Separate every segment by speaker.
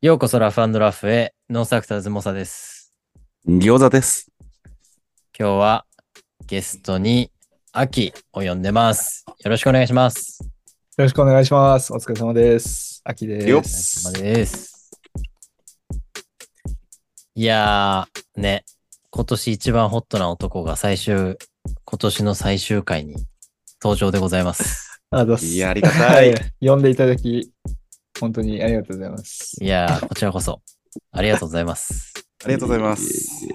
Speaker 1: ようこそラフラフへ、ノーサクターズモサです。
Speaker 2: 餃子です。
Speaker 1: 今日はゲストに秋を呼んでます。よろしくお願いします。
Speaker 3: よろしくお願いします。お疲れ様です。あきで
Speaker 2: よっ
Speaker 3: す。
Speaker 1: お疲れ様です。いやー、ね、今年一番ホットな男が最終、今年の最終回に登場でございます。
Speaker 3: ありがとうございます。
Speaker 2: いやありがたい
Speaker 3: 呼んでいただき、本当にありがとうございます。
Speaker 1: いやー、こちらこそ、ありがとうございます。
Speaker 2: ありがとうございます。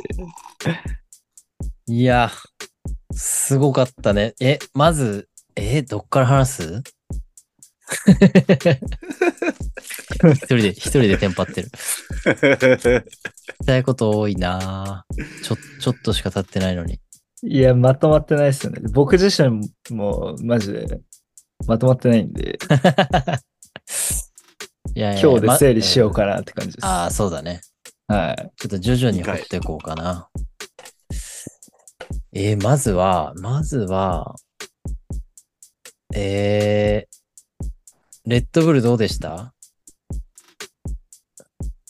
Speaker 1: いや、すごかったね。え、まず、え、どっから話す 一人で、一人でテンパってる。したいこと多いなぁちょ、ちょっとしか経ってないのに。
Speaker 3: いや、まとまってないですよね。僕自身も、マジで、まとまってないんで、
Speaker 1: いやいや
Speaker 3: 今日で整理しよう
Speaker 1: な。
Speaker 3: かなって感じです。
Speaker 1: ああ、そうだね。
Speaker 3: はい。
Speaker 1: ちょっと徐々に掘っていこうかな。えーまずは、まずは、えー、レッドブルどうでした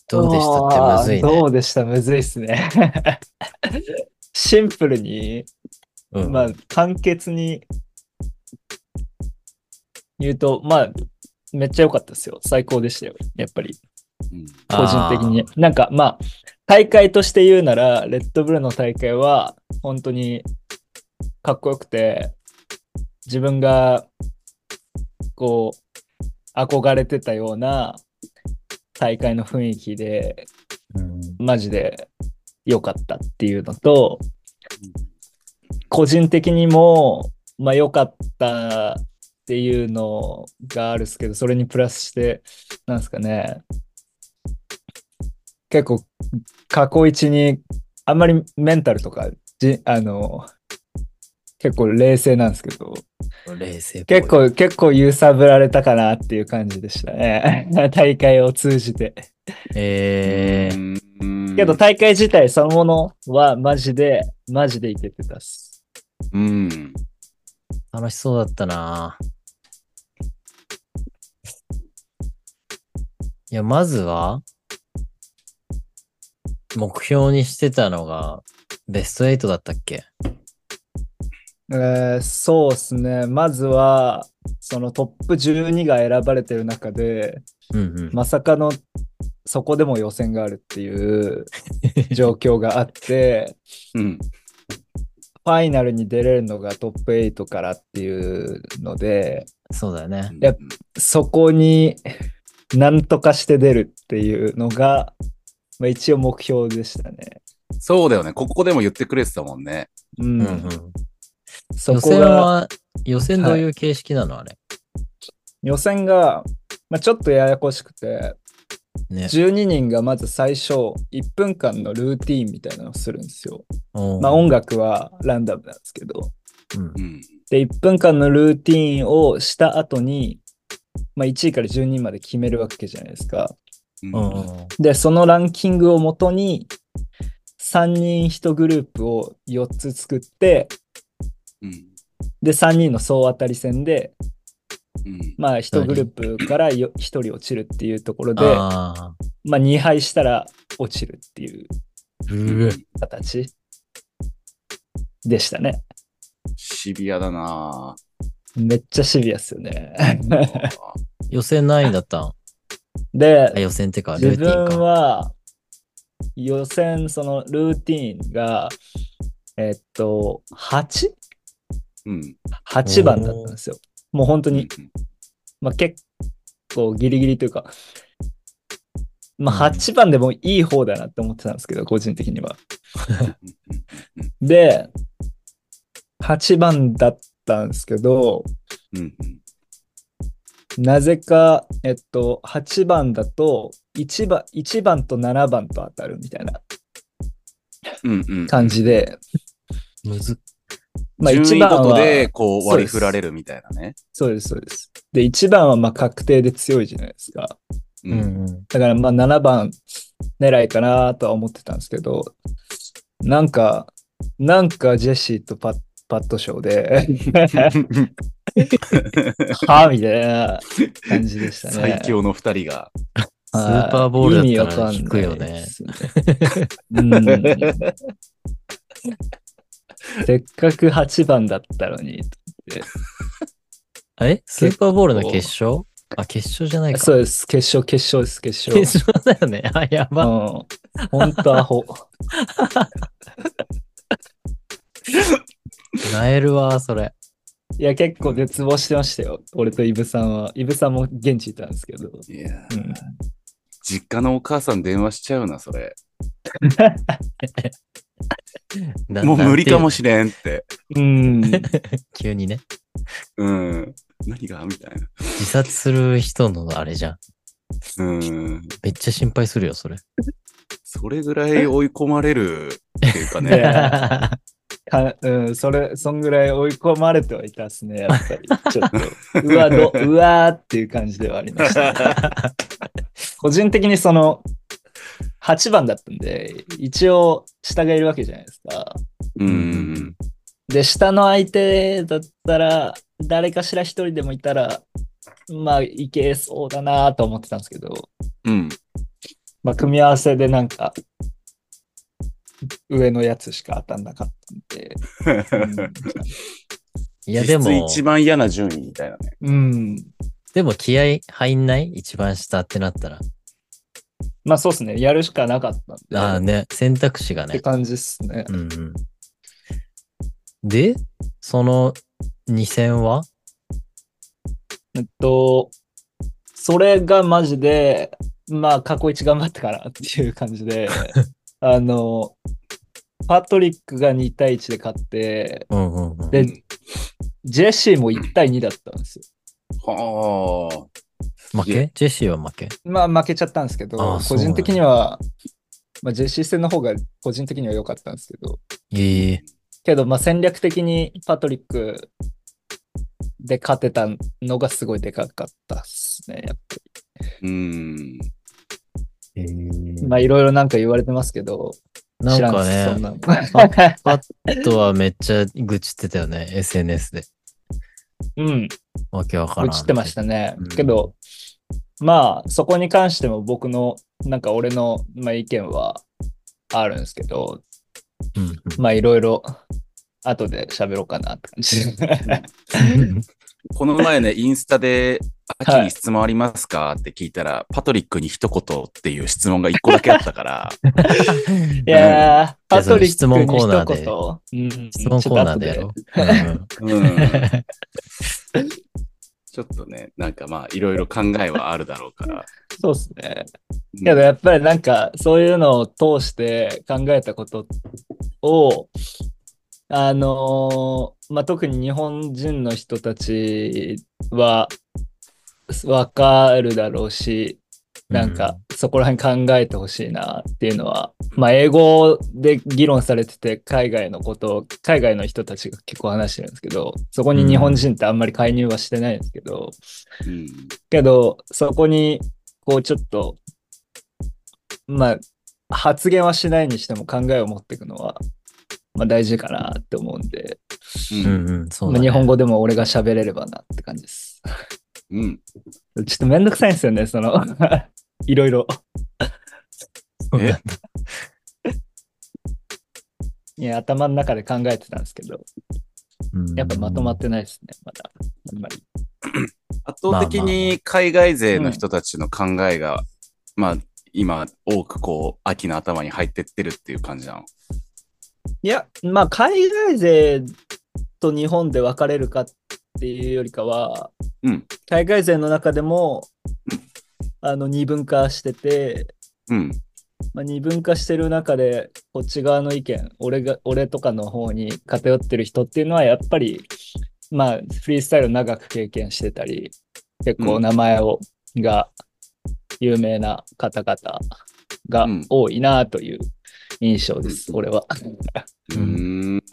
Speaker 1: どうでしたってむずい
Speaker 3: あー
Speaker 1: ね
Speaker 3: ど。うでしたむずいっすね。 シンプルに、
Speaker 1: うん
Speaker 3: まあ、簡潔に言うと、まあ、めっちゃ良かったですよ。最高でしたよ。やっぱり。個人的に。。なんかまあ、大会として言うなら、レッドブルの大会は、本当にかっこよくて、自分が、こう、憧れてたような大会の雰囲気で、
Speaker 1: うん
Speaker 3: マジで良かったっていうのと、個人的にも、まあ良かったっていうのがあるんですけど、それにプラスして、なんですかね、結構過去一に、あんまりメンタルとか、じあの、結構冷静なんですけど、
Speaker 1: 冷静っぽい
Speaker 3: 結。構、結構揺さぶられたかなっていう感じでしたね。 大会を通じて。
Speaker 1: えー、
Speaker 2: ー
Speaker 3: けど、大会自体そのものはマジで、マジでいけてたっす。
Speaker 2: うん。
Speaker 1: 楽しそうだったな。いや、まずは、目標にしてたのが、ベスト8だったっけ
Speaker 3: えーそうですね。まずは、そのトップ12が選ばれてる中で、
Speaker 1: うんうん。
Speaker 3: まさかのそこでも予選があるって いう状況があって、
Speaker 2: うん。
Speaker 3: ファイナルに出れるのがトップ8からっていうので、
Speaker 1: そうだよね。
Speaker 3: やっそこになんとかして出るっていうのが、まあ、一応目標でしたね。
Speaker 2: そうだよね。ここでも言ってくれてたもんね。
Speaker 3: うん。
Speaker 1: うん
Speaker 3: そ
Speaker 1: 予
Speaker 3: こ
Speaker 1: 選
Speaker 3: が
Speaker 1: は、予選どういう形式なの、あれ。
Speaker 3: 予選が、まあ、ちょっとややこしくて、
Speaker 1: ね。
Speaker 3: 12人がまず最初1分間のルーティーンみたいなのをするんですよ。
Speaker 1: おー
Speaker 3: まあ音楽はランダムなんですけど。
Speaker 1: うん
Speaker 2: うん。
Speaker 3: で、1分間のルーティーンをした後に、まあ、1位から12位まで決めるわけじゃないですか。
Speaker 2: うん
Speaker 1: うんうん
Speaker 3: で、そのランキングをもとに、3人1グループを4つ作って、
Speaker 2: うん
Speaker 3: で、3人の総当たり戦で、
Speaker 2: うん
Speaker 3: まあ、1グループからよ1人落ちるっていうところで、
Speaker 1: あ
Speaker 3: まあ、2敗したら落ちるっていう
Speaker 1: ーうえ
Speaker 3: 形でしたね。
Speaker 2: シビアだな
Speaker 3: めっちゃシビアっすよね。
Speaker 2: ぁ
Speaker 1: 予選何位だったん
Speaker 3: で
Speaker 1: あ、、予選ってか、ル
Speaker 3: 自
Speaker 1: ーティン
Speaker 3: 分
Speaker 1: か。
Speaker 3: は予選、そのルーティーンが、えっと、8?8
Speaker 2: うん。
Speaker 3: 番だったんですよ。もう本当に、まあ、結構ギリギリというか、まあ、
Speaker 1: うん
Speaker 3: 8番でもいい方だなって思ってたんですけど、個人的には。
Speaker 2: うん
Speaker 3: で、8番だったんですけど、
Speaker 2: うんうん
Speaker 3: なぜか、えっと、8番だと1番、1番と7番と当たるみたいな
Speaker 2: うんうん。
Speaker 3: 感じで、
Speaker 1: むずっ
Speaker 3: まあ
Speaker 2: 順
Speaker 3: 1
Speaker 2: 位
Speaker 3: 番
Speaker 2: ごと
Speaker 3: は、
Speaker 2: で、こう、割り振られるみたいなね。
Speaker 3: そうです、そうです。で、1番はまあ確定で強いじゃないですか。
Speaker 2: う。
Speaker 1: うんんうん。
Speaker 3: だからまあ7番狙いかなとは思ってたんですけど、なんか、なんかジェシーとパッパッドショーで、 はぁみたいな感じでしたね。
Speaker 2: 最強の二人が。
Speaker 1: スーパーボールだったら
Speaker 3: 意
Speaker 1: 引
Speaker 3: 味わ
Speaker 1: く
Speaker 3: か
Speaker 1: よ
Speaker 3: んないで
Speaker 1: ね。
Speaker 3: すね。うんせっかく8番だったのに。
Speaker 1: えスーパーボールの決勝あ、決勝じゃないか。
Speaker 3: そうです。決勝、決勝です、決勝。
Speaker 1: 決勝だよね。あ、やば。
Speaker 3: うん。本当アホ。
Speaker 1: なえるわ、それ。
Speaker 3: いや、結構絶望してましたよ。俺とイブさんは。イブさんも現地いたんですけど。
Speaker 2: いや、
Speaker 3: うん
Speaker 2: 実家のお母さん電話しちゃうな、それ。
Speaker 1: な
Speaker 2: もう無理かも
Speaker 1: し
Speaker 2: しれんって。
Speaker 3: うん。
Speaker 1: 急にね。
Speaker 2: うん。何がみたいな。
Speaker 1: 自殺する人のあれじゃん。
Speaker 2: うん。
Speaker 1: めっちゃ心配するよ、それ。
Speaker 2: それぐらい追い込まれるっていう か
Speaker 3: い
Speaker 2: ね。
Speaker 3: やかうん、それ、そんぐらい追い込まれてはいたっすね、やっぱり。ちょっと、うわ、ど、うわーっていう感じではありました、ね。個人的にその、8番だったんで、一応、下がいるわけじゃないですか。
Speaker 2: うん。
Speaker 3: で、下の相手だったら、誰かしら一人でもいたら、まあ、いけそうだなと思ってたんですけど、
Speaker 2: うん。
Speaker 3: まあ、組み合わせでなんか、上のやつしか当たんなかったんで。
Speaker 1: いや、でも、
Speaker 2: 実質一番嫌な順位みたいなね。
Speaker 3: うん。うん
Speaker 1: でも気合入んない一番下ってなったら。
Speaker 3: まあそうですね、やるしかなかったんで。
Speaker 1: ああね、選択肢が
Speaker 3: って
Speaker 1: ね。
Speaker 3: 感じっすね。
Speaker 1: うんうん。で、その2戦は
Speaker 3: えっと、それがマジで、まあ過去一頑張ってからっていう感 じで、あの、パトリックが2対1で勝って、
Speaker 1: うんうんうん。
Speaker 3: で
Speaker 2: うん
Speaker 3: ジェシーも1対2だったんですよ。
Speaker 2: はあ。
Speaker 1: 負けジェシーは負け
Speaker 3: まあ負けちゃったんですけど
Speaker 1: ああ、
Speaker 3: 個
Speaker 1: そうなんだ
Speaker 3: 人的には、まあ、ジェシー戦の方が個人的には良かったんですけど、
Speaker 1: ええ
Speaker 3: けどまあ戦略的にパトリックで勝てたのがすごいでかかったですね、やっぱり
Speaker 2: うん。
Speaker 1: ええ
Speaker 3: まあいろいろなんか言われてますけど、
Speaker 1: なんか
Speaker 3: 知らんっすそん
Speaker 1: ね、
Speaker 3: なの
Speaker 1: あとはめっちゃ愚痴ってたよね、SNS で。
Speaker 3: うん、
Speaker 1: わけわからん。
Speaker 3: 映ってましたね
Speaker 1: うん。
Speaker 3: けど、まあそこに関しても僕の、なんか俺の、まあ、意見はあるんですけど、
Speaker 1: うんうん。
Speaker 3: まあいろいろ後で喋ろうかなって感じで。
Speaker 2: この 前ね、インスタで、秋に質問ありますかって聞いたら、パトリックに一言っていう質問が一個だけあっ たから、
Speaker 3: いやー、
Speaker 1: じゃあ
Speaker 3: パ
Speaker 1: その
Speaker 3: トリ
Speaker 1: 質
Speaker 3: ックに
Speaker 1: 問
Speaker 3: 一
Speaker 1: コーナーで
Speaker 3: 言。うん
Speaker 1: 質問コーナーでやろう。うん
Speaker 2: うん
Speaker 1: うん
Speaker 2: ちょっとね、なんかまあ、いろいろ考えはあるだろうから。
Speaker 3: そうですね。
Speaker 2: うん
Speaker 3: けどやっぱりなんかそういうのを通して考えたことをあのーまあ特に日本人の人たちは分かるだろうし なんか、そこら辺考えてほしいなっていうのは、まあ英語で議論されてて海外のことを海外の人たちが結構話してるんですけどそこに日本人ってあんまり介入はしてないんですけど、
Speaker 2: うん
Speaker 3: けど、そこに、こう、ちょっと、まあ、発言はしないにしても考えを持っていくのは、まあ、大事かなって思うんで、
Speaker 1: う
Speaker 2: うん
Speaker 1: んうん、そう
Speaker 3: ま
Speaker 1: だ
Speaker 3: あ、
Speaker 1: ね
Speaker 3: 日本語でも俺が喋れればなって感じです。
Speaker 2: うん
Speaker 3: ちょっとめんどくさいんですよね、その、 いろいろ。
Speaker 1: そうだね
Speaker 3: いや、頭の中で考えてたんですけど、
Speaker 1: うん
Speaker 3: やっぱまとまってないですね、まだ。あんまり。
Speaker 2: 圧倒的に海外勢の人たちの考えが、まあ、今、多くこう、秋の頭に入ってってるっていう感じなの。
Speaker 3: いや、まあ、海外勢と日本で分かれるかっていうよりかは、
Speaker 2: うん
Speaker 3: 海外勢の中でも、あの、二分化してて、
Speaker 2: うん。
Speaker 3: まあ、二分化してる中で、こっち側の意見、俺が、俺とかの方に偏ってる人っていうのは、やっぱり、まあ、フリースタイルを長く経験してたり、結
Speaker 2: う
Speaker 3: 構
Speaker 2: ん
Speaker 3: 名前を、が有名な方々が
Speaker 2: うん
Speaker 3: 多いなという印象です、
Speaker 2: うん
Speaker 3: 俺は。
Speaker 2: うーん。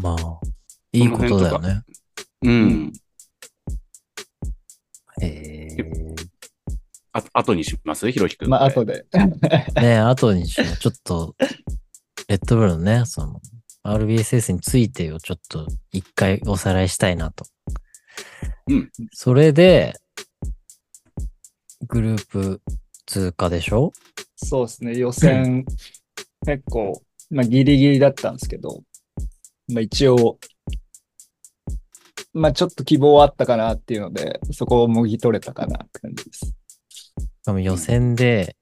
Speaker 1: まあ、いいことだよね。
Speaker 2: うん。
Speaker 1: え
Speaker 2: あ後にしますひろひくん。
Speaker 3: まあ、後で。
Speaker 1: え。ねえ、後にしよう。ちょっと、レッドブルのね、その、RBSS についてをちょっと一回おさらいしたいなと。
Speaker 2: うん。
Speaker 1: それで、グループ通過でしょ
Speaker 3: そうですね、予選、結構、まあ、ギリギリだったんですけど、まあ、一応、まあ、ちょっと希望はあったかなっていうので、そこをもぎ取れたかなって感じです。
Speaker 1: しかも予選で、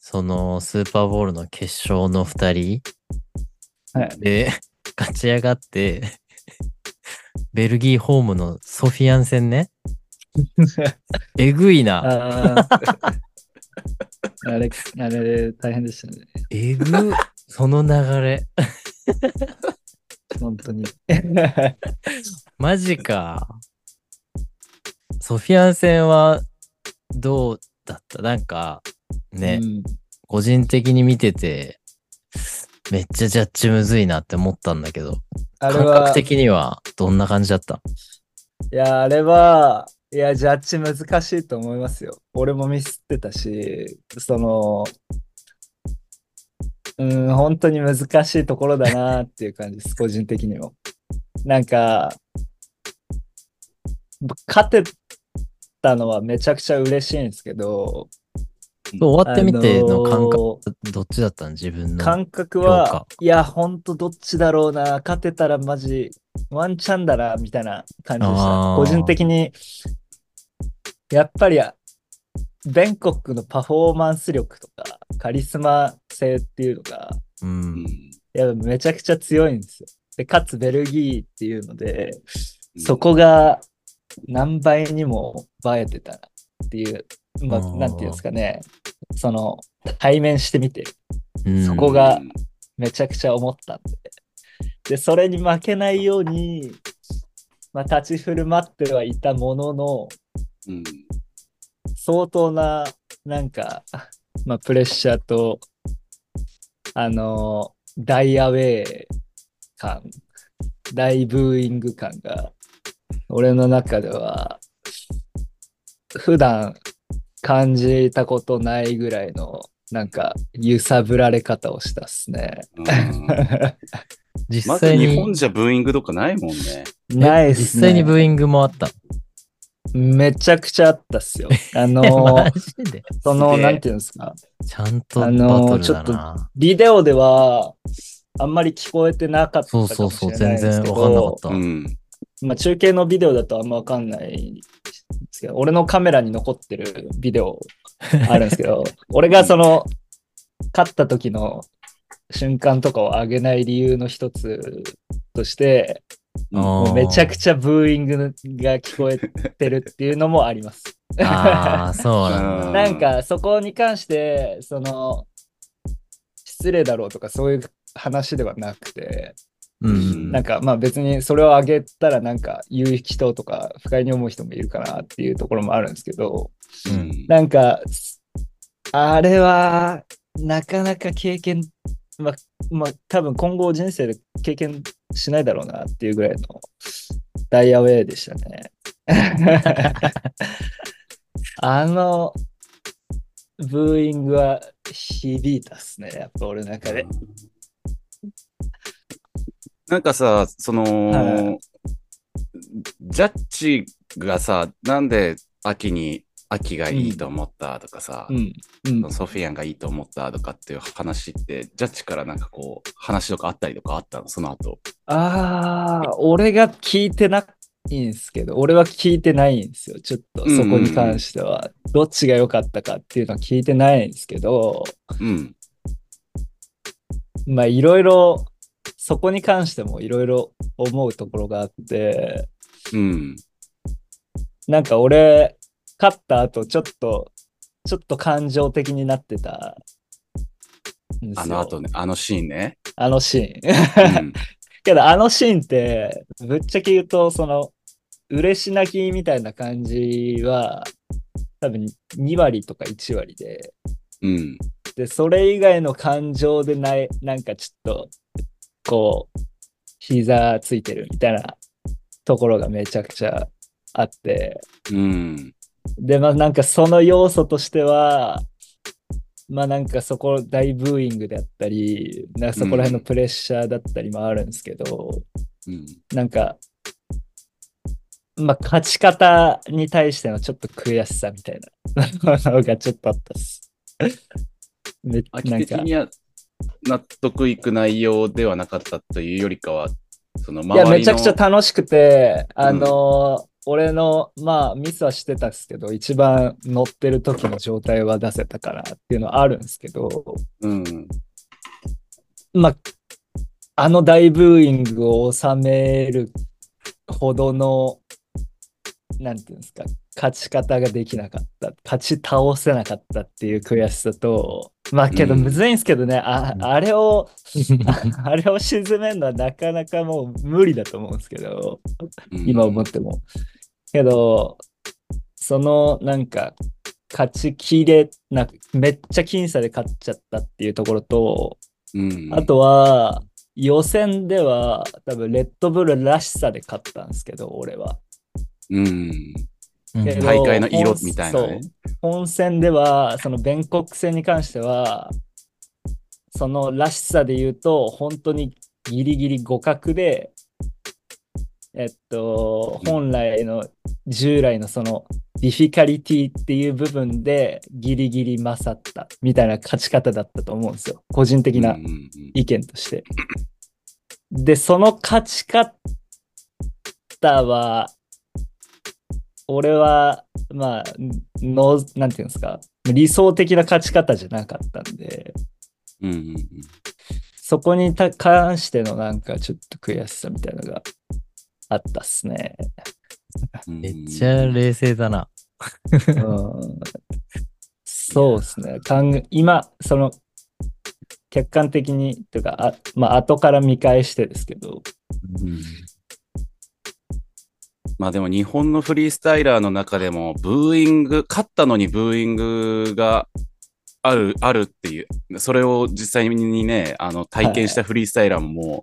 Speaker 1: そのスーパーボールの決勝の2人
Speaker 3: はい、
Speaker 1: で 勝ち上がって、ベルギーホームのソフィアン戦ね、えぐい な。
Speaker 3: あーあれ、あれ、大変でしたね。
Speaker 1: えぐ、その流れ。
Speaker 3: 本当に。
Speaker 1: マジか。ソフィアン戦はどうだったなんか、ね、
Speaker 3: うん
Speaker 1: 個人的に見てて、めっちゃジャッジむずいなって思ったんだけど、
Speaker 3: あれ
Speaker 1: 感
Speaker 3: は
Speaker 1: 覚、的にはどんな感じだった
Speaker 3: いや、あれは、いや、ジャッジ難しいと思いますよ。俺もミスってたし、その、うん、本当に難しいところだなっていう感じです、個人的にも。なんか、勝てたのはめちゃくちゃ嬉しいんですけ
Speaker 1: そ
Speaker 3: ど、
Speaker 1: う終わってみての感
Speaker 3: あ
Speaker 1: 覚、
Speaker 3: の
Speaker 1: どっちだったん自分の。
Speaker 3: 感覚
Speaker 1: 評
Speaker 3: は
Speaker 1: 価、
Speaker 3: いや、ほんとどっちだろうな、勝てたらマジ、ワンチャンだな、みたいな感じでした
Speaker 1: あ。ー
Speaker 3: 個人的に、やっぱり、ベンコックのパフォーマンス力とか、カリスマ性っていうのが、
Speaker 1: う。
Speaker 2: うんん
Speaker 3: やっぱめちゃくちゃ強いんですよ。で、かつベルギーっていうので、そこが何倍にも映えてたなっていう、まあ、
Speaker 1: あー
Speaker 3: なんていうんですかね、その、対面してみて、
Speaker 1: うん
Speaker 3: そこがめちゃくちゃ思ったんで。で、それに負けないように、まあ、立ち振る舞ってはいたものの、
Speaker 2: うん
Speaker 3: 相当な、なんか、まあ、プレッシャーと、あの、大アウェー感、大ブーイング感が、俺の中では、普段感じたことないぐらいの、なんか、揺さぶられ方をしたっすね。
Speaker 2: うんま
Speaker 1: 実
Speaker 2: ず
Speaker 1: 際
Speaker 2: 日本
Speaker 1: に、
Speaker 2: じゃブーイングとかないもんね。
Speaker 3: ないっ
Speaker 1: 実
Speaker 3: すね。
Speaker 1: 際にブーイングもあった。
Speaker 3: めちゃくちゃあったっ すよ。あの
Speaker 1: マ、ジで
Speaker 3: その、
Speaker 2: すげえ
Speaker 3: なんていうんですか。
Speaker 1: ちゃんと
Speaker 3: あ
Speaker 1: バ
Speaker 3: のー
Speaker 1: トルだ
Speaker 3: ち
Speaker 1: な。
Speaker 3: ビデオでは、あんまり聞こえてなかったか
Speaker 1: そ
Speaker 3: も
Speaker 1: う
Speaker 3: しれ
Speaker 1: そうそう、
Speaker 3: ない
Speaker 1: 全
Speaker 3: んです
Speaker 1: 然
Speaker 3: けど、
Speaker 1: わかんなかった。
Speaker 2: うん。
Speaker 3: まあ、中継のビデオだとあんまわかんないんですけど、俺のカメラに残ってるビデオあるんです けど、俺がその、勝った時の瞬間とかを上げない理由の一つとして、もうめちゃく
Speaker 1: ゃ。
Speaker 3: ちゃブーイングが聞こえてるっていうのもあります。
Speaker 1: ああ、そうなんだ。
Speaker 3: なんかそこに関してその失礼だろうとかそういう話ではなくて、
Speaker 1: うん。
Speaker 3: なんかまあ別にそれをあげたらなんか言う人とか不快に思う人もいるかなっていうところもあるんですけど
Speaker 2: うん
Speaker 3: なんかあれはなかなか経験まあまあ多分今後人生で経験しないだろうなっていうぐらいのダイアウェイでしたね。あのブーイングは響いたっすね、やっぱ俺の中で。
Speaker 2: なんかさ、その、
Speaker 3: はい
Speaker 2: ジャッジがさ、なんで秋に、秋がいいと思ったとかさ、
Speaker 3: うん。うん。
Speaker 2: ソフィアンがいいと思ったとかっていう話って、ジャッジからなんかこう、話とかあったりとかあったの、その後。
Speaker 3: ああ、俺が聞いてないんですけど、俺は聞いてないんですよ。ちょっとそこに関しては。どっちが良かったかっていうのは聞いてないんですけど、
Speaker 2: うん。
Speaker 3: まあいろいろ、そこに関してもいろいろ思うところがあって、
Speaker 2: うん。
Speaker 3: なんか俺、勝った後、ちょっと、ちょっと感情的になってたんですよ。
Speaker 2: あの後ね、あのシーン ね。
Speaker 3: あのシーン。
Speaker 2: うん。
Speaker 3: けどあのシーンってぶっちゃけ言うとその嬉し泣きみたいな感じは多分2割とか1割で
Speaker 2: うん。
Speaker 3: でそれ以外の感情でないなんかちょっとこう膝ついてるみたいなところがめちゃくちゃあって
Speaker 2: うん。
Speaker 3: でまあなんかその要素としてはまあなんかそこ大ブーイングであったりなんかそこら辺のプレッシャーだったりもあるんですけど、
Speaker 2: うん。
Speaker 3: なんか、まあ、勝ち方に対してのちょっと悔しさみたいな のがちょっとあったっす。め
Speaker 2: 秋
Speaker 3: なん
Speaker 2: 的
Speaker 3: か、
Speaker 2: には納得いく内容ではなかったというよりかは、その
Speaker 3: い
Speaker 2: 周り
Speaker 3: や、
Speaker 2: の
Speaker 3: めちゃくちゃ楽しくて、あのー俺の、まあ、ミスはしてたっすけど、一番乗ってる時の状態は出せたからっていうのはあるんですけど、
Speaker 2: うん。
Speaker 3: まあ、あの大ブーイングを収めるほどの、なんていうんですか、勝ち方ができなかった、勝ち倒せなかったっていう悔しさと、まあけど、
Speaker 2: うん
Speaker 3: むずいんですけどね、あ
Speaker 1: うん
Speaker 3: あれを、 ああれを沈めるのはなかなかもう無理だと思うんですけど、
Speaker 2: うん
Speaker 3: 今思っても。けど、そのなんか、勝ちきれなく、めっちゃ僅差で勝っちゃったっていうところと、
Speaker 2: うん、
Speaker 3: あとは、予選では多分レッドブルらしさで勝ったんですけど、俺は。
Speaker 2: うん、
Speaker 1: うん
Speaker 3: けど
Speaker 2: 大会の色みたいなね。
Speaker 3: 本戦では、そのベンコック戦に関しては、そのらしさで言うと、本当にギリギリ互角で、えっと、
Speaker 2: うん
Speaker 3: 本来の、従来のその、ディフィカリティっていう部分でギリギリ勝ったみたいな勝ち方だったと思うんですよ。個人的な
Speaker 2: うんうんうん
Speaker 3: 意見として。で、その勝ち方は、俺は、まあ、の、なんていうんですか、理想的な勝ち方じゃなかったんで、
Speaker 2: うんうんうん
Speaker 3: そこにた関してのなんかちょっと悔しさみたいなのがあったっすね。
Speaker 2: うん
Speaker 1: めっちゃ冷静だな。
Speaker 3: うんそうですね。考え今、その、客観的に、というか、あまあ、後から見返してですけど、
Speaker 2: うんまあでも日本のフリースタイラーの中でもブーイング勝ったのにブーイングがあるあるっていうそれを実際にねあの体験したフリースタイラーももう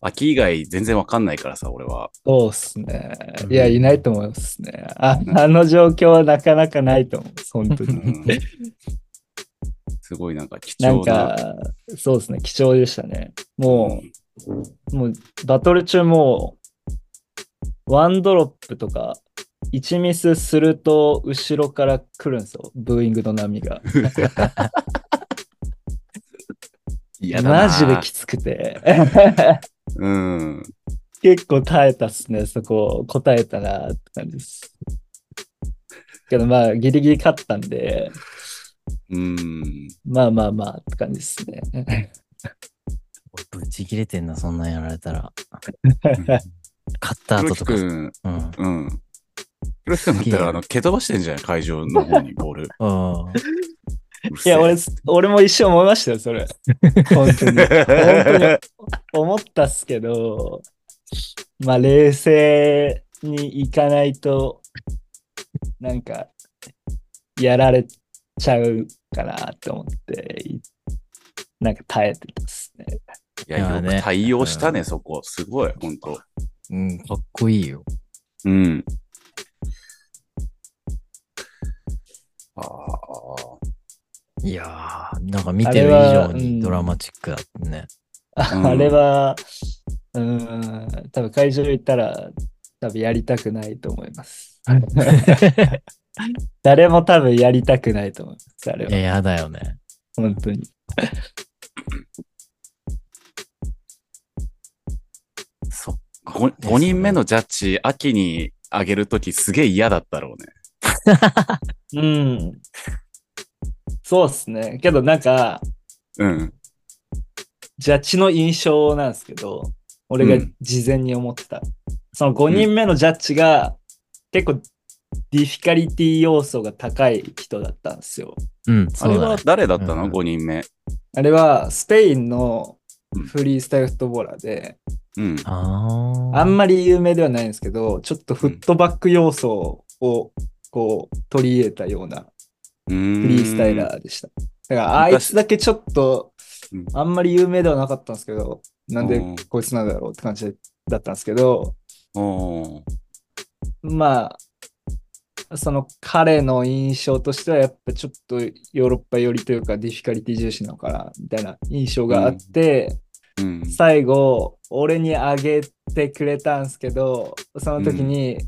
Speaker 2: 秋以外全然わかんないからさ俺は
Speaker 3: そうっすね。
Speaker 1: うん
Speaker 3: いや、いないと思いますね。ああの状況はなかなかないと思う。本当
Speaker 2: う
Speaker 3: に。
Speaker 2: ん すごいなんか貴
Speaker 3: なん
Speaker 2: 重な
Speaker 3: か、そうですね。貴重でしたね。もう、もう、バトル中もう、ワンドロップとか、1ミスすると、後ろから来るんですよ。ブーイングの波が。
Speaker 2: いやだな
Speaker 3: マジできつくて。
Speaker 2: うん
Speaker 3: 結構耐えたっすね、そこ、答えたなって感じです。けどまあ、ギリギリ勝ったんで、
Speaker 2: うん
Speaker 3: まあまあまあって感じですね。
Speaker 1: ぶち切れてんな、そんなんやられたら。勝った後と
Speaker 2: 黒木
Speaker 1: か。
Speaker 2: 君
Speaker 1: うん。
Speaker 2: うん。黒木君だったら、あの、蹴飛ばしてんじゃない会場の方にボール。
Speaker 1: うん
Speaker 3: いや、
Speaker 2: う
Speaker 3: 俺
Speaker 2: るせ、
Speaker 3: 俺も一生思いましたよ、それ。本当に。本当に思ったっすけど、まあ、冷静にいかないと、なんか、やられちゃうかなって思って、いなんか耐えてたっすね。
Speaker 2: え。いや、よく対応したね、そこ。すごい、ほんと。
Speaker 1: うん。かっこいいよ。
Speaker 2: うん。ああ。
Speaker 1: いやー、なんか見てる以上にドラマチックだったね。
Speaker 2: うん
Speaker 3: あれは、うーん、多分会場行ったら、多分やりたくないと思います。 誰も多分やりたくないと思います、あれ
Speaker 1: いや、
Speaker 3: は。
Speaker 1: やだよね。
Speaker 3: 本当に。
Speaker 1: そっか。
Speaker 2: 5, 人目のジャッジ、秋にあげるときすげえ嫌だったろうね。
Speaker 3: うん。そうっすね。けどなんか、
Speaker 2: うん。
Speaker 3: ジャッジの印象なんですけど、俺が事前に思ってた。その5人目のジャッジが、結構ディフィカリティ要素が高い人だったんですよ。
Speaker 1: うん、
Speaker 2: あ
Speaker 1: そ
Speaker 2: れ
Speaker 1: うだ
Speaker 2: は
Speaker 1: ね。
Speaker 2: 誰だった
Speaker 1: う
Speaker 2: の
Speaker 1: ん
Speaker 2: ?5 人目。
Speaker 3: あれはスペインのフリースタイルフットボーラーで、
Speaker 2: うん。
Speaker 1: あー
Speaker 3: あんまり有名ではないんですけど、ちょっとフットバック要素をこう取り入れたような
Speaker 2: フリ
Speaker 3: フリースタイラーでした。だからあいつだけちょっと
Speaker 2: うん
Speaker 3: あんまり有名ではなかったんですけど、なん
Speaker 2: う
Speaker 3: で
Speaker 2: ん
Speaker 3: こいつなんだろうって感じだったんですけど、
Speaker 2: おー
Speaker 3: まあ、その彼の印象としてはやっぱちょっとヨーロッパ寄りというかディフィカリティ重視なのかなみたいな印象があって、
Speaker 2: うん。
Speaker 3: 最後俺にあげてくれたんすけどその時に、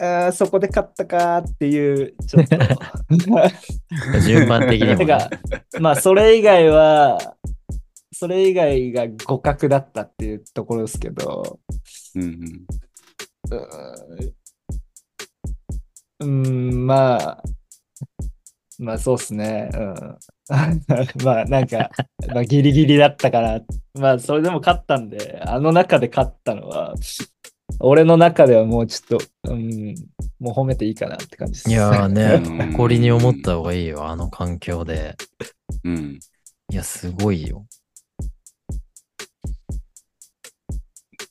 Speaker 3: あーそこで勝ったかーっていう、ちょっと。
Speaker 1: 順番的にも、
Speaker 3: て
Speaker 1: ね
Speaker 3: か。、まあ、それ以外は、それ以外が互角だったっていうところですけど、
Speaker 2: うんうん
Speaker 3: うーん、うんまあ、まあそうっすね。うん まあなんか、まあ、ギリギリだったから、まあそれでも勝ったんで、あの中で勝ったのは、俺の中ではもうちょっと、うん、もう褒めていいかなって感じです。
Speaker 1: いやー
Speaker 2: うん
Speaker 1: ね、誇りに思った方がいいよ、あの環境で。
Speaker 2: うん。
Speaker 1: いや、すごいよ。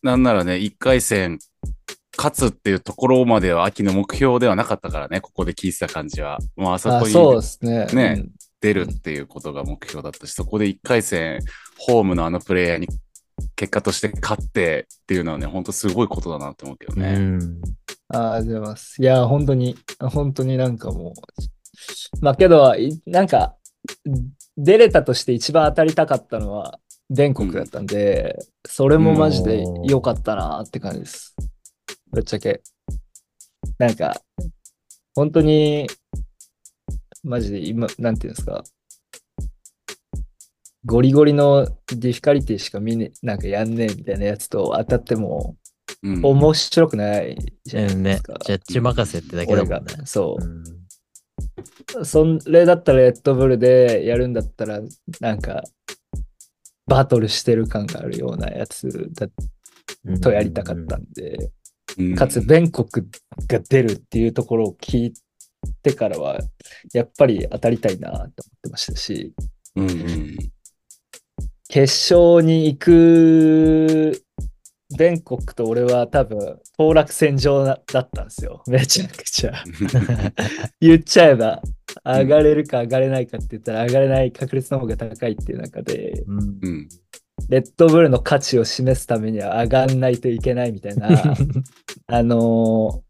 Speaker 2: なんならね、1回戦、勝つっていうところまでは秋の目標ではなかったからね、ここで聞いてた感じは。もうあそ
Speaker 3: あ
Speaker 2: こ
Speaker 3: そうで
Speaker 2: に
Speaker 3: すね。
Speaker 2: ね
Speaker 3: うん
Speaker 2: 出るっていうことが目標だったし、そこで1回戦、ホームのあのプレイヤーに結果として勝ってっていうのはね、ほんとすごいことだなって思うけど
Speaker 1: う
Speaker 2: ね。
Speaker 1: ん。
Speaker 3: ああ、出ます。いや、本当に、本当になんかもう、まあけど、いなんか、出れたとして一番当たりたかったのは、全国だったんで、それもマジで良かったなって感じです。ぶっちゃけ。なんか、本当に、マジで今、なんていうんですか、ゴリゴリのディフィカリティしか見ね、なんかやんねえみたいなやつと当たっても、
Speaker 2: うん
Speaker 3: 面白くないじゃないで
Speaker 1: ね
Speaker 3: すか。、
Speaker 1: ジャッジ任せってだけだ
Speaker 3: 俺
Speaker 1: も
Speaker 3: が
Speaker 1: んね。
Speaker 3: そうう。
Speaker 1: ん
Speaker 3: それだったらレッドブルでやるんだったら、なんか、バトルしてる感があるようなやつだとやりたかったんで、
Speaker 2: うん
Speaker 3: かつ、全国が出るっていうところを聞いてからは、やっぱり当たりたいなと思ってましたし、
Speaker 2: うんうん
Speaker 3: 決勝に行く、全国と俺は多分、当落戦場だだったんですよ。めちゃくちゃ。言っちゃえば、上がれるか上がれないかって言ったら、上がれない確率の方が高いっていう中で、
Speaker 1: うん。うん
Speaker 2: うん
Speaker 3: レッドブルの価値を示すためには上がんないといけないみたいな、あの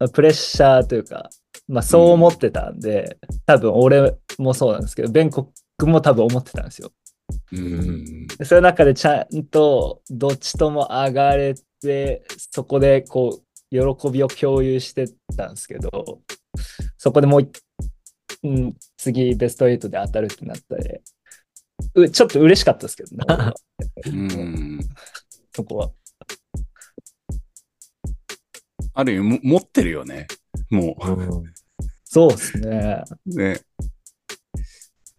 Speaker 3: ープレッシャーというか、まあそう思ってたんで、多分俺もそうなんですけど、ベンコックも多分思ってたんですよ。
Speaker 2: うん
Speaker 3: その中でちゃんとどっちとも上がれて、そこでこう、喜びを共有してたんですけど、そこでもう一、うん、次ベスト8で当たるってなったで、うちょっと嬉しかったですけどね、 俺は
Speaker 2: うん
Speaker 3: そこは。
Speaker 2: ある意味も持ってるよねも
Speaker 1: うん
Speaker 3: そうですね。
Speaker 2: うね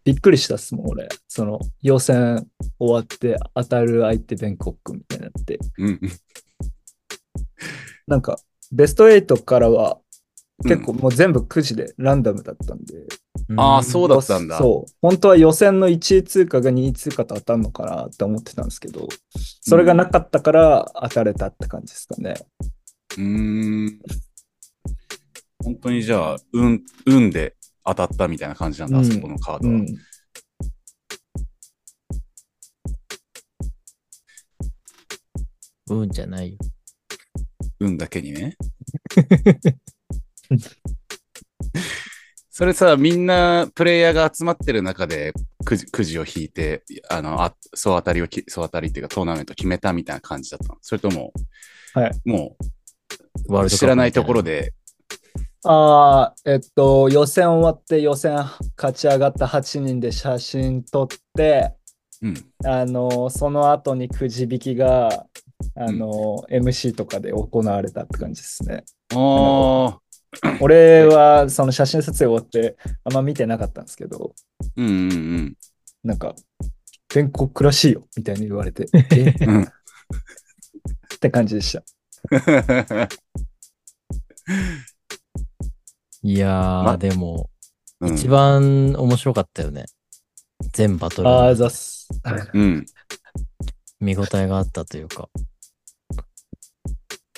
Speaker 3: びっくりしたっすもん、俺。その、予選終わって当たる相手ベンコックみたいになって。
Speaker 2: うん
Speaker 3: なんか、ベスト8からは結構もう全部くじでランダムだったんで、
Speaker 2: あーそうだったんだ
Speaker 3: そう。本当は予選の1位通過が2位通過と当たるのかなって思ってたんですけど、それがなかったから当たれたって感じですかね。
Speaker 2: うーん本当にじゃあ運運で当たったみたいな感じなんだ、
Speaker 3: うん
Speaker 2: あそこのカー
Speaker 3: う
Speaker 2: ドは、
Speaker 3: ん。
Speaker 1: うんじゃないよ。
Speaker 2: 運だけに ねそれさみんなプレイヤーが集まってる中でくじくじを引いてあのあ総当たりをき総当たりっていうかトーナメント決めたみたいな感じだったのそれとも、
Speaker 3: はい
Speaker 2: も
Speaker 1: ワールドカップ
Speaker 2: う
Speaker 1: みた
Speaker 2: 知らないところ。で
Speaker 3: ああ、えっと、予選終わって予選勝ち上がった8人で写真撮って、
Speaker 2: うん
Speaker 3: あの、その後にくじ引きが、あの、MC とかで行われたって感じで すね。
Speaker 2: ああ、
Speaker 3: 俺はその写真撮影終わってあんま見てなかったんですけど、
Speaker 2: うんうん
Speaker 3: なんか、全国らしいよみたいに言われ て、え
Speaker 2: うんうん。
Speaker 3: って感じでした。
Speaker 1: いやー、
Speaker 2: ま
Speaker 1: でも、
Speaker 2: うん
Speaker 1: 一番面白かったよね。全バトル
Speaker 3: ああ、
Speaker 1: に
Speaker 3: ざっす。
Speaker 2: うん。
Speaker 1: 見応えがあったというか。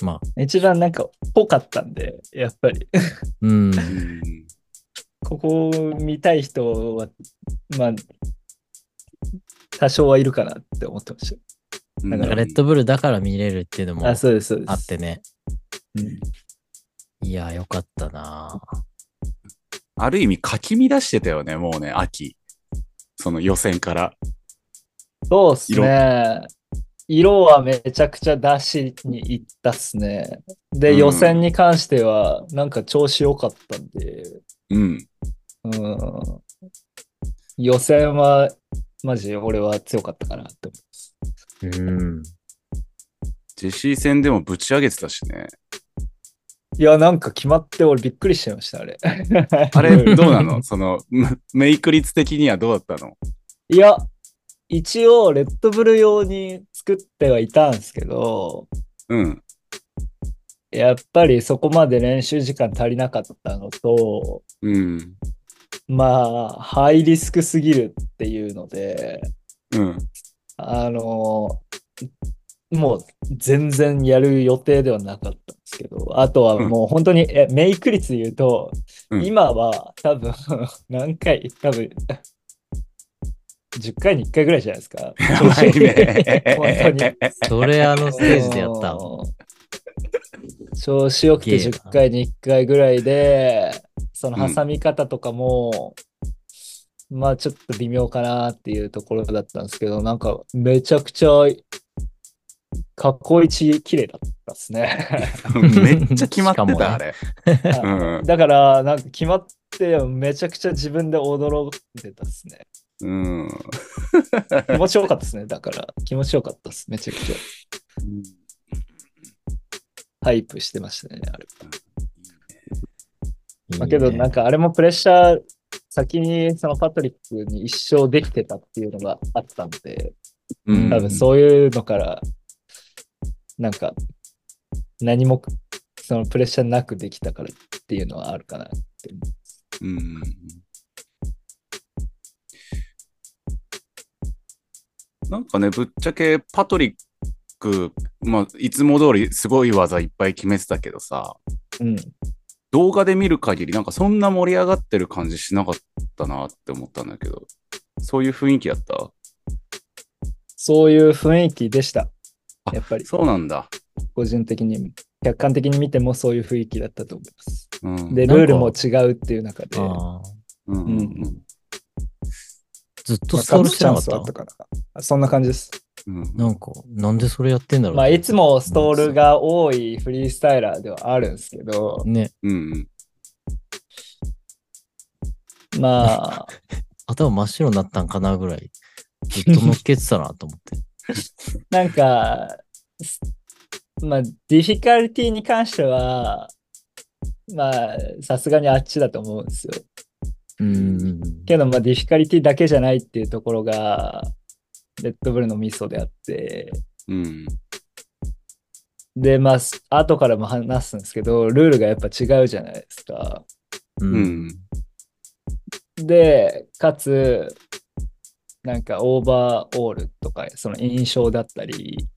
Speaker 1: まあ、
Speaker 3: 一番なんか、ぽかったんで、やっぱり。
Speaker 1: うん。
Speaker 2: うん
Speaker 3: ここを見たい人は、まあ、多少はいるかなって思ってまし
Speaker 2: うん
Speaker 1: なんかレッドブルだから見れるっていうのも
Speaker 3: た。あ、
Speaker 1: あ
Speaker 3: そうです、そうです。
Speaker 1: ってね。
Speaker 3: うん
Speaker 1: いやー、よかったな
Speaker 2: ある意味、かき乱してたよね、もうね、秋。その予選から。
Speaker 3: そうっすね。色はめちゃくちゃ出しに行ったっすね。で、
Speaker 2: うん
Speaker 3: 予選に関しては、なんか調子良かったんで、
Speaker 2: うん。
Speaker 3: うん。予選は、マジ俺は強かったかなって思
Speaker 1: うん。
Speaker 2: ジェシー戦でもぶち上げてたしね。
Speaker 3: う。いや、なんか決まって俺びっくりしちゃいました、あれ。
Speaker 2: あ れ、どうなのその、めメイク率的にはどうだったの
Speaker 3: いや、一応、レッドブル用に作ってはいたんですけど、
Speaker 2: うん。
Speaker 3: やっぱりそこまで練習時間足りなかったのと、
Speaker 2: うん。
Speaker 3: まあ、ハイリスクすぎるっていうので、
Speaker 2: うん。
Speaker 3: あの、もう全然やる予定ではなかったんですけど、あとはもう本当に、えメイク率で言うと、
Speaker 2: うん
Speaker 3: 今は多分 何回、多分10回に1回ぐらいじゃないですか。
Speaker 2: やばいね。
Speaker 3: 本当に。
Speaker 1: それあのステージでやった。
Speaker 3: 調子よくて
Speaker 1: すげえな
Speaker 3: 10回に1回ぐらいで、その挟み方とかも、まあちょっと微妙かなっていうところだったんですけど、なんかめちゃくちゃ、過去一綺麗だったで すね。
Speaker 2: めっちゃ決まって
Speaker 1: しかもね
Speaker 2: た、あれ。うん
Speaker 3: だから、なんか決まって、めちゃくちゃ自分で驚いてたですね。
Speaker 2: うん。
Speaker 3: 気持ちよかったですね。だから、気持ちよかったです。めちゃくちゃ。ハイプしてましたね、あれ。まあ、けど、なん
Speaker 1: か。
Speaker 3: かあれもプレッシャー、先にそのパトリックに一生できてたっていうのがあったんで、
Speaker 2: う
Speaker 1: うん
Speaker 2: ん
Speaker 3: 多分そういうのから、なんか、何も、そのプレッシャーなくできたからっていうのはあるかな。
Speaker 2: うんなんかね、ぶっちゃけパトリック、まあ、いつも通りすごい技いっぱい決めてたけどさ、
Speaker 3: うん。
Speaker 2: 動画で見る限り、なんかそんな盛り上がってる感じしなかったなって思ったんだけど、そういう雰囲気だった
Speaker 3: そういう雰囲気でした。
Speaker 2: あ
Speaker 3: やっぱり、
Speaker 2: そうなんだ。
Speaker 3: 個人的に、客観的に見てもそういう雰囲気だったと思います。
Speaker 2: うん。
Speaker 3: で、
Speaker 1: なんか
Speaker 3: ルールも違うっていう中で、
Speaker 1: あー
Speaker 2: うんうんうん
Speaker 1: ずっと
Speaker 3: まあ
Speaker 1: ストールし
Speaker 3: 勝つ
Speaker 1: て
Speaker 3: チ
Speaker 1: なか
Speaker 3: ャン
Speaker 1: っ
Speaker 3: ス
Speaker 1: た
Speaker 3: はあったかな。あそんな感じです。
Speaker 2: うん
Speaker 1: なんか、なんでそれやってんだろう。
Speaker 3: まあ、いつもストール。が多いフリースタイラーではあるんですけど、
Speaker 1: ね、
Speaker 2: うん
Speaker 3: まあ、
Speaker 1: 頭真っ白になったんかなぐらい、ずっと乗っけてたなと思 って。
Speaker 3: なんか、すまあ、ディフィカルティに関しては、まあ、さすがにあっちだと思うんですよ。
Speaker 1: うん。
Speaker 3: けど、まあ、ディフィカルティだけじゃないっていうところが、レッドブルのミソであって、
Speaker 2: うん
Speaker 3: で、まあ、す後からも話すんですけど、ルールがやっぱ違うじゃないですか。
Speaker 1: う。
Speaker 2: うんん
Speaker 3: で、かつ、なんかオーバーオールとか、その印象だったり、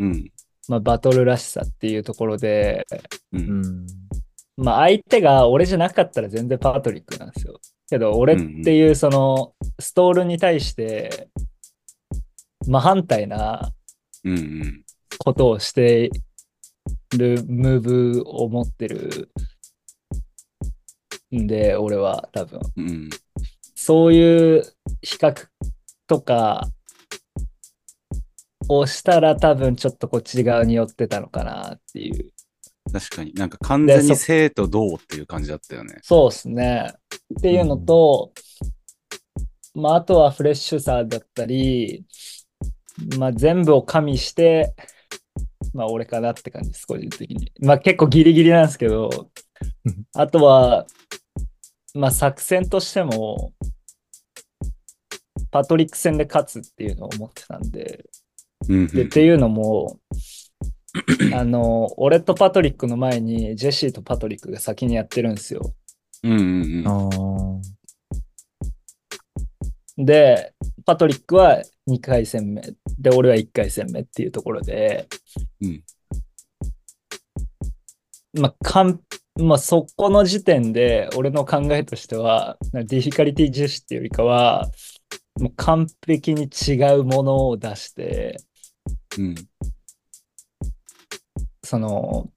Speaker 2: うん
Speaker 3: まあ、バトルらしさっていうところで、
Speaker 2: う
Speaker 1: うんん。
Speaker 3: まあ、相手が俺じゃなかったら全然パトリックなんですよ。けど、俺っていうそのストールに対して、真反対な
Speaker 2: うんうん
Speaker 3: ことをしてるムーブを持ってるんで、俺は多分。
Speaker 2: うん
Speaker 3: そういう比較とかをしたら多分ちょっとこっち側に寄ってたのかなっていう。
Speaker 2: 確かになんか完全
Speaker 3: で
Speaker 2: に
Speaker 3: そ
Speaker 2: 生と同っていう感じだったよね。
Speaker 3: そうですね。っていうのと、まあ、あとはフレッシュさだったり、まあ、全部を加味して、まあ、俺かなって感じです、個人的に。まあ、結構ギリギリなんですけど
Speaker 1: うん、
Speaker 3: あとは、まあ、作戦としても、パトリック戦で勝つっていうのを思ってたんで、
Speaker 2: うん
Speaker 3: でっていうのも、あの、俺とパトリックの前に、ジェシーとパトリックが先にやってるんですよ。
Speaker 2: うんうん
Speaker 1: ああ。
Speaker 3: で、パトリックは2回戦目、で、俺は1回戦目っていうところで、
Speaker 2: うん
Speaker 3: まあ、かんまあ、そこの時点で、俺の考えとしては、なんかディフィカリティ重視っていうよりかは、もう完璧に違うものを出して、
Speaker 2: うん
Speaker 3: その、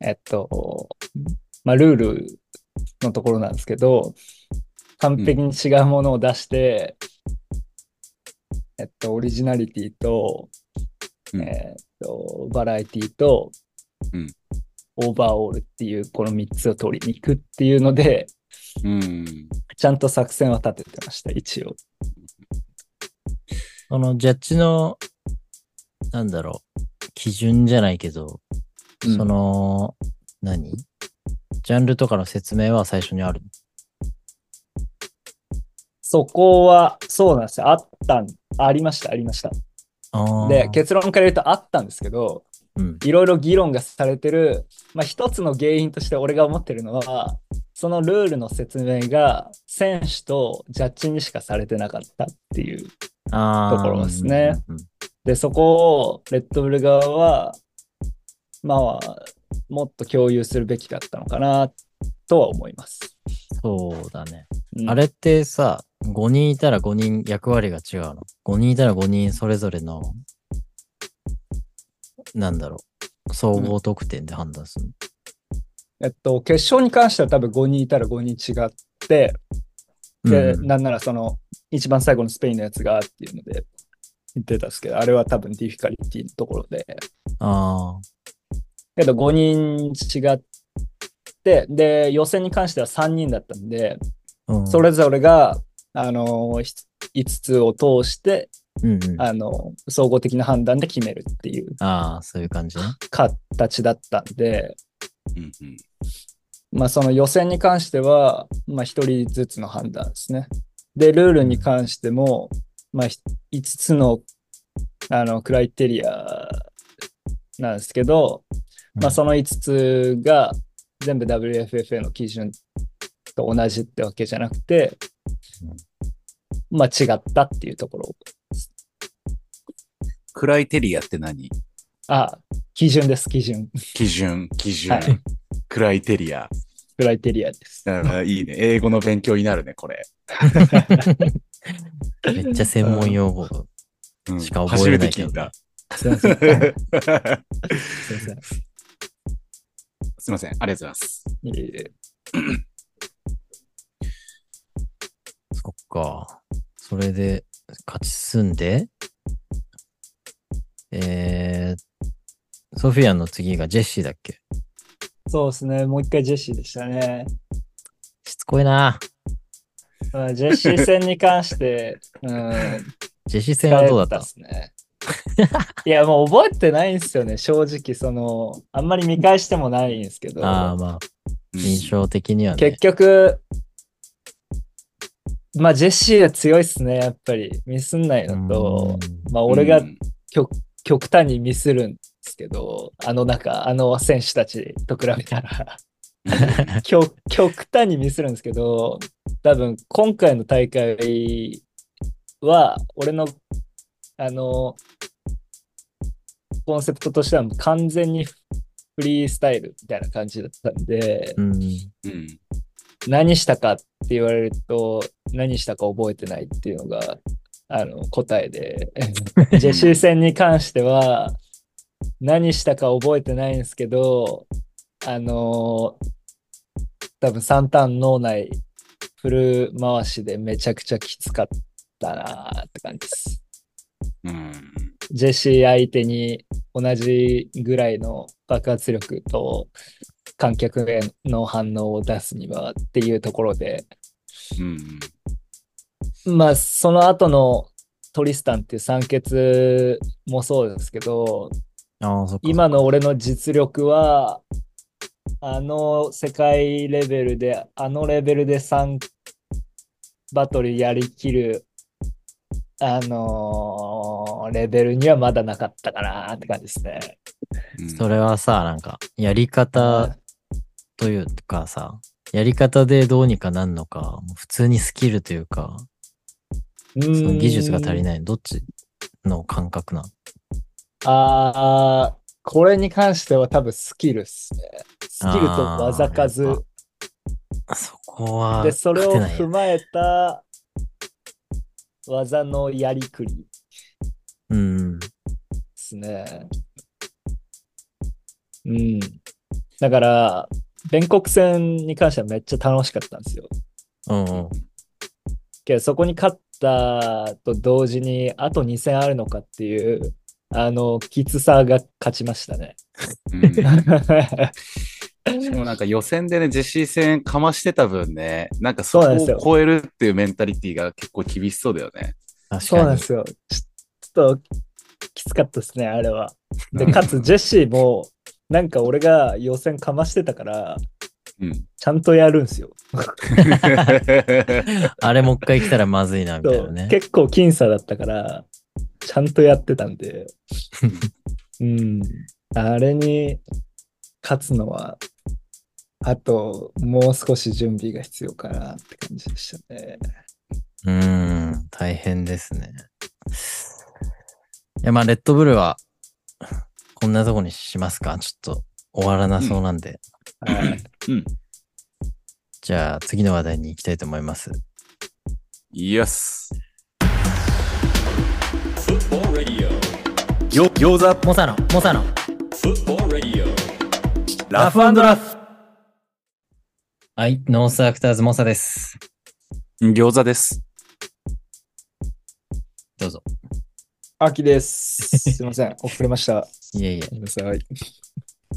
Speaker 3: えっと、まあ、ルールのところなんですけど、完璧に違うものを出して、えっと、オリジナリティと、
Speaker 2: うん
Speaker 3: えっと、バラエティと、
Speaker 2: うん
Speaker 3: オーバーオールっていう、この3つを取りに行くっていうので、
Speaker 2: うん。
Speaker 3: ちゃんと作戦は立ててました、一応。
Speaker 1: そのジャッジの、なんだろう、基準じゃないけど、
Speaker 3: うん
Speaker 1: その、何ジャンルとかの説明は最初にある。
Speaker 3: そこは、そうなんですよ。あったん、ありました、ありました。
Speaker 1: あー
Speaker 3: で、結論から言うとあったんですけど、
Speaker 1: うん、
Speaker 3: いろいろ議論がされてる、まあ、一つの原因として俺が思ってるのは、そのルールの説明が選手とジャッジにしかされてなかったっていう。
Speaker 1: あー
Speaker 3: ところですね。
Speaker 1: うん
Speaker 3: で、そこをレッドブル側は、まあ、もっと共有するべきだったのかなとは思います。
Speaker 1: そうだね。
Speaker 3: うん
Speaker 1: あれってさ、5人いたら5人役割が違うの。5人いたら5人それぞれの、なんだろう、総合得点で判断するの。
Speaker 3: えっと、決勝に関しては多分5人いたら5人違って、で、
Speaker 1: うん
Speaker 3: なんならその、一番最後のスペインのやつがっていうので言ってたんですけど、あれは多分ディフィカリティのところで、
Speaker 1: ああ、
Speaker 3: けど5人違って、で、予選に関しては3人だったんで、
Speaker 1: うん
Speaker 3: そ、れぞれが、あの、5つを通して、
Speaker 1: うんうん、あ
Speaker 3: あの、総合的な判断で決めるっていう
Speaker 1: あー、そういう感じね。
Speaker 3: 形だったんで、
Speaker 2: うんうん。
Speaker 3: まあその予選に関しては、まあ1人ずつの判断ですね。で、ルールに関しても、まあ5つの、あの、クライテリアなんですけど、まあその5つが全部 WFFA の基準と同じってわけじゃなくて、まあ違ったっていうところ。
Speaker 2: クライテリアって何
Speaker 3: あ、基準です、基準。
Speaker 2: 基準、基準。
Speaker 3: はい
Speaker 2: クライテリア。
Speaker 3: クライテリアです。
Speaker 2: なるほどいいね。英語の勉強になるね、これ。
Speaker 1: めっちゃ専門用語。
Speaker 2: うん
Speaker 1: しか覚えれないけどね
Speaker 3: すいません。
Speaker 2: 初めて聞いた。
Speaker 3: すいません
Speaker 2: すいません。ありがとうございます。
Speaker 3: い えいえ
Speaker 1: そっか。それで、勝ち進んで、えー、ソフィアの次がジェシーだっけ
Speaker 3: そうですね。もう一回ジェシーでしたね。
Speaker 1: しつこいな。
Speaker 3: まあジェシー戦に関して、うん、
Speaker 1: ジェシー戦はどうだった
Speaker 3: 疲れですね。いや、もう覚えてないんですよね。正直、その、あんまり見返してもないんですけど、
Speaker 1: ああ、まあ、
Speaker 2: うん
Speaker 1: 印象的にはね
Speaker 3: 結。局、まあ、ジェシーは強いっすね、やっぱり。ミスんないのと、
Speaker 1: うん
Speaker 3: まあ、俺が
Speaker 2: うん
Speaker 3: 極,、極端にミスるんですけど、あの中、あの選手たちと比べたら。極極端にミスるんですけど多分今回の大会は俺のあのコンセプトとしてはもう完全にフリースタイルみたいな感じだったんで、
Speaker 1: うん。
Speaker 2: うん
Speaker 3: 何したかって言われると何したか覚えてないっていうのがあの答えでジェシー戦に関しては何したか覚えてないんですけどあの多分3ターン脳内フル回しでめちゃくちゃきつかったなって感じです。
Speaker 2: うん
Speaker 3: ジェシー相手に同じぐらいの爆発力と観客への反応を出すにはっていうところで
Speaker 2: うん
Speaker 3: まあ、その後のトリスタンっていう酸欠もそうですけど、
Speaker 1: ああ、そっか。
Speaker 3: 今の俺の実力は、あの世界レベルで、あのレベルで3バトルやりきる、あのーレベルにはまだなかったかなって感じですね。
Speaker 2: うん
Speaker 1: それはさ、なんか、やり方というかさ、やり方でどうにかなんのか、普通にスキルというか、
Speaker 3: う
Speaker 1: そ
Speaker 3: ん
Speaker 1: の技術が足りない。どっちの感覚なの
Speaker 3: ああ、これに関しては多分スキルっすね。スキルと技数。
Speaker 1: あーやっあそこは、
Speaker 3: で、それを
Speaker 1: 勝てない
Speaker 3: 踏
Speaker 1: よ
Speaker 3: まえた技のやりくりで
Speaker 1: うん。
Speaker 3: すね。うん。だから、弁国戦に関してはめっちゃ楽しかったんですよ。
Speaker 1: うんうん。
Speaker 3: けど、そこに勝っったと同時に、あと2戦あるのかっていう、あの、きつさが勝ちまし たね。
Speaker 2: うんしかもなんか予選でね、ジェシー戦かましてた分ね、なんかそ
Speaker 3: そうな
Speaker 2: こ
Speaker 3: んですよ
Speaker 2: を超えるっていうメンタリティが結構厳しそうだよね。
Speaker 1: 確
Speaker 3: そうな
Speaker 1: か
Speaker 3: ん
Speaker 1: に
Speaker 3: で。すよ。ちょっときつかったですね、あれは。で、
Speaker 2: うん
Speaker 3: かつ、ジェシーも、なんか俺が予選かましてたから、
Speaker 2: うん。
Speaker 3: ちゃんとやるんすよ。
Speaker 1: あれもう一回来たらまずいな、みたい
Speaker 3: そ
Speaker 1: な
Speaker 3: う
Speaker 1: ね。
Speaker 3: 結構僅差だったから、ちゃんとやってたんで、うん、あれに勝つのは、あともう少し準備が必要かなって感じでしたね。
Speaker 1: うーん、大変ですね。いや、まあ、レッドブルは、こんなとこにしますかちょっと終わらなそうなんで。
Speaker 3: はい、
Speaker 2: うん。
Speaker 1: じゃあ、次の話題に行きたいと思います。
Speaker 2: イエス。よ、餃子
Speaker 1: モサノ、モサノ。
Speaker 2: ラフ
Speaker 1: ラフ。はい、ノースアクターズモサです。
Speaker 2: 餃子です。
Speaker 1: どうぞ。
Speaker 3: 秋です。すいません、遅れました。
Speaker 1: いえいえ。
Speaker 3: ごめんなさい。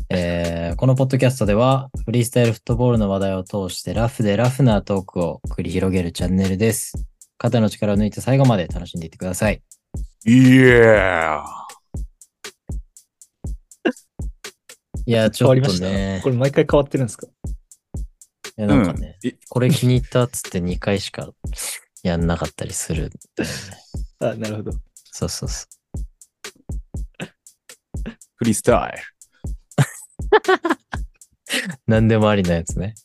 Speaker 1: えーこのポッドキャストでは、フリースタイルフットボールの話題を通して、ラフでラフなトークを繰り広げるチャンネルです。肩の力を抜いて最後まで楽しんでいってください。
Speaker 2: イエー
Speaker 1: いや、ち
Speaker 3: 変
Speaker 1: ょっ
Speaker 3: わりま
Speaker 1: と
Speaker 3: した。
Speaker 1: ね
Speaker 3: こ、れ毎回変わってるんですか
Speaker 1: いやなんかね、
Speaker 2: うんい
Speaker 1: これ気に入ったっつって2回しかやんなかったりする。
Speaker 3: あ、なるほど。
Speaker 1: そうそうそ
Speaker 2: フリースタイ
Speaker 1: う。何でもありなやつね。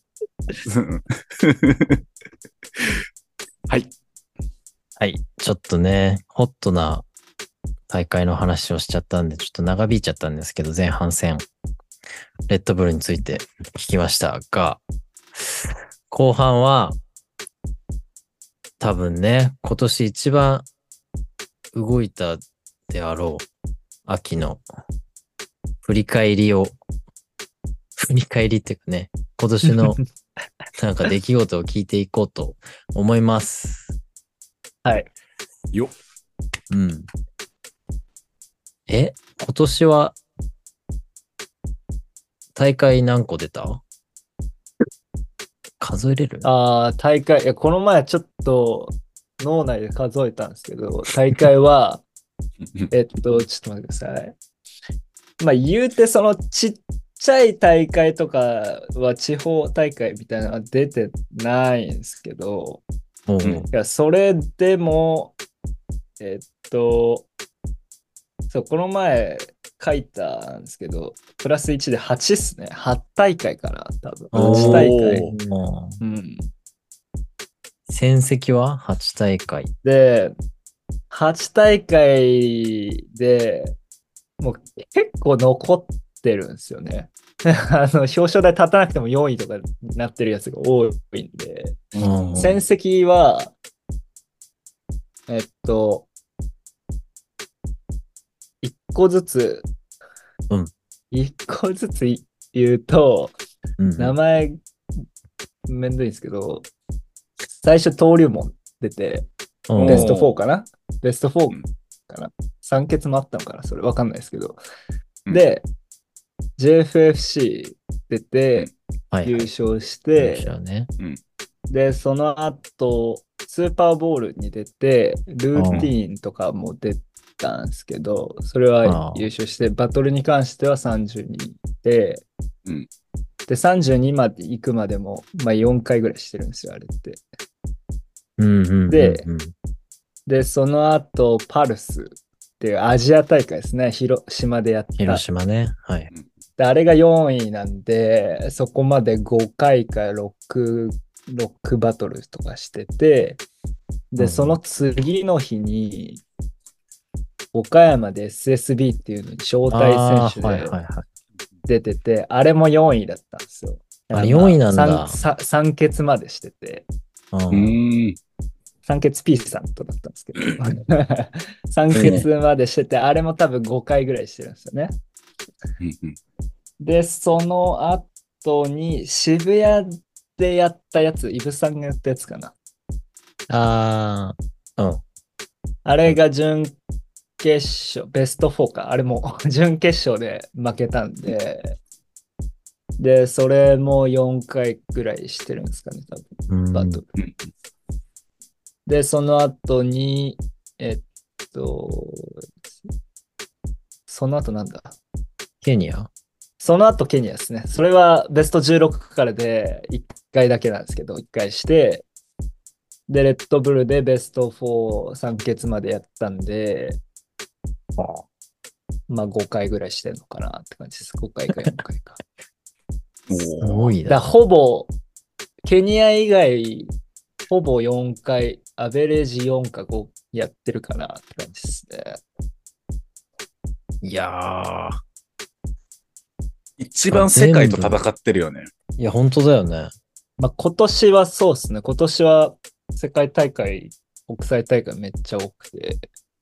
Speaker 2: ル。はい。
Speaker 1: はい。ちょっとね、ホットな大会の話をしちゃったんで、ちょっと長引いちゃったんですけど、前半戦、レッドブルについて聞きましたが、後半は、多分ね、今年一番動いたであろう、秋の振り返りを、振り返りっていうかね、今年のなんか出来事を聞いていこうと思います。
Speaker 3: はい。
Speaker 2: よ。
Speaker 1: うん。え、今年は、大会何個出た数えれる
Speaker 3: あー大会、いや、この前ちょっと脳内で数えたんですけど、大会は、えっと、ちょっと待ってください。まあ、言うて、そのちっちゃい大会とかは地方大会みたいなのは出てないんですけど、
Speaker 1: おう
Speaker 2: うん
Speaker 3: いや、それでも、えっと、そう、この前書いたんですけど、プラス1で8っすね。8大会かな、多分。
Speaker 1: お
Speaker 3: 8大会。
Speaker 1: ーおう
Speaker 3: うん。
Speaker 1: 戦績は ?8 大会。
Speaker 3: で、8大会でもう結構残ってるんですよね。 あの表彰台立たなくても4位とかになってるやつが多いんで、
Speaker 1: うん
Speaker 3: 戦績は、えっと、1個ずつ、
Speaker 1: うん
Speaker 3: 1個ずつ言うと、
Speaker 1: うん
Speaker 3: 名前めんどいんですけど、最初登竜門出て、
Speaker 1: うん
Speaker 3: ベスト
Speaker 2: おー
Speaker 3: 4かなベスト
Speaker 2: う
Speaker 3: 4
Speaker 2: ん
Speaker 3: かな酸欠もあったのかなそれわかんないですけど。
Speaker 2: うん
Speaker 3: で、JFFC 出て
Speaker 1: はいはい
Speaker 3: 優勝し
Speaker 1: 優
Speaker 3: て、
Speaker 1: 勝ね
Speaker 3: で、その後、スーパーボールに出て、ルーティーンとかも出たんですけど、それは優勝して、バトルに関しては32で、
Speaker 2: うん
Speaker 3: で、32まで行くまでも、まあ、4回ぐらいしてるんですよ、あれって。
Speaker 1: うんうんうんうん
Speaker 3: でで、その後、パルスっていうアジア大会ですね、広島でやった。
Speaker 1: 広島ね。はい。
Speaker 3: で、あれが4位なんで、そこまで5回か6、6バトルとかしてて、
Speaker 1: う
Speaker 3: で、
Speaker 1: ん
Speaker 3: その次の日に、岡山で SSB っていうのに招
Speaker 1: あ
Speaker 3: 待
Speaker 1: ー
Speaker 3: 選
Speaker 1: はい
Speaker 3: 手
Speaker 1: はいはい。
Speaker 3: で出てて、あ,、れも4位だったんですよ。
Speaker 1: あ4位なんだ
Speaker 3: 3, 3決までしてて。
Speaker 1: う
Speaker 2: うんん。
Speaker 3: 三欠 P さんとだったんですけど、三欠までしてて、あれも多分5回ぐらいしてるんですよね。
Speaker 2: うん
Speaker 3: で、その後に渋谷でやったやつ、イブさんがやったやつかな。
Speaker 1: あうん。
Speaker 3: あれが準決勝、ベスト4か。あれも 準決勝で負けたんで、で、それも4回ぐらいしてるんですかね、多
Speaker 1: うん
Speaker 3: 分、バトル。で、その後に、えっと、その後なんだ
Speaker 1: ケニア
Speaker 3: その後ケニアですね。それはベスト16からで1回だけなんですけど、1回して、で、レッドブルでベスト4、3決までやったんで、まあ5回ぐらいしてんのかなって感じです。5回か4回か。
Speaker 1: すごい
Speaker 3: だから
Speaker 1: な。
Speaker 3: ほぼ、ケニア以外、ほぼ4回、アベレージ4か5やってるかなって感じですね。
Speaker 1: いや
Speaker 2: 一番世界と戦ってるよね。
Speaker 1: ー。いや、本当だよね。
Speaker 3: まあ、今年はそうですね。今年は世界大会、国際大会めっちゃ多くて、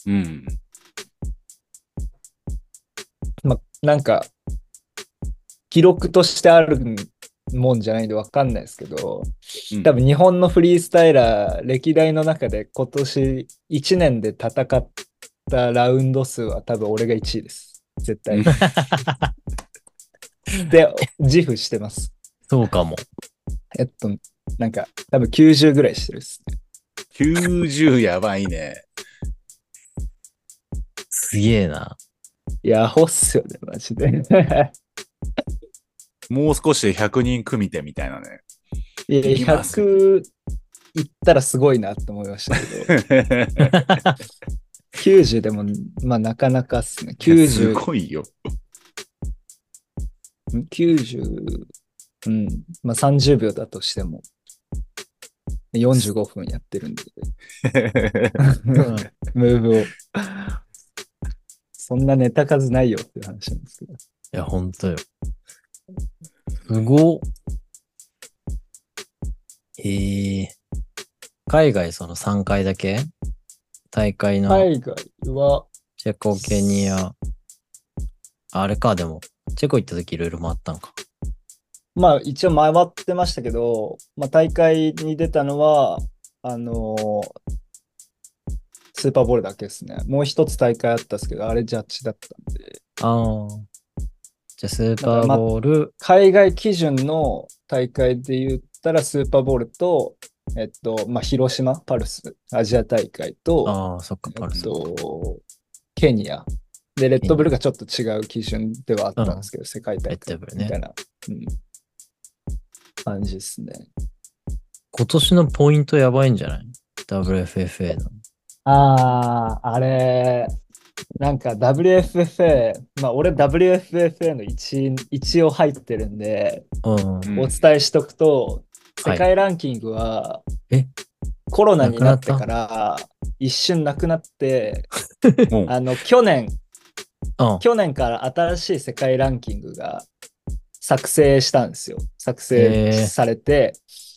Speaker 2: うん。
Speaker 3: まあ、なんか、記録としてあるもんじゃないんでわかんないですけど、
Speaker 2: うん
Speaker 3: 多分日本のフリースタイラー歴代の中で今年1年で戦ったラウンド数は多分俺が1位です。絶対に。 で、自負してます。
Speaker 1: そうかも。
Speaker 3: えっと、なんか多分90ぐらいしてるっす。
Speaker 2: 90やばいね。
Speaker 1: すげえ な。
Speaker 3: やほっすよね、マ ジで。
Speaker 2: もう少しで100人組手みたいなね。
Speaker 3: いや、
Speaker 2: いきます
Speaker 3: 100いったらすごいなって思いましたけど、
Speaker 2: 90
Speaker 3: 90でも、まあなかなかっすね。
Speaker 2: す
Speaker 3: 90、
Speaker 2: ごいよ。
Speaker 3: 90、うん、まあ30秒だとしても、45分やってるんで、ムーブを。そんなネタ数ないよっていう話なんですけど。
Speaker 1: いや、ほんとよ。すごっ。へえ。海外その3回だけ大会の
Speaker 3: 海外は、
Speaker 1: チェコ、ケニア。あれか、でも、チェコ行った時いろいろ回ったんか。
Speaker 3: まあ一応回ってましたけど、まあ大会に出たのは、あのースーパーボールだけですね。もう一つ大会あったんですけど、あれジャッジだったんで。
Speaker 1: ああ。じゃあ、スーパーボール、
Speaker 3: 海外基準の大会で言ったら、スーパーボールと、えっと、まあ広島、パルス、アジア大会と、
Speaker 1: ああ、そっか、
Speaker 3: え
Speaker 1: パル
Speaker 3: っ
Speaker 1: ス。
Speaker 3: と、ケニア。で、レッドブルがちょっと違う基準ではあったんですけど、世界
Speaker 1: レ
Speaker 3: 大
Speaker 1: ッド
Speaker 3: 会
Speaker 1: ブル
Speaker 3: み
Speaker 1: ね
Speaker 3: たい。な、うん、感じですね。
Speaker 1: 今年のポイントやばいんじゃない ?WFFA の。
Speaker 3: ああ、あれ、なんか WFFA、まあ俺 WFFA の一員一応入ってるんで、
Speaker 1: うん。
Speaker 2: うん
Speaker 3: お伝えしとくと、
Speaker 1: はい
Speaker 3: 世界ランキングは、
Speaker 1: え
Speaker 3: コロナになってから一瞬なくなって、
Speaker 2: もう
Speaker 3: あの去年、
Speaker 1: うん。
Speaker 3: 去年から新しい世界ランキングが作成したんですよ。作
Speaker 1: へ
Speaker 3: 成
Speaker 1: ー
Speaker 3: されて、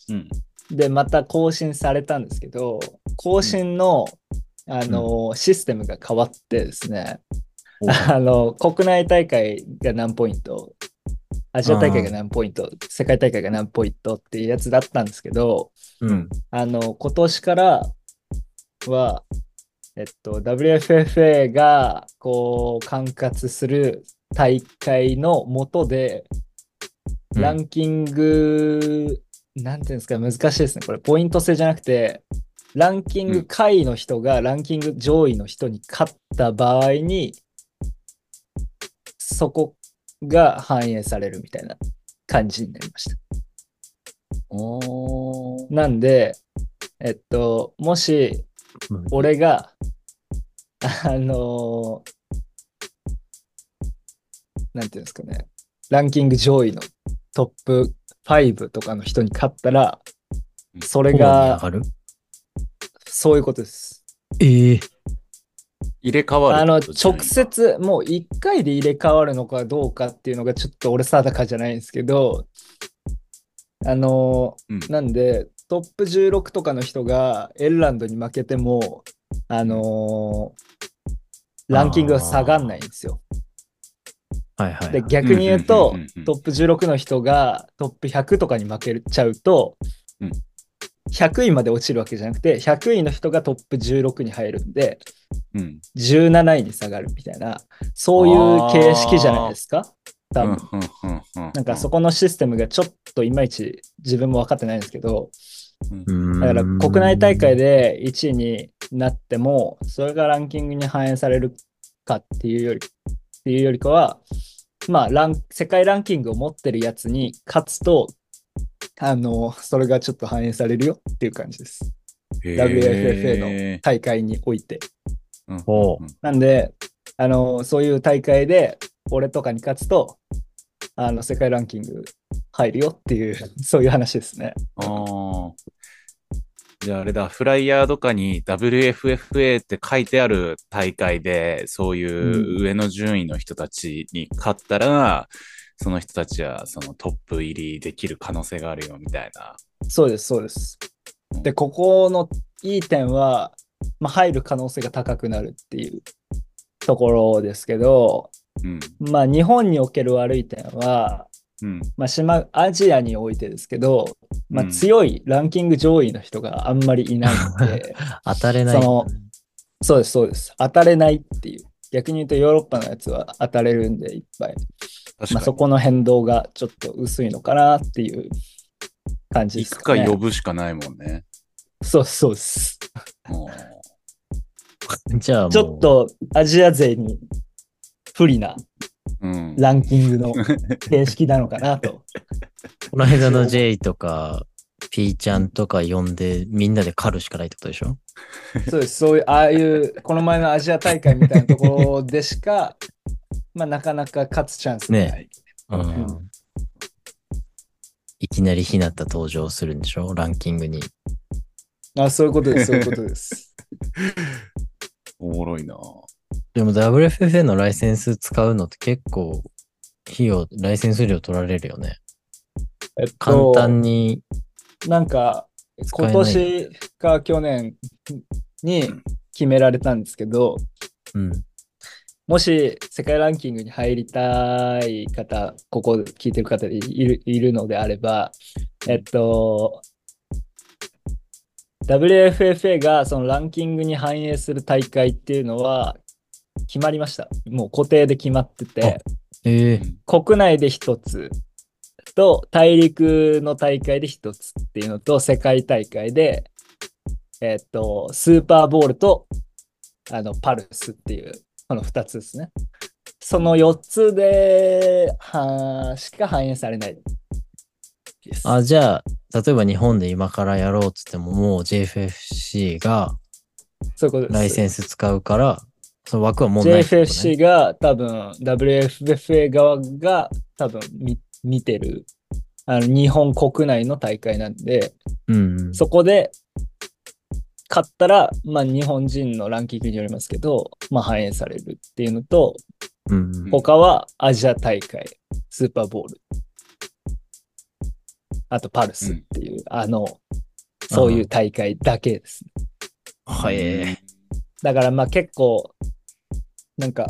Speaker 2: うん
Speaker 3: で、また更新されたんですけど、更新の、あの、システムが変わってですね、 あの、国内大会が何ポイント、アジア大会が何ポイント、世界大会が何ポイントっていうやつだったんですけど、
Speaker 1: うん。
Speaker 3: あの、今年からは、えっと、WFFA が、こう、管轄する大会のもとで、
Speaker 1: うん
Speaker 3: ランキング、なんていうんですか、難しいですね。これ、ポイント制じゃなくて、ランキン
Speaker 2: う
Speaker 3: グ
Speaker 2: ん
Speaker 3: 下位の人がランキング上位の人に勝った場合に、そこが反映されるみたいな感じになりました。なんで、えっと、もし、
Speaker 1: うん
Speaker 3: 俺が、あのなんていうんですかね、ランキング上位のトップ5とかの人に勝ったら、それ
Speaker 1: コ
Speaker 3: が、
Speaker 1: ロナに上がる
Speaker 3: そういうことです。
Speaker 1: ええ
Speaker 2: 入れ替わる。
Speaker 3: あの、直。接、もう1回で入れ替わるのかどうかっていうのが、ちょっと俺定かじゃないんですけど、あの
Speaker 2: うん
Speaker 3: なんで、トップ16とかの人がエルランドに負けても、あのーランキングは下がんないんですよ。
Speaker 1: はいはいは
Speaker 3: で、
Speaker 1: い。
Speaker 3: 逆に言うと
Speaker 2: うんうんうんうんうん、
Speaker 3: トップ16の人がトップ100とかに負けちゃうと
Speaker 2: うん、
Speaker 3: 100位まで落ちるわけじゃなくて、100位の人がトップ16に入るんで、
Speaker 2: うん。
Speaker 3: 17位に下がるみたいな、そういう形式じゃないですか
Speaker 2: う
Speaker 3: 多
Speaker 2: ん
Speaker 3: 分。
Speaker 2: うんうんうん。
Speaker 3: なんかそこのシステムがちょっといまいち自分も分かってないんですけど、だから国内大会
Speaker 1: で。
Speaker 3: で1位になっても、それがランキングに反映されるかっていうより、っていうよりかは、まあラン、世界ランキングを持ってるやつに勝つと、あの、それがちょっと反映されるよっていう感じです。
Speaker 2: へー
Speaker 3: WFFA の大会において。
Speaker 2: うん
Speaker 1: おう
Speaker 3: なんで、あの、そういう大会で、俺とかに勝つと、あの、世界ランキング入るよっていう、 そういう話ですね。
Speaker 2: あーじゃああれだ、フライヤーとかに WFFA って書いてある大会で、そういう上の順位の人たちに勝ったら、その人たちはそのトップ入りできる可能性があるよみたいな。
Speaker 3: そうです、そうです。で、ここのいい点は、まあ、入る可能性が高くなるっていうところですけど、
Speaker 2: うん。
Speaker 3: まあ、日本における悪い点は、
Speaker 2: うん。
Speaker 3: まあ、島、アジアにおいてですけど、まあ、
Speaker 2: うん
Speaker 3: 強いランキング上位の人があんまりいない ので、
Speaker 1: 当たれない。
Speaker 3: そのそうです、そうです。当たれないっていう。逆に言うとヨーロッパのやつは当たれるんでいっぱい。
Speaker 2: 確
Speaker 3: まあ、
Speaker 2: か
Speaker 3: そ
Speaker 2: に。
Speaker 3: この変動がちょっと薄いのかなっていう感じで
Speaker 2: 行
Speaker 3: す
Speaker 2: くか
Speaker 3: か、ね。
Speaker 2: 呼ぶしかないもんね。
Speaker 3: そうですそうです。
Speaker 2: うん
Speaker 1: じゃあもう、
Speaker 3: ちょっとアジア勢に不利な
Speaker 2: うん。
Speaker 3: ランキングの形式なのか なと。
Speaker 1: この間の J とか、P ちゃんとか呼んで、みんなで狩るしかないってことでしょ
Speaker 3: そうです。そういう、ああいう、この前のアジア大会みたいなところでしか、まあ、なかなか勝つチャンスがない。
Speaker 1: うん
Speaker 3: ん
Speaker 1: いきなりひなた登場するんでしょランキングに。
Speaker 3: あそういうことです、そういうこと です。
Speaker 2: おもろいな。
Speaker 1: でも WFFA のライセンス使うのって結構、費用、ライセンス料取られるよね。
Speaker 3: えっ
Speaker 1: 簡
Speaker 3: と、
Speaker 1: 単に、
Speaker 3: なんか、
Speaker 1: 使え
Speaker 3: 今
Speaker 1: ない
Speaker 3: 年か去年に決められたんですけど、
Speaker 1: うん。
Speaker 3: もし世界ランキングに入りたい方、ここ聞いてる方でいるいるのであれば、えっと、WFFA がそのランキングに反映する大会っていうのは決まりました。もう固定で決まってて、
Speaker 1: ええ
Speaker 3: 国内で一つと、大陸の大会で一つっていうのと、世界大会で、えっと、スーパーボールと、あの、パルスっていう、この二つですね。その四つで、はしか反映されないです。
Speaker 1: あ、じゃあ、例えば日本で今からやろうっつっても、もう JFFC が
Speaker 3: そういうことです。
Speaker 1: ライセンス使うから、その枠はもうないってことね、
Speaker 3: JFFC が多分 WFFA 側が多分見見てるあの日本国内の大会なんで、
Speaker 1: うんうん。
Speaker 3: そこで勝ったら、まあ、日本人のランキングによりますけど、まあ、反映されるっていうのと、
Speaker 1: うんうん
Speaker 3: 他はアジア大会、スーパーボール、あとパルスっていう、あの、そういう大会だけですね。
Speaker 1: はえ
Speaker 3: だからまあ結構、なんか、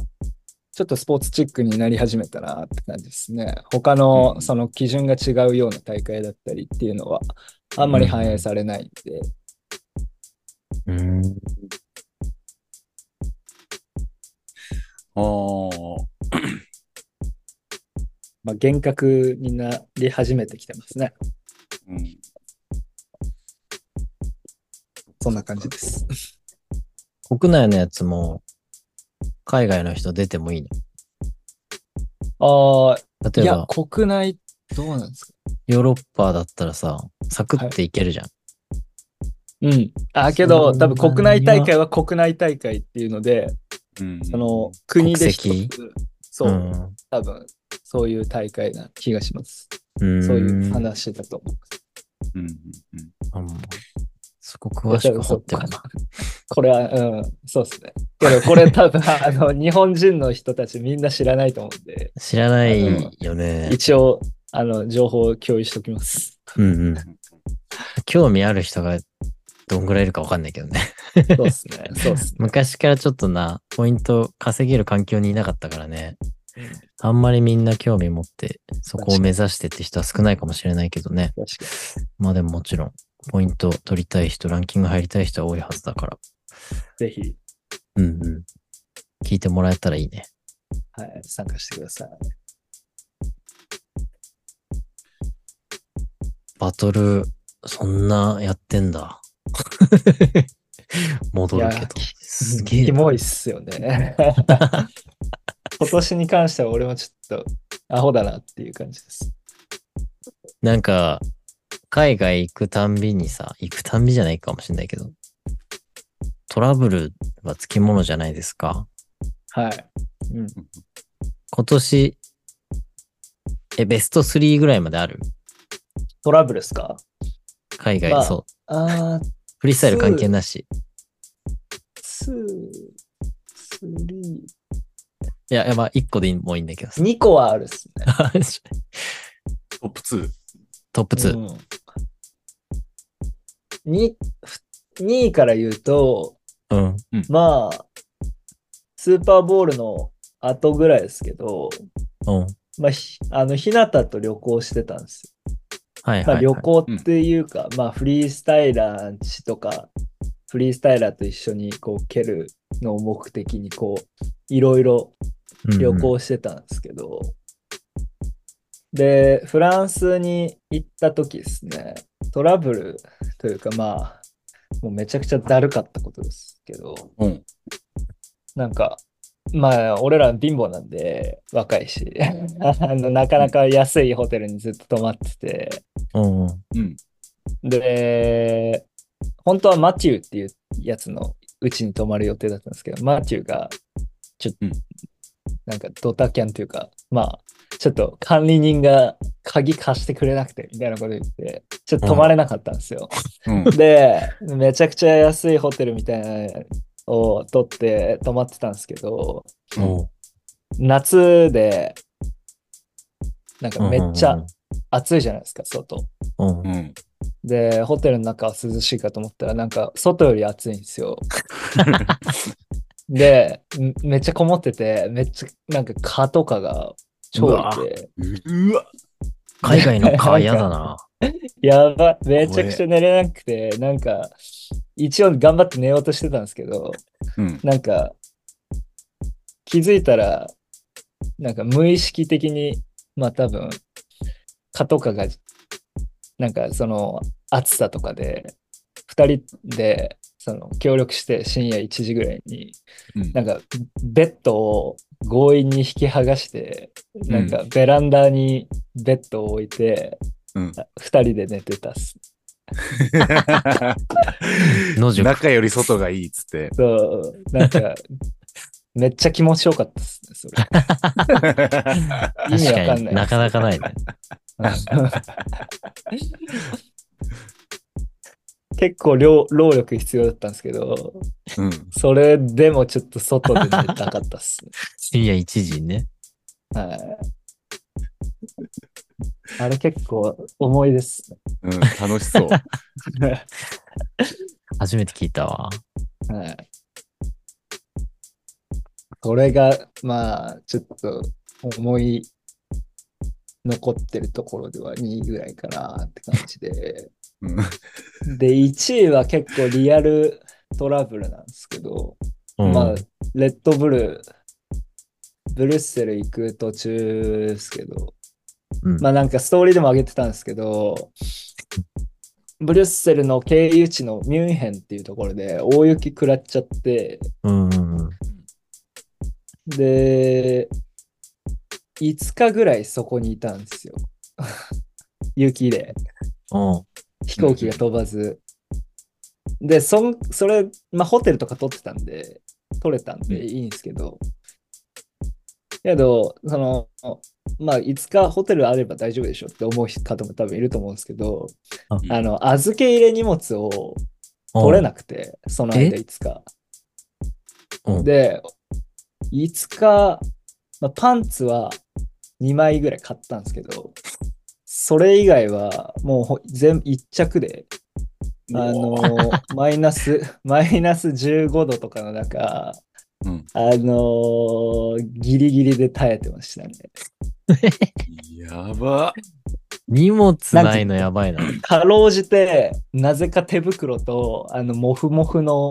Speaker 3: ちょっとスポーツチックになり始めたなって感じですね。他
Speaker 2: う
Speaker 3: の
Speaker 2: ん
Speaker 3: その基準が違うような大会だったりっていうのは、あんまり反映されないんで、
Speaker 1: うん。
Speaker 2: あー
Speaker 3: まあ、厳格になり始めてきてますね。
Speaker 2: うん
Speaker 3: そんな感じです。
Speaker 1: 国内のやつも、海外の人出てもいいの
Speaker 3: ああ、
Speaker 1: 例
Speaker 3: い
Speaker 1: え
Speaker 3: や
Speaker 1: ば、、
Speaker 3: 国内どうなんですか
Speaker 1: ヨーロッパだったらさ、サクっていけるじゃん。
Speaker 3: うん。あけ
Speaker 1: そ
Speaker 3: ど、
Speaker 1: うな
Speaker 3: 多
Speaker 1: んだ
Speaker 3: 分国内大会は国内大会っていうので、
Speaker 2: うん
Speaker 3: その国で一
Speaker 1: 国籍
Speaker 3: つ、そう、多分そういう大会な気がします。
Speaker 1: うん。
Speaker 3: そういう
Speaker 1: 話
Speaker 3: 話だと思う。
Speaker 2: うんうんうん
Speaker 1: あもうそこ詳しく掘ってるな。
Speaker 3: これは、うん、そうですね。けど、これ多分、あ の、日本人の人たちみんな知らないと思うんで、
Speaker 1: 知らないよね。
Speaker 3: 一応、あの、情報を共有しておきます。
Speaker 1: うんうん。興味ある人がどんぐらいいるかわかんないけどね。
Speaker 3: そうですね。そうですね。
Speaker 1: 昔からちょっとな、ポイント稼げる環境にいなかったからね。あんまりみんな興味持って、そこを目指してって人は少ないかもしれないけどね。
Speaker 3: 確かに
Speaker 1: まあでももちろん、ポイント取りたい人、ランキング入りたい人は多いはずだから。
Speaker 3: ぜひ、
Speaker 1: うんうん。聞いてもらえたらいいね。
Speaker 3: はい、参加してください。
Speaker 1: バトル、そんなやってん だ。戻るけ
Speaker 3: いや
Speaker 1: ど。すげえ
Speaker 3: キ
Speaker 1: な。
Speaker 3: モいっすよ ね。今年に関しては俺もちょっとアホだなっていう感じです。
Speaker 1: なんか、海外行くたんびにさ、行くたんびじゃないかもしれないけど、トラブルはつきものじゃないですか。
Speaker 3: はい。うん、
Speaker 1: 今年、え、ベスト3ぐらいまである
Speaker 3: トラブルですか
Speaker 1: 海外、
Speaker 3: まあ
Speaker 1: そう。
Speaker 3: あー、
Speaker 1: フリースタイル関係なし。
Speaker 3: ツー、スリ
Speaker 1: いや、いやまあ、1個でいいもういいんだけど
Speaker 3: ー。2個はあるっすね。
Speaker 1: さ。
Speaker 2: トップ2。
Speaker 1: トップ2。
Speaker 3: うん、2, 2位から言うと、
Speaker 1: うん。
Speaker 3: まあ、スーパーボールの後ぐらいですけど、
Speaker 1: うん。
Speaker 3: まあ、ひあの、ひなたと旅行してたんですよ
Speaker 1: はいはい、
Speaker 3: ま
Speaker 1: は
Speaker 3: あ、
Speaker 1: い。
Speaker 3: 旅行っていうか、まあフリースタイラーんちとか、フリースタイラーと一緒にこう蹴るのを目的にこう、いろいろ旅
Speaker 1: うんうん。
Speaker 3: 行してたんですけど、で、フランスに行った時ですね、トラブルというかまあ、もうめちゃくちゃだるかったことですけど、
Speaker 2: うん。
Speaker 3: なんか、まあ、俺ら貧乏なんで、若 いし、あの、なかなか安いホテルにずっと泊まってて、
Speaker 1: うんうん。
Speaker 2: うん。
Speaker 3: で、本当はマチューっていうやつのうちに泊まる予定だったんですけど、マチューが、ちょっ
Speaker 2: う
Speaker 3: と、
Speaker 2: ん
Speaker 3: なんかドタキャンというか、まあ、ちょっと管理人が鍵貸してくれなくて、みたいなこと言って、ちょっと泊まれなかったんです よ。
Speaker 2: うん。
Speaker 3: で、めちゃくちゃ安いホテルみたいなのを取って泊まってたんですけど、
Speaker 1: おう
Speaker 3: 夏で、なんか
Speaker 1: うん
Speaker 3: めっちゃ暑いじゃないですか、外。
Speaker 1: うん。うん。
Speaker 2: うん。
Speaker 3: で、ホテルの中は涼しいかと思ったら、なんか外より暑いんですよ。で、んめっちゃこもってて、めっちゃなんか蚊とかが超いて、
Speaker 2: うわ
Speaker 1: 海外の川嫌だな。
Speaker 3: やばい、めちゃくちゃ寝れなくて、なんか一応頑張って寝ようとしてたんですけど、
Speaker 2: うん。
Speaker 3: なんか気づいたら、なんか無意識的に、まあ多分蚊とかが、なんかその暑さとかで、2人でその協力して深夜1時ぐらいに、
Speaker 2: うん
Speaker 3: なんかベッドを強引に引き剥がして、
Speaker 2: ん
Speaker 3: なんかベランダにベッドを置いて、
Speaker 2: うん
Speaker 3: 2人で寝てたっす。
Speaker 1: 野宿。
Speaker 2: 中より外がいいっつって。
Speaker 3: そう、なんかめっちゃ気持ちよかったっすね、それ。意味
Speaker 1: 確
Speaker 3: わか
Speaker 1: か
Speaker 3: ん
Speaker 1: に
Speaker 3: な。
Speaker 1: ないかなかないね。
Speaker 3: 結構労労力必要だったんですけど、
Speaker 2: うん。
Speaker 3: それでもちょっと外で寝たかったっすね。
Speaker 1: 深夜1時にね。
Speaker 3: はい。あれ結構重いです
Speaker 2: うん。楽しそう。
Speaker 3: ね。
Speaker 1: 初めて聞いたわ。
Speaker 3: はい。これが、まあ、ちょっと思い残ってるところでは2位ぐらいかなって感じで。
Speaker 2: うん。
Speaker 3: で、1位は結構リアルトラブルなんですけど、
Speaker 1: うん、
Speaker 3: まあ、レッドブル、ブルッセル行く途中ですけど、
Speaker 1: うん、
Speaker 3: まあなんかストーリーでも上げてたんですけど、ブリュッセルの経由地のミュンヘンっていうところで大雪食らっちゃって、
Speaker 1: うんうんうん。
Speaker 3: で、5日ぐらいそこにいたんですよ。 雪で、
Speaker 1: おう
Speaker 3: 飛行機が飛ばず。で、そんそれ、まあホテルとか取ってたんで、取れたんでいいんですけど、けど、その、まあ5日ホテルあれば大丈夫でしょって思う方も多分いると思うんですけど、
Speaker 2: うん
Speaker 3: あの、預け入れ荷物を取れなくて、その間
Speaker 1: え
Speaker 3: 5日。
Speaker 1: うん
Speaker 3: で、5日、まあ、パンツは2枚ぐらい買ったんですけど、それ以外はもうほ全1着で、あの、マイナス、マイナス15度とかの中、
Speaker 2: うん。
Speaker 3: あのーギリギリで耐えてましたね。
Speaker 2: やば。
Speaker 1: 荷物ないのやばいな。
Speaker 3: かろうじて、なぜか手袋と、あの、もふもふの、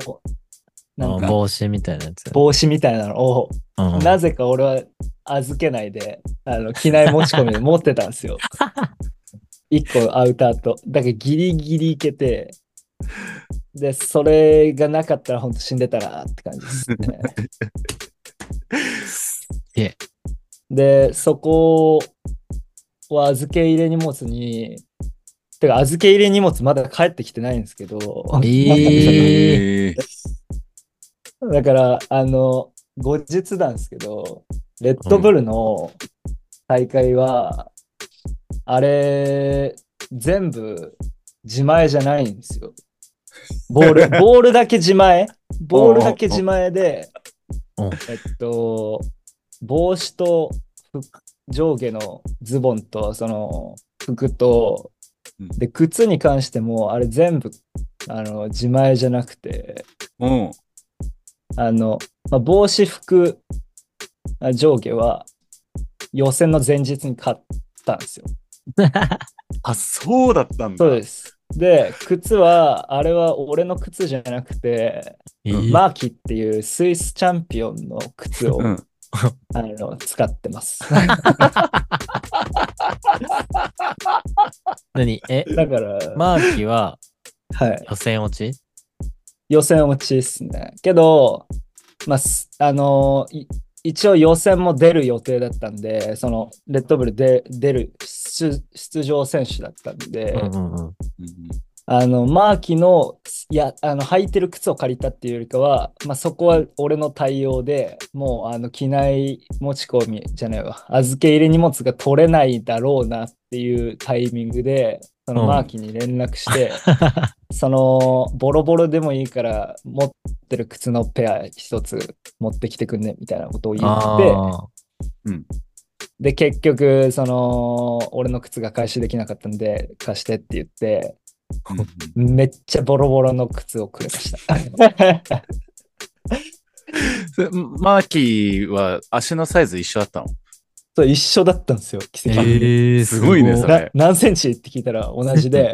Speaker 3: なん
Speaker 1: あ
Speaker 3: か、
Speaker 1: 帽子みたいなやつ。
Speaker 3: 帽子みたいなのを、
Speaker 1: うん
Speaker 3: なぜか俺は預けないで、あの、機内持ち込みで持ってたんですよ。 一個アウターと。だからギリギリいけて、で、それがなかったら本当死んでたらって感 じですね。
Speaker 1: げえ
Speaker 3: で、そこは預け入れ荷物に、てか預け入れ荷物まだ帰ってきてないんですけど、
Speaker 1: え
Speaker 2: えー。
Speaker 3: だから、あの、後日なんですけど、レッドブルの大会は、あれ、全部自前じゃないんですよ。ボール、ボールだけ自前ボールだけ自前で
Speaker 1: うん、
Speaker 3: えっと、帽子と服上下のズボンと、その、服と
Speaker 2: うん、
Speaker 3: で、靴に関しても、あれ全部、あの、自前じゃなくて、
Speaker 2: うん。
Speaker 3: あの、まあ、帽子服あ上下は予選の前日に買ったんですよ。
Speaker 2: あ、そうだったんだ。
Speaker 3: そうです。で、靴は、あれは俺の靴じゃなくて、
Speaker 1: ー
Speaker 3: マーキっていうスイスチャンピオンの靴を、
Speaker 2: うん。
Speaker 3: あの使って ます。
Speaker 1: 何え、
Speaker 3: だから、
Speaker 1: マーキは
Speaker 3: はい、
Speaker 1: 予選落ち
Speaker 3: 予選落ちですね。けど、まあ、すあのい一応予選も出る予定だったんで、そのレッドブルで出る出出場選手だったんで、
Speaker 1: うんうんうん。
Speaker 2: うん
Speaker 3: あの、マーキの、いや、あの、履いてる靴を借りたっていうよりかは、まあ、そこは俺の対応で、もう、あの、機内持ち込みじゃないわ、預け入れ荷物が取れないだろうなっていうタイミングで、そ
Speaker 1: うん
Speaker 3: のマーキに連絡 して、その、ボロボロでもいいから、持ってる靴のペア一つ持ってきてくんね、みたいなことを言
Speaker 1: あ
Speaker 3: って、
Speaker 1: ー
Speaker 3: で、結局、その、俺の靴が回収できなかったんで、貸してって言って、めっちゃボロボロの靴をくれました。
Speaker 2: それマーキーは足のサイズ一緒だったの
Speaker 3: そう一緒だったんですよ、奇跡。
Speaker 1: えー
Speaker 2: すごいねそれ
Speaker 3: な何センチって聞いたら同じで、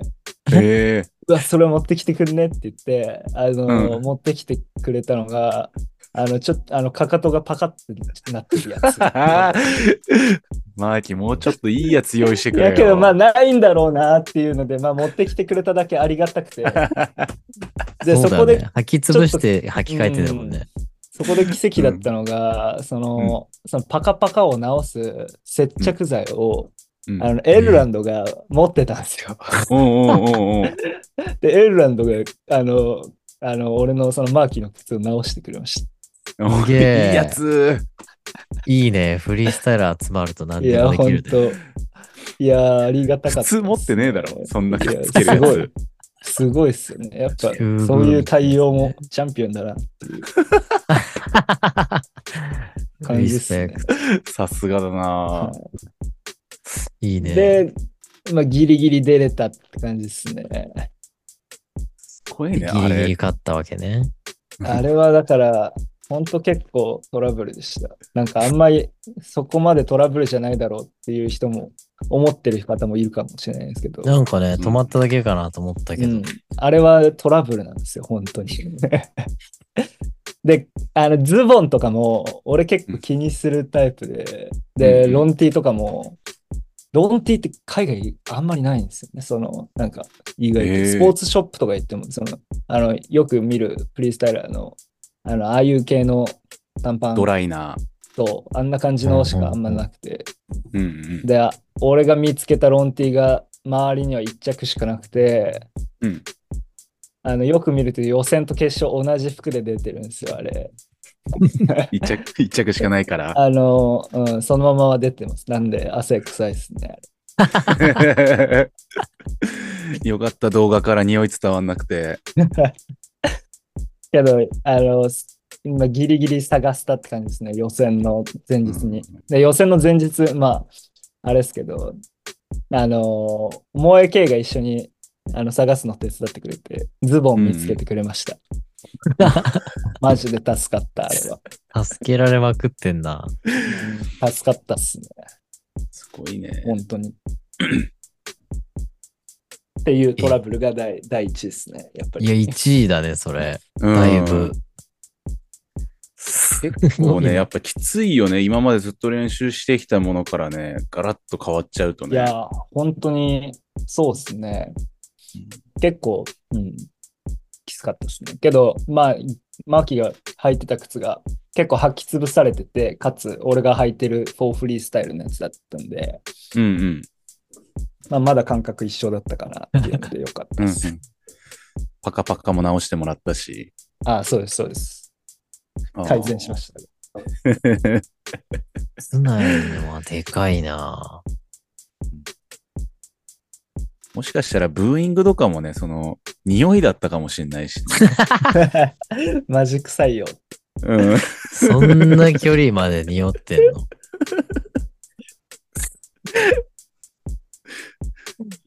Speaker 2: へえ。
Speaker 3: うわ、それ持ってきてくんねって言って、あの、
Speaker 2: うん
Speaker 3: 持ってきてくれたのが、あの、ちょっと、あの、かかとがパカってなってるやつ。
Speaker 2: マ ーキー、もうちょっといいやつ用意してく
Speaker 3: い
Speaker 2: れよ。
Speaker 3: やけど、まあ、ないんだろうなっていうので、まあ、持ってきてくれただけありがたくて。で、
Speaker 1: そ
Speaker 3: そう
Speaker 1: だ
Speaker 3: こ
Speaker 1: よね
Speaker 3: で
Speaker 1: 履き潰して履き替えてたもんね。
Speaker 3: そこで奇跡だったのが、その、そのパカパカを直す接着剤を、
Speaker 2: うん
Speaker 3: あの、エルランドが持ってたんですよ。
Speaker 2: うんうんうんうん。
Speaker 3: で、エルランドが、あの、あの、俺のそのマーキーの靴を直してくれまし
Speaker 1: すげえ
Speaker 2: いいやつ。
Speaker 1: いいね。フリースタイル集まると
Speaker 3: た。
Speaker 1: 何
Speaker 3: い
Speaker 1: で
Speaker 3: や、
Speaker 1: もで
Speaker 3: ほ
Speaker 1: き
Speaker 3: ん
Speaker 1: るね。
Speaker 3: と。いや、ありがたか
Speaker 2: 普
Speaker 3: ったです。
Speaker 2: 通持ってねえだろ。そんなくっつけ
Speaker 3: いやす
Speaker 2: るや
Speaker 3: ご
Speaker 2: つ
Speaker 3: い。すごいっすよね。やっぱ、
Speaker 1: 十分
Speaker 3: そういう対応もチャンピオンだな。 感
Speaker 1: リ
Speaker 3: じっ
Speaker 1: ス
Speaker 3: すね
Speaker 1: ペク
Speaker 2: さすがだな
Speaker 3: は
Speaker 1: ト。いい
Speaker 3: い
Speaker 1: ね。
Speaker 3: で、まあ、ギリギリ出れたって感じですね。
Speaker 2: すごい
Speaker 1: ギ
Speaker 2: ね、あ
Speaker 1: リギリ
Speaker 2: れ。
Speaker 1: 勝ったわけね。
Speaker 3: あれはだから、ほんと結構トラブルでした。なんかあんまりそこまでトラブルじゃないだろうっていう人も思ってる方もいるかもしれないですけど。
Speaker 1: なんかね、止まっただけかなと思ったけ
Speaker 3: う
Speaker 1: ど
Speaker 3: ん。、あれはトラブルなんですよ、本当に。で、あの、ズボンとかも、俺結構気にするタイプで、
Speaker 2: う
Speaker 3: で、
Speaker 2: ん
Speaker 3: ロンティーとかも、ロンティーって海外あんまりないんですよね、その、なんか、意外と
Speaker 2: へー
Speaker 3: スポーツショップとか行っても、その、あの、よく見るフリースタイラーの、あの、ああいう系の短パン
Speaker 2: ドライな。
Speaker 3: と、あんな感じのしかあんまなくて、
Speaker 2: うんうん
Speaker 3: で、あ俺が見つけたロンティーが周りには1着しかなくて、
Speaker 2: うん
Speaker 3: あのよく見ると予選と決勝同じ服で出てるんですよ、あれ。
Speaker 2: 一着、一着しかないから。
Speaker 3: あの、うん、そのままは出てます。なんで汗臭いですね。あれ
Speaker 2: よかった動画から匂い伝わんなくて。
Speaker 3: けど、あの、今ギリギリ探したって感じですね、予選の前日に。で予選の前日、まあ、あれですけど、あの、萌え系が一緒にあの探すの手伝ってくれて、ズボン見つけてくれました。マジで助かった、あれは。
Speaker 1: 助けられまくってんな。
Speaker 3: 助かったっすね、
Speaker 2: すごいね。
Speaker 3: 本当に。っていうトラブルが第第一ですね、やっぱ
Speaker 1: いや、
Speaker 3: り。
Speaker 1: 1位だね、それ。
Speaker 2: うん
Speaker 1: だいぶ。
Speaker 2: 結構
Speaker 1: すごい
Speaker 2: ね、やっぱきついよね。今までずっと練習してきたものからね、ガラッと変わっちゃうと
Speaker 3: い
Speaker 2: ね。
Speaker 3: やー、本当に、そうですね。結構、うん、きつかったですね。けど、まあ、マーキーが履いてた靴が結構履き潰されてて、かつ、俺が履いてるフォーフリースタイルのやつだったんで、
Speaker 2: うんうん。
Speaker 3: まあ、まだ感覚一緒だったかなってい うのでよかった
Speaker 2: うんうん
Speaker 3: です。
Speaker 2: パカパカも直してもらったし。
Speaker 3: あそうです、そうです。改善しました。
Speaker 2: た。
Speaker 1: 室内のはでかいな。
Speaker 2: もしかしたらブーイングとかもね、その、匂いだったかもしれないし、
Speaker 3: マジ臭いよ。
Speaker 2: うん。
Speaker 1: そんな距離まで匂ってんの。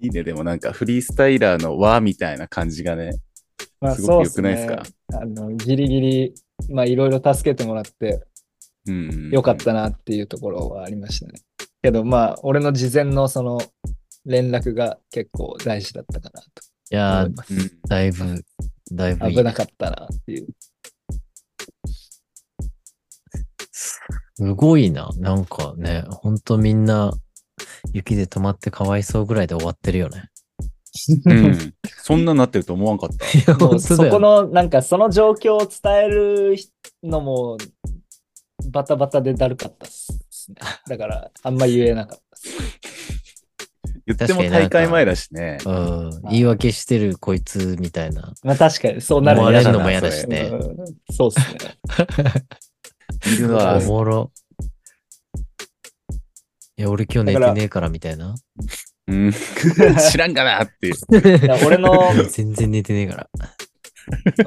Speaker 2: いいね、でもなんかフリースタイラーの和みたいな感じがね。
Speaker 3: まあ、
Speaker 2: すごく
Speaker 3: そう
Speaker 2: 良くないですか
Speaker 3: ね、あのギリギリ、まあ、いろいろ助けてもらって
Speaker 2: うんうん、
Speaker 3: よかったなっていうところはありましたね。けど、まあ、俺の事前のその連絡が結構大事だったかなと
Speaker 1: いや
Speaker 3: 思い
Speaker 1: ー、
Speaker 3: ます。
Speaker 2: うん
Speaker 1: だいぶ、だいぶいい
Speaker 3: 危なかったなって いう。
Speaker 1: すごいな。なんかね、ほんとみんな、雪で止まってかわいそうぐらいで終わってるよね。
Speaker 2: うん。そんななってると思わんかった。
Speaker 1: いや、
Speaker 3: も
Speaker 1: ほ
Speaker 3: うん
Speaker 1: と
Speaker 3: そ
Speaker 1: だ
Speaker 3: こ
Speaker 1: よ。
Speaker 3: の、なんかその状況を伝えるのもバタバタでだるかったっすね。だから、あんま言えなかったっす。
Speaker 2: 言っても大会前だしね。
Speaker 1: うん。言い訳してるこいつみたいな。
Speaker 3: まあ確かにそうなる
Speaker 1: 思
Speaker 3: の
Speaker 1: われ
Speaker 3: 嫌
Speaker 1: る
Speaker 3: だ
Speaker 1: の
Speaker 3: な
Speaker 1: も嫌だし
Speaker 2: そ
Speaker 1: ね。
Speaker 3: うんそうっすね。
Speaker 2: いる
Speaker 3: う
Speaker 2: わ
Speaker 3: ん
Speaker 1: お。もろ。いや、俺今日寝
Speaker 3: だか
Speaker 1: て
Speaker 3: ら
Speaker 1: ねえからみたいな。
Speaker 2: うん 知らんかなっていう。
Speaker 3: だから俺の
Speaker 1: 全然寝てねえから。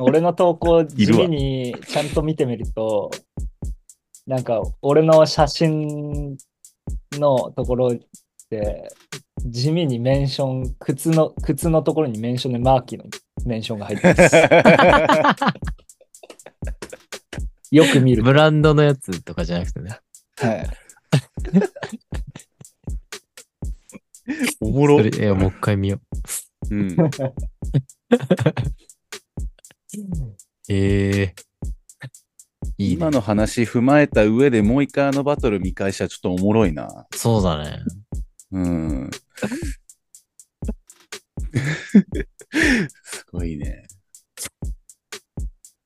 Speaker 3: 俺の投稿
Speaker 2: い
Speaker 3: 地
Speaker 2: るわ
Speaker 3: 味にちゃんと見てみると、なんか俺の写真のところで、地味にメンション、靴の、靴のところにメンションでマーキーのメンションが入ってます。 よく見る。
Speaker 1: ブランドのやつとかじゃなくてね。
Speaker 3: はい、
Speaker 2: おも
Speaker 1: そ
Speaker 2: ろ。
Speaker 1: れいや、もう一回見よう。
Speaker 2: うん。
Speaker 1: ええいいね
Speaker 2: 今。の話踏まえた上でもう一回あのバトル見返したらちょっとおもろいな。
Speaker 1: そうだね。
Speaker 2: うん。すごいね。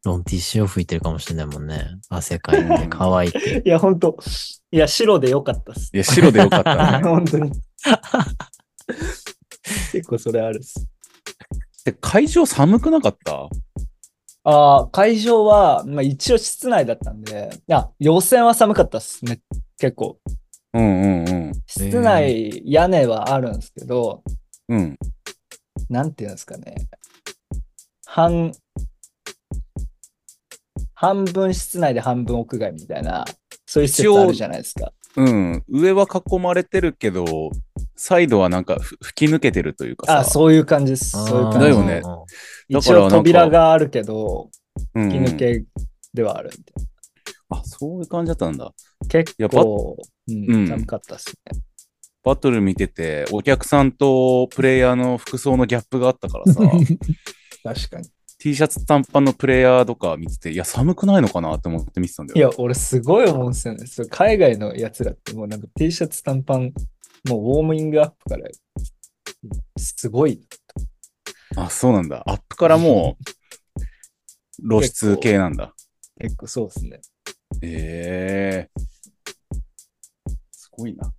Speaker 1: ロンティッシュを吹いてるかもしれないもんね。汗かいて乾いて。
Speaker 3: いや、ほんと、いや、白でよかったっす
Speaker 2: い。や、白でよかった ね。
Speaker 3: 本当に。 結構それあるっす。
Speaker 2: で会場寒くなかった
Speaker 3: ああ、会場は、まあ、一応室内だったんで、いや、予選は寒かったっすね。結構。
Speaker 2: うんうんうん。
Speaker 3: 室内、屋根はあるんですけど、
Speaker 2: うん。
Speaker 3: なんていうんですかね。半、半分室内で半分屋外みたいな、そういう施設あるじゃないですか。
Speaker 2: うん。上は囲まれてるけど、サイドはなんかふ吹き抜けてるというかさ。
Speaker 3: あそういう感じです。そういう感じ。
Speaker 2: だよねだ
Speaker 3: 一
Speaker 2: からなん
Speaker 3: 応
Speaker 2: か
Speaker 3: 扉があるけど、
Speaker 2: うんうん
Speaker 3: 吹き抜けではあるみたい
Speaker 2: あ、そういう感じだったんだ。
Speaker 3: な。結
Speaker 2: やっぱ
Speaker 3: 構、う
Speaker 2: うん
Speaker 3: ん、寒かったっすね。
Speaker 2: バトル見てて、お客さんとプレイヤーの服装のギャップがあったから さ、
Speaker 3: 確かに。
Speaker 2: T シャツ短パンのプレイヤーとか見てて、いや、寒くないのかなって思って見てたんだ
Speaker 3: い
Speaker 2: よ。
Speaker 3: や、俺すごい思うんですよね。そう海外のやつらってもうなんか T シャツ短パン、もうウォーミングアップから、すごい。
Speaker 2: あ、そうなんだ。アップから もう、露出系なんだ。
Speaker 3: 結構そうですね。
Speaker 2: ええすごいな。っ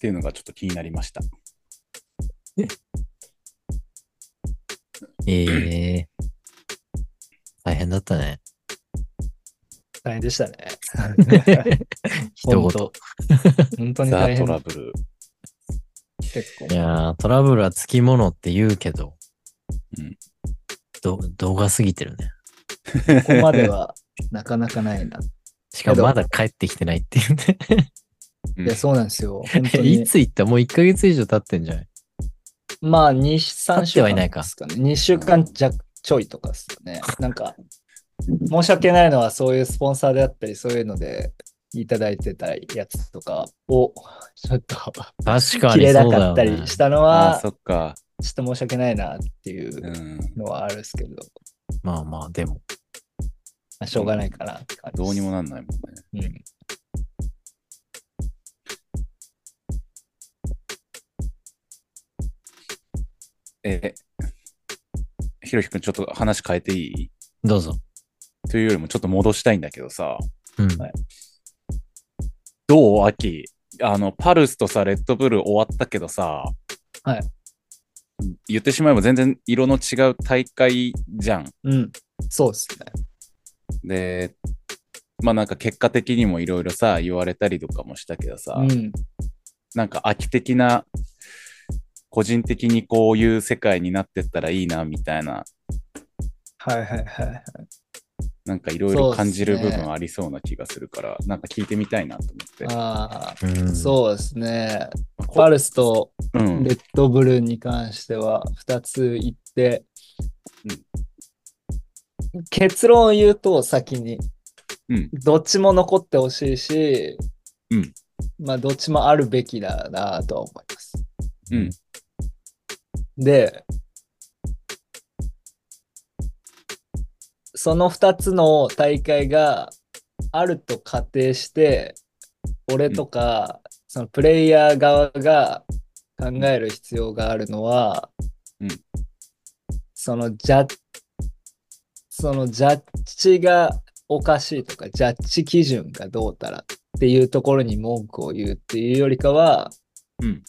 Speaker 2: ていうのがちょっと気になりました。
Speaker 1: ええ大変だった ね。
Speaker 3: 大変で したね。
Speaker 1: 一
Speaker 3: 本
Speaker 1: 言。
Speaker 3: 当本当に
Speaker 2: ザ・
Speaker 3: 大
Speaker 2: ト
Speaker 3: 変
Speaker 2: ラブル。
Speaker 3: 結構
Speaker 1: い。やー、トラブルはつきものって言うけど、
Speaker 2: うん
Speaker 1: ど動画すぎてるね。
Speaker 3: ここまでは なかなかないな。
Speaker 1: しか
Speaker 3: け
Speaker 1: も
Speaker 3: ど
Speaker 1: まだ帰ってきてないっていうね。
Speaker 2: うん
Speaker 3: いや、そうなんですよ。本当
Speaker 1: い
Speaker 3: に。
Speaker 1: つ行ったもう1ヶ月以上経ってんじゃない
Speaker 3: まあ、2、3
Speaker 1: 経って
Speaker 3: 週
Speaker 1: はいない
Speaker 3: 間
Speaker 1: か
Speaker 3: ですかね。2週間弱ちょいとかですよね。なんか、申し訳ないのは、そういうスポンサーであったり、そういうのでいただいてたやつとかを、ちょっと、
Speaker 1: 確かに
Speaker 3: 切れ
Speaker 1: そうだ
Speaker 3: な
Speaker 1: よ、ね。
Speaker 3: かったりしたの
Speaker 2: ああ、
Speaker 3: は、
Speaker 2: そっか。。
Speaker 3: ちょっと申し訳ないなっていううんのはあるんですけど、ま
Speaker 1: まあまあ、でも。
Speaker 3: あ、しょうがないかなって感じです。
Speaker 2: どうにもなんないもんね。
Speaker 3: うん。
Speaker 2: え、ひろひくん、ちょっと話変えていい
Speaker 1: どうぞ。
Speaker 2: というよりもちょっと戻したいんだけどさ、
Speaker 1: うん。
Speaker 3: はい
Speaker 2: どう秋、あの、パルスとさ、レッドブル終わったけどさ、
Speaker 3: はい。
Speaker 2: 言ってしまえば全然色の違う大会じゃん。
Speaker 3: うん。そうですね。
Speaker 2: で、まあなんか結果的にもいろいろさ、言われたりとかもしたけどさ、
Speaker 3: うん。
Speaker 2: なんか秋的な、個人的にこういう世界になってったらいいな、みたいな、
Speaker 3: は いはいはい。
Speaker 2: なんかいろいろ感じる部分ありそうな気がするから、なんか聞いてみたいなと思って。
Speaker 3: ああ、
Speaker 1: うん、
Speaker 3: そうですね。
Speaker 2: こ
Speaker 3: パルスと
Speaker 2: うん
Speaker 3: レッドブルに関しては2つ言って、結論を言うと先に、
Speaker 2: うん
Speaker 3: どっちも残ってほしいし、
Speaker 2: うん
Speaker 3: まあどっちもあるべきだなとは思います。
Speaker 2: うん
Speaker 3: で、その2つの大会があると仮定して、俺とか、そのプレイヤー側が考える必要があるのは、
Speaker 2: うん
Speaker 3: そのジャッそのジャッジがおかしいとか、ジャッジ基準がどうたらっていうところに文句を言うっていうよりかは、
Speaker 2: うん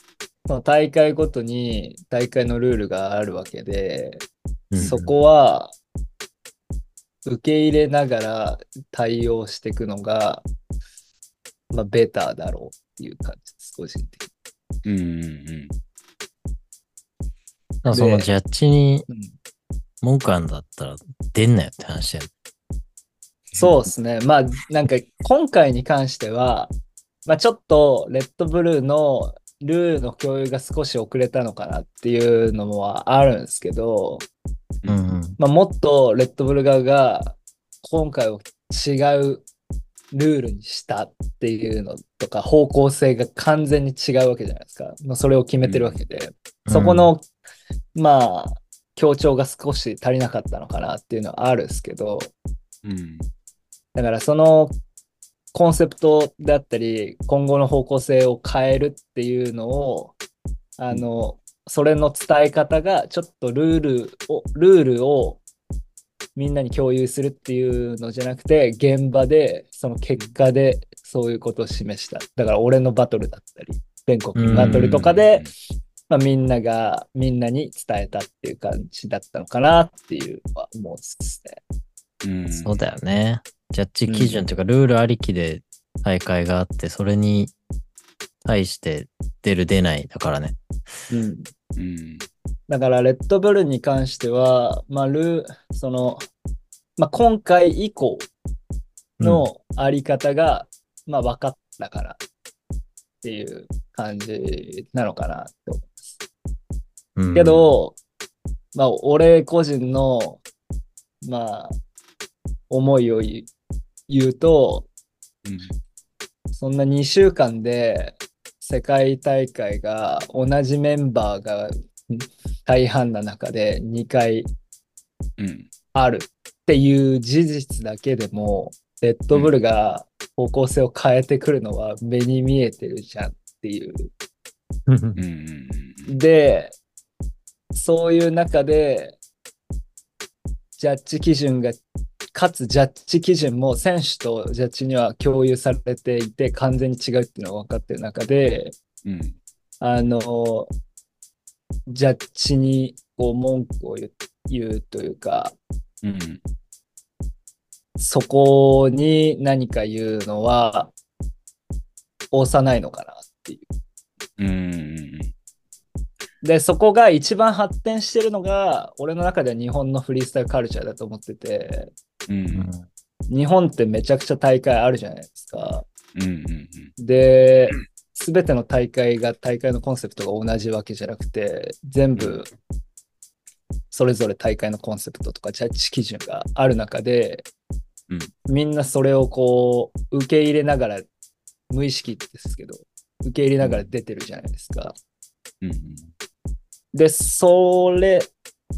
Speaker 3: その大会ごとに大会のルールがあるわけで、
Speaker 1: うん
Speaker 3: そこは受け入れながら対応していくのが、まあ、ベターだろうっていう感じです、個人的
Speaker 2: う
Speaker 3: に。
Speaker 2: んうん
Speaker 1: だからそのジャッジに
Speaker 3: うん
Speaker 1: 文句あんだったら出んなよって話だよね。
Speaker 3: そうですね。まあ、なんか今回に関しては、まあ、ちょっとレッドブルーのルールの共有が少し遅れたのかなっていうのはあるんですけど、
Speaker 2: うんう
Speaker 1: う
Speaker 2: ん
Speaker 1: ん
Speaker 3: まあ、もっとレッドブル側が今回を違うルールにしたっていうのとか方向性が完全に違うわけじゃないですか。まあ、それを決めてるわけで。そこ、の、まあ、協調が少し足りなかったのかなっていうのはあるんですけど、
Speaker 2: うん
Speaker 3: だからそのコンセプトだったり今後の方向性を変えるっていうのをあのそれの伝え方がちょっとルールをルールをみんなに共有するっていうのじゃなくて現場でその結果でそういうことを示しただから俺のバトルだったり全国のバトルとかで、まあ、みんながみんなに伝えたっていう感じだったのかなっていうのは思うんですね。
Speaker 2: うん、
Speaker 1: そうだよね。ジャッジ基準というか、ルールありきで大会があって、それに対して出る出ないだからね。
Speaker 3: うん
Speaker 2: うん
Speaker 3: だから、レッドブルに関しては、まあ、ルーその、まあ、今回以降のあり方が、まあ、分かったからっていう感じなのかなって思
Speaker 1: うん
Speaker 3: う。け、ど、まあ、俺個人の、まあ、思いを言う言うと、
Speaker 2: うん
Speaker 3: そんな2週間で世界大会が同じメンバーがん大半な中で2回
Speaker 2: うん
Speaker 3: あるっていう事実だけでも、レッドブルが方向性を変えてくるのは目に見えてるじゃんっていう。
Speaker 1: うん
Speaker 2: うんうん
Speaker 3: で、そういう中で、ジャッジ基準が、かつジャッジ基準も選手とジャッジには共有されていて、完全に違うっていうのが分かってる中で、
Speaker 2: うんうん
Speaker 3: あの、ジャッジにこう文句を言う言うというか、
Speaker 2: うん
Speaker 3: そこに何か言うのは、押さないのかなってい
Speaker 2: うんうん
Speaker 3: う。で、そこが一番発展してるのが、俺の中では日本のフリースタイルカルチャーだと思ってて、
Speaker 2: うんうんうん
Speaker 3: 日本ってめちゃくちゃ大会あるじゃないですか。
Speaker 2: うんうん
Speaker 3: で、全ての大会が大会のコンセプトが同じわけじゃなくて、全部それぞれ大会のコンセプトとかジャッジ基準がある中で、
Speaker 2: うん
Speaker 3: みんなそれをこう受け入れながら、無意識ですけど、受け入れながら出てるじゃないですか。
Speaker 2: うん
Speaker 3: で、それ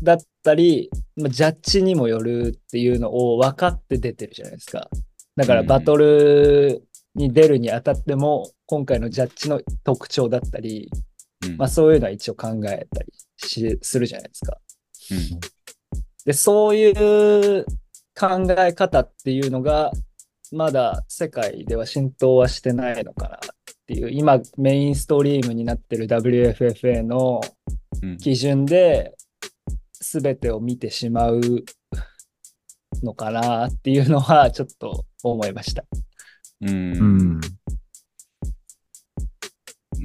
Speaker 3: だったり、まあジャッジにもよるっていうのを分かって出てるじゃないですか。だから
Speaker 2: うん
Speaker 3: バトルに出るにあたっても、今回のジャッジの特徴だったり、
Speaker 2: うん
Speaker 3: まあ、そういうのは一応考えたりしするじゃないですか。
Speaker 2: うん
Speaker 3: で、そういう考え方っていうのが、まだ世界では浸透はしてないのかなっていう、今メインストリームになってる WFFA の
Speaker 2: うん
Speaker 3: 基準で全てを見てしまうのかなっていうのはちょっと思いました。
Speaker 2: うん
Speaker 1: うん。
Speaker 2: な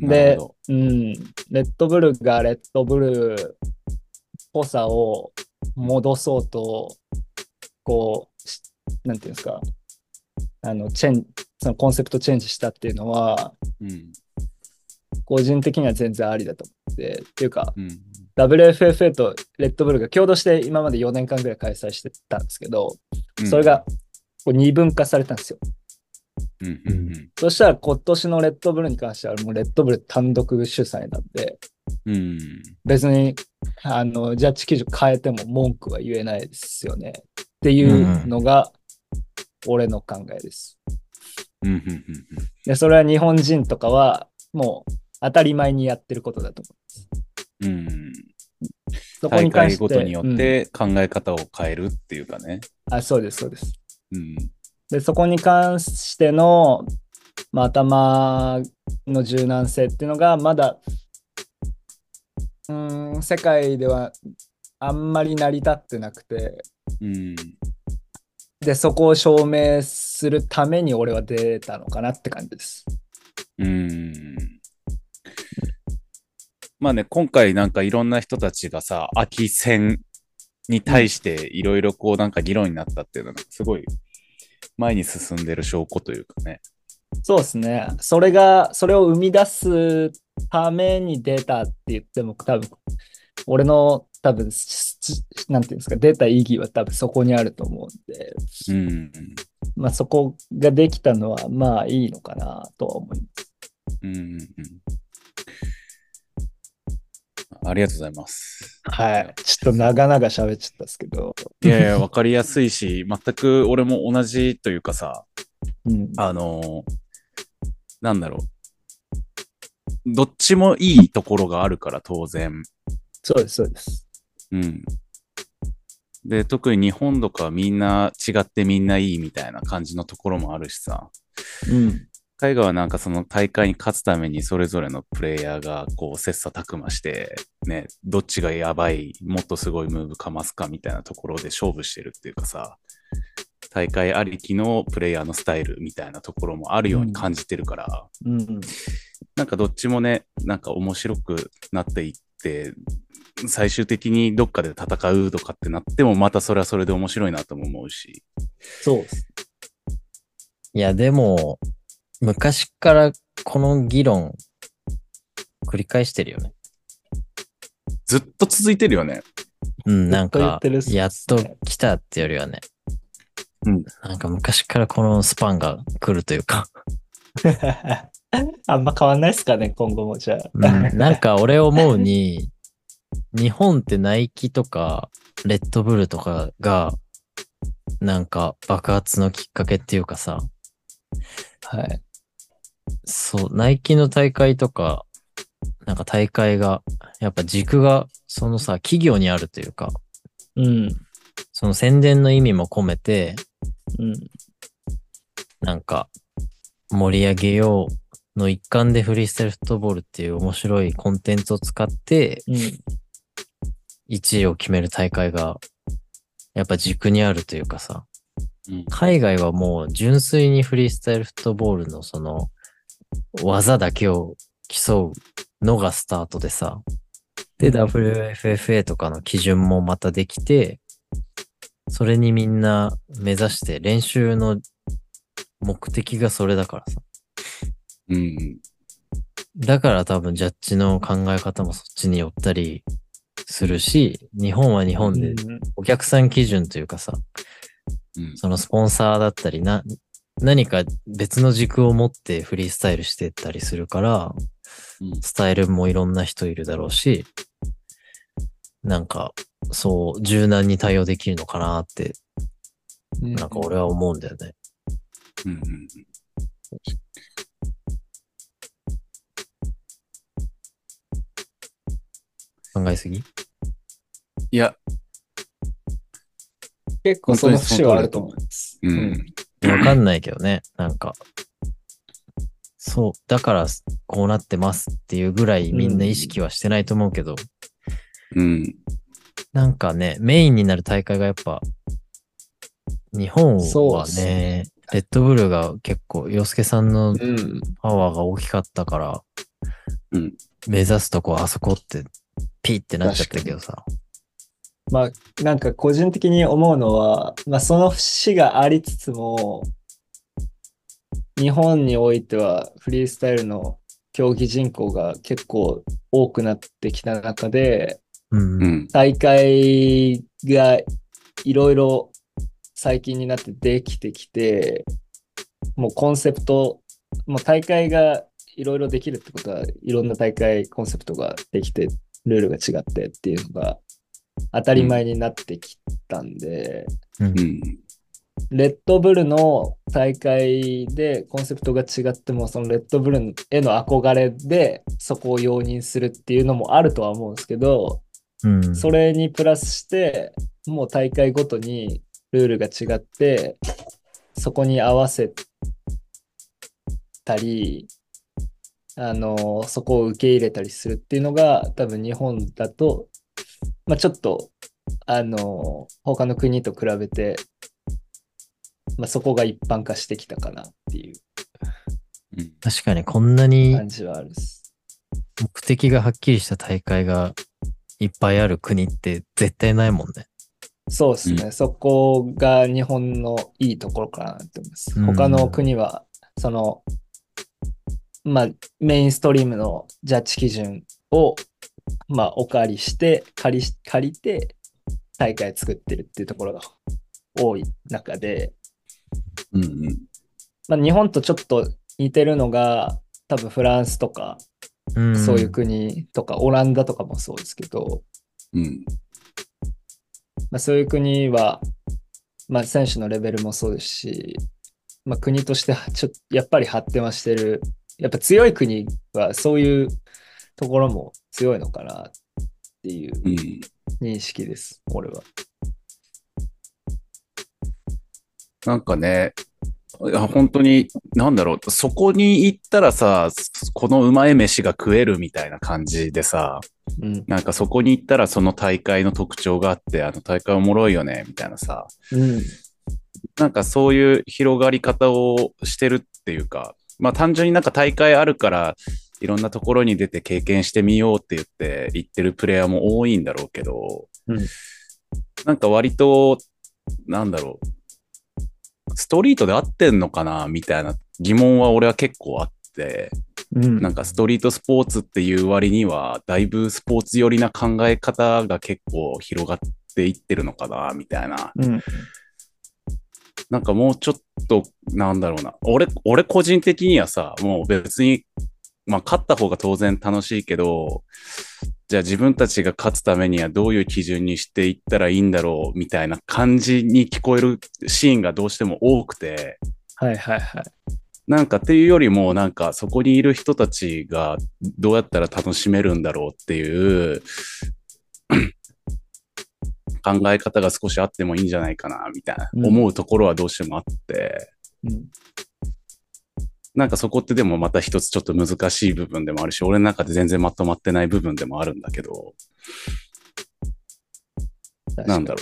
Speaker 2: る
Speaker 3: で
Speaker 2: ほど、
Speaker 3: うん、レッドブルがレッドブルっぽさを戻そうと、こうし、なんていうんですか、あの、チェン、そのコンセプトチェンジしたっていうのは、
Speaker 2: うん
Speaker 3: 個人的には全然ありだと思って、っていうか、
Speaker 2: うん
Speaker 3: WFFA とレッドブルが共同して今まで4年間ぐらい開催してたんですけど、
Speaker 2: うん
Speaker 3: それがこう二分化されたんですよ。
Speaker 2: うんうん
Speaker 3: そしたら今年のレッドブルに関してはもうレッドブル単独主催なんで、
Speaker 2: うんうん
Speaker 3: 別にあのジャッジ基準変えても文句は言えないですよねっていうのが俺の考えです。
Speaker 2: うんうんうんうん
Speaker 3: で、それは日本人とかはもう当たり前にやってることだと思う。
Speaker 2: うん、
Speaker 3: そこ
Speaker 2: 大
Speaker 3: に関
Speaker 2: 会
Speaker 3: して
Speaker 2: ごとによっ
Speaker 3: うん
Speaker 2: て考え方を変えるっていうかね。
Speaker 3: あ、そうです、そうです。
Speaker 2: うん
Speaker 3: で、そこに関しての、まあ、頭の柔軟性っていうのが、まだ、うーん、世界ではあんまり成り立ってなくて、
Speaker 2: うん
Speaker 3: で、そこを証明するために俺は出たのかなって感じです。
Speaker 2: うんまあね、今回なんかいろんな人たちがさ、秋戦に対していろいろこうなんか議論になったっていうのは、すごい前に進んでる証拠というかね。
Speaker 3: そうですね。それが、それを生み出すために出たって言っても、多分俺の、多分すすなんていうんですか、出た意義は多分そこにあると思うんで、
Speaker 2: うん。
Speaker 3: まあ、そこができたのはまあいいのかなとは思います。
Speaker 2: うんうんうんありがとうございます。
Speaker 3: はい。ちょっと長々喋っちゃったですけど。
Speaker 2: いやいや、わかりやすいし、全く俺も同じというかさ、
Speaker 3: うん、
Speaker 2: あのーなんだろう。どっちもいいところがあるから、当然。
Speaker 3: そうです、そうです。
Speaker 2: うん。で、特に日本とかはみんな違ってみんないいみたいな感じのところもあるしさ。
Speaker 3: うん。
Speaker 2: 海外はなんかその大会に勝つためにそれぞれのプレイヤーがこう切磋琢磨して、ね、どっちがやばい、もっとすごいムーブかますかみたいなところで勝負してるっていうかさ、大会ありきのプレイヤーのスタイルみたいなところもあるように感じてるから、
Speaker 3: うん。
Speaker 2: なんかどっちもね、なんか面白くなっていって、最終的にどっかで戦うとかってなっても、またそれはそれで面白いなとも思うし。
Speaker 3: そうです。
Speaker 1: いや、でも、昔からこの議論、繰り返してるよね。
Speaker 2: ずっと続いてるよね。
Speaker 1: うん、なん
Speaker 3: ずっと言
Speaker 1: か
Speaker 3: ってるっ、すね
Speaker 1: やっと来たってよりはね。
Speaker 2: うん。
Speaker 1: なんか昔からこのスパンが来るという か、
Speaker 3: あんま変わんないですかね、今後もじゃあ。
Speaker 1: うん、なんか俺思うに、日本ってナイキとか、レッドブルとかが、なんか爆発のきっかけっていうかさ、
Speaker 3: はい。
Speaker 1: そう、ナイキの大会とか、なんか大会が、やっぱ軸が、そのさ、企業にあるというか、
Speaker 3: うん。
Speaker 1: その宣伝の意味も込めて、
Speaker 3: うん。
Speaker 1: なんか、盛り上げようの一環でフリースタイルフットボールっていう面白いコンテンツを使って、
Speaker 3: うん。
Speaker 1: 1位を決める大会が、やっぱ軸にあるというかさ、
Speaker 2: うん
Speaker 1: 海外はもう純粋にフリースタイルフットボールのその、技だけを競うのがスタートでさ、で、WFFA とかの基準もまたできて、それにみんな目指して練習の目的がそれだからさ。
Speaker 2: うん。
Speaker 1: だから多分ジャッジの考え方もそっちに寄ったりするし、日本は日本で
Speaker 3: うん
Speaker 1: お客さん基準というかさ、
Speaker 2: うん
Speaker 1: そのスポンサーだったりな、何か別の軸を持ってフリースタイルしてったりするから、
Speaker 2: うん
Speaker 1: スタイルもいろんな人いるだろうし、なんか、そう、柔軟に対応できるのかなって、なんか俺は思うんだよね。
Speaker 2: うんうん
Speaker 1: 考えすぎ
Speaker 2: いや、
Speaker 3: 結構その節はあると思います。
Speaker 2: うん。
Speaker 1: わかんないけどね、なんか。そう、だからこうなってますっていうぐらいみんな意識はしてないと思うけど、
Speaker 2: うん。
Speaker 1: なんかね、メインになる大会がやっぱ、日本
Speaker 4: そうっ
Speaker 1: は
Speaker 4: す
Speaker 1: ね、レッドブルが結構、洋介さん
Speaker 4: う
Speaker 1: の
Speaker 4: ん。
Speaker 1: パワーが大きかったから、
Speaker 2: うん
Speaker 1: 目指すとこはあそこって、ピーってなっちゃったけどさ。
Speaker 3: まあ、なんか個人的に思うのは、まあ、その節がありつつも、日本においてはフリースタイルの競技人口が結構多くなってきた中で、
Speaker 1: うん
Speaker 2: う。ん。
Speaker 3: 大会がいろいろ最近になってできてきて、もうコンセプト、もう大会がいろいろできるってことは、いろんな大会コンセプトができて、ルールが違ってっていうのが当たり前になってきたんで、
Speaker 2: うん。
Speaker 3: レッドブルの大会でコンセプトが違っても、そのレッドブルへの憧れでそこを容認するっていうのもあるとは思うんですけど、
Speaker 1: うん。
Speaker 3: それにプラスして、もう大会ごとにルールが違って、そこに合わせたり、あの、そこを受け入れたりするっていうのが、多分日本だと、まあちょっと、あの、他の国と比べて、まあそこが一般化してきたかなっていう
Speaker 2: うん
Speaker 1: 確かにこんなに
Speaker 3: 感じはあるです。
Speaker 1: 目的がはっきりした大会がいっぱいある国って絶対ないもんね。
Speaker 3: そうですね、そこが日本のいいところかなって思います。
Speaker 1: うん
Speaker 3: 他の国は、その、まあ、メインストリームのジャッジ基準を、まあ、お借りして、借りし借りて、大会作ってるっていうところが多い中で、
Speaker 2: うんうん。
Speaker 3: まあ、日本とちょっと似てるのが、多分フランスとか、
Speaker 1: うん。
Speaker 3: そういう国とか、オランダとかもそうですけど、
Speaker 2: うん。
Speaker 3: まあ、そういう国は、まあ、選手のレベルもそうですし、まあ、国としてはちょっとやっぱり発展はしてる、やっぱ強い国はそういうところも強いのかなっていう
Speaker 2: うん。
Speaker 3: 認識です、俺は。
Speaker 2: なんかね、いや本当に、なんだろう、そこに行ったらさ、このうまい飯が食えるみたいな感じでさ、
Speaker 3: うん。
Speaker 2: なんかそこに行ったらその大会の特徴があって、あの大会おもろいよね、みたいなさ、
Speaker 3: うん。
Speaker 2: なんかそういう広がり方をしてるっていうか、まあ単純になんか大会あるから、いろんなところに出て経験してみようって言って行ってるプレイヤーも多いんだろうけど、
Speaker 3: うん
Speaker 2: なんか割と、なんだろう、ストリートで合ってんのかなみたいな疑問は俺は結構あって、
Speaker 3: うん
Speaker 2: なんかストリートスポーツっていう割には、だいぶスポーツ寄りな考え方が結構広がっていってるのかなみたいな
Speaker 3: うん。
Speaker 2: なんかもうちょっと、なんだろうな。俺、俺個人的にはさ、もう別に、まあ勝った方が当然楽しいけど、じゃあ自分たちが勝つためにはどういう基準にしていったらいいんだろうみたいな感じに聞こえるシーンがどうしても多くて、
Speaker 3: はいはいはい。
Speaker 2: なんかっていうよりもなんかそこにいる人たちがどうやったら楽しめるんだろうっていう 考え方が少しあってもいいんじゃないかなみたいな、
Speaker 3: うん
Speaker 2: 思うところはどうしてもあって、
Speaker 3: うん
Speaker 2: なんかそこってでもまた一つちょっと難しい部分でもあるし、俺の中で全然まとまってない部分でもあるんだけど、なんだろ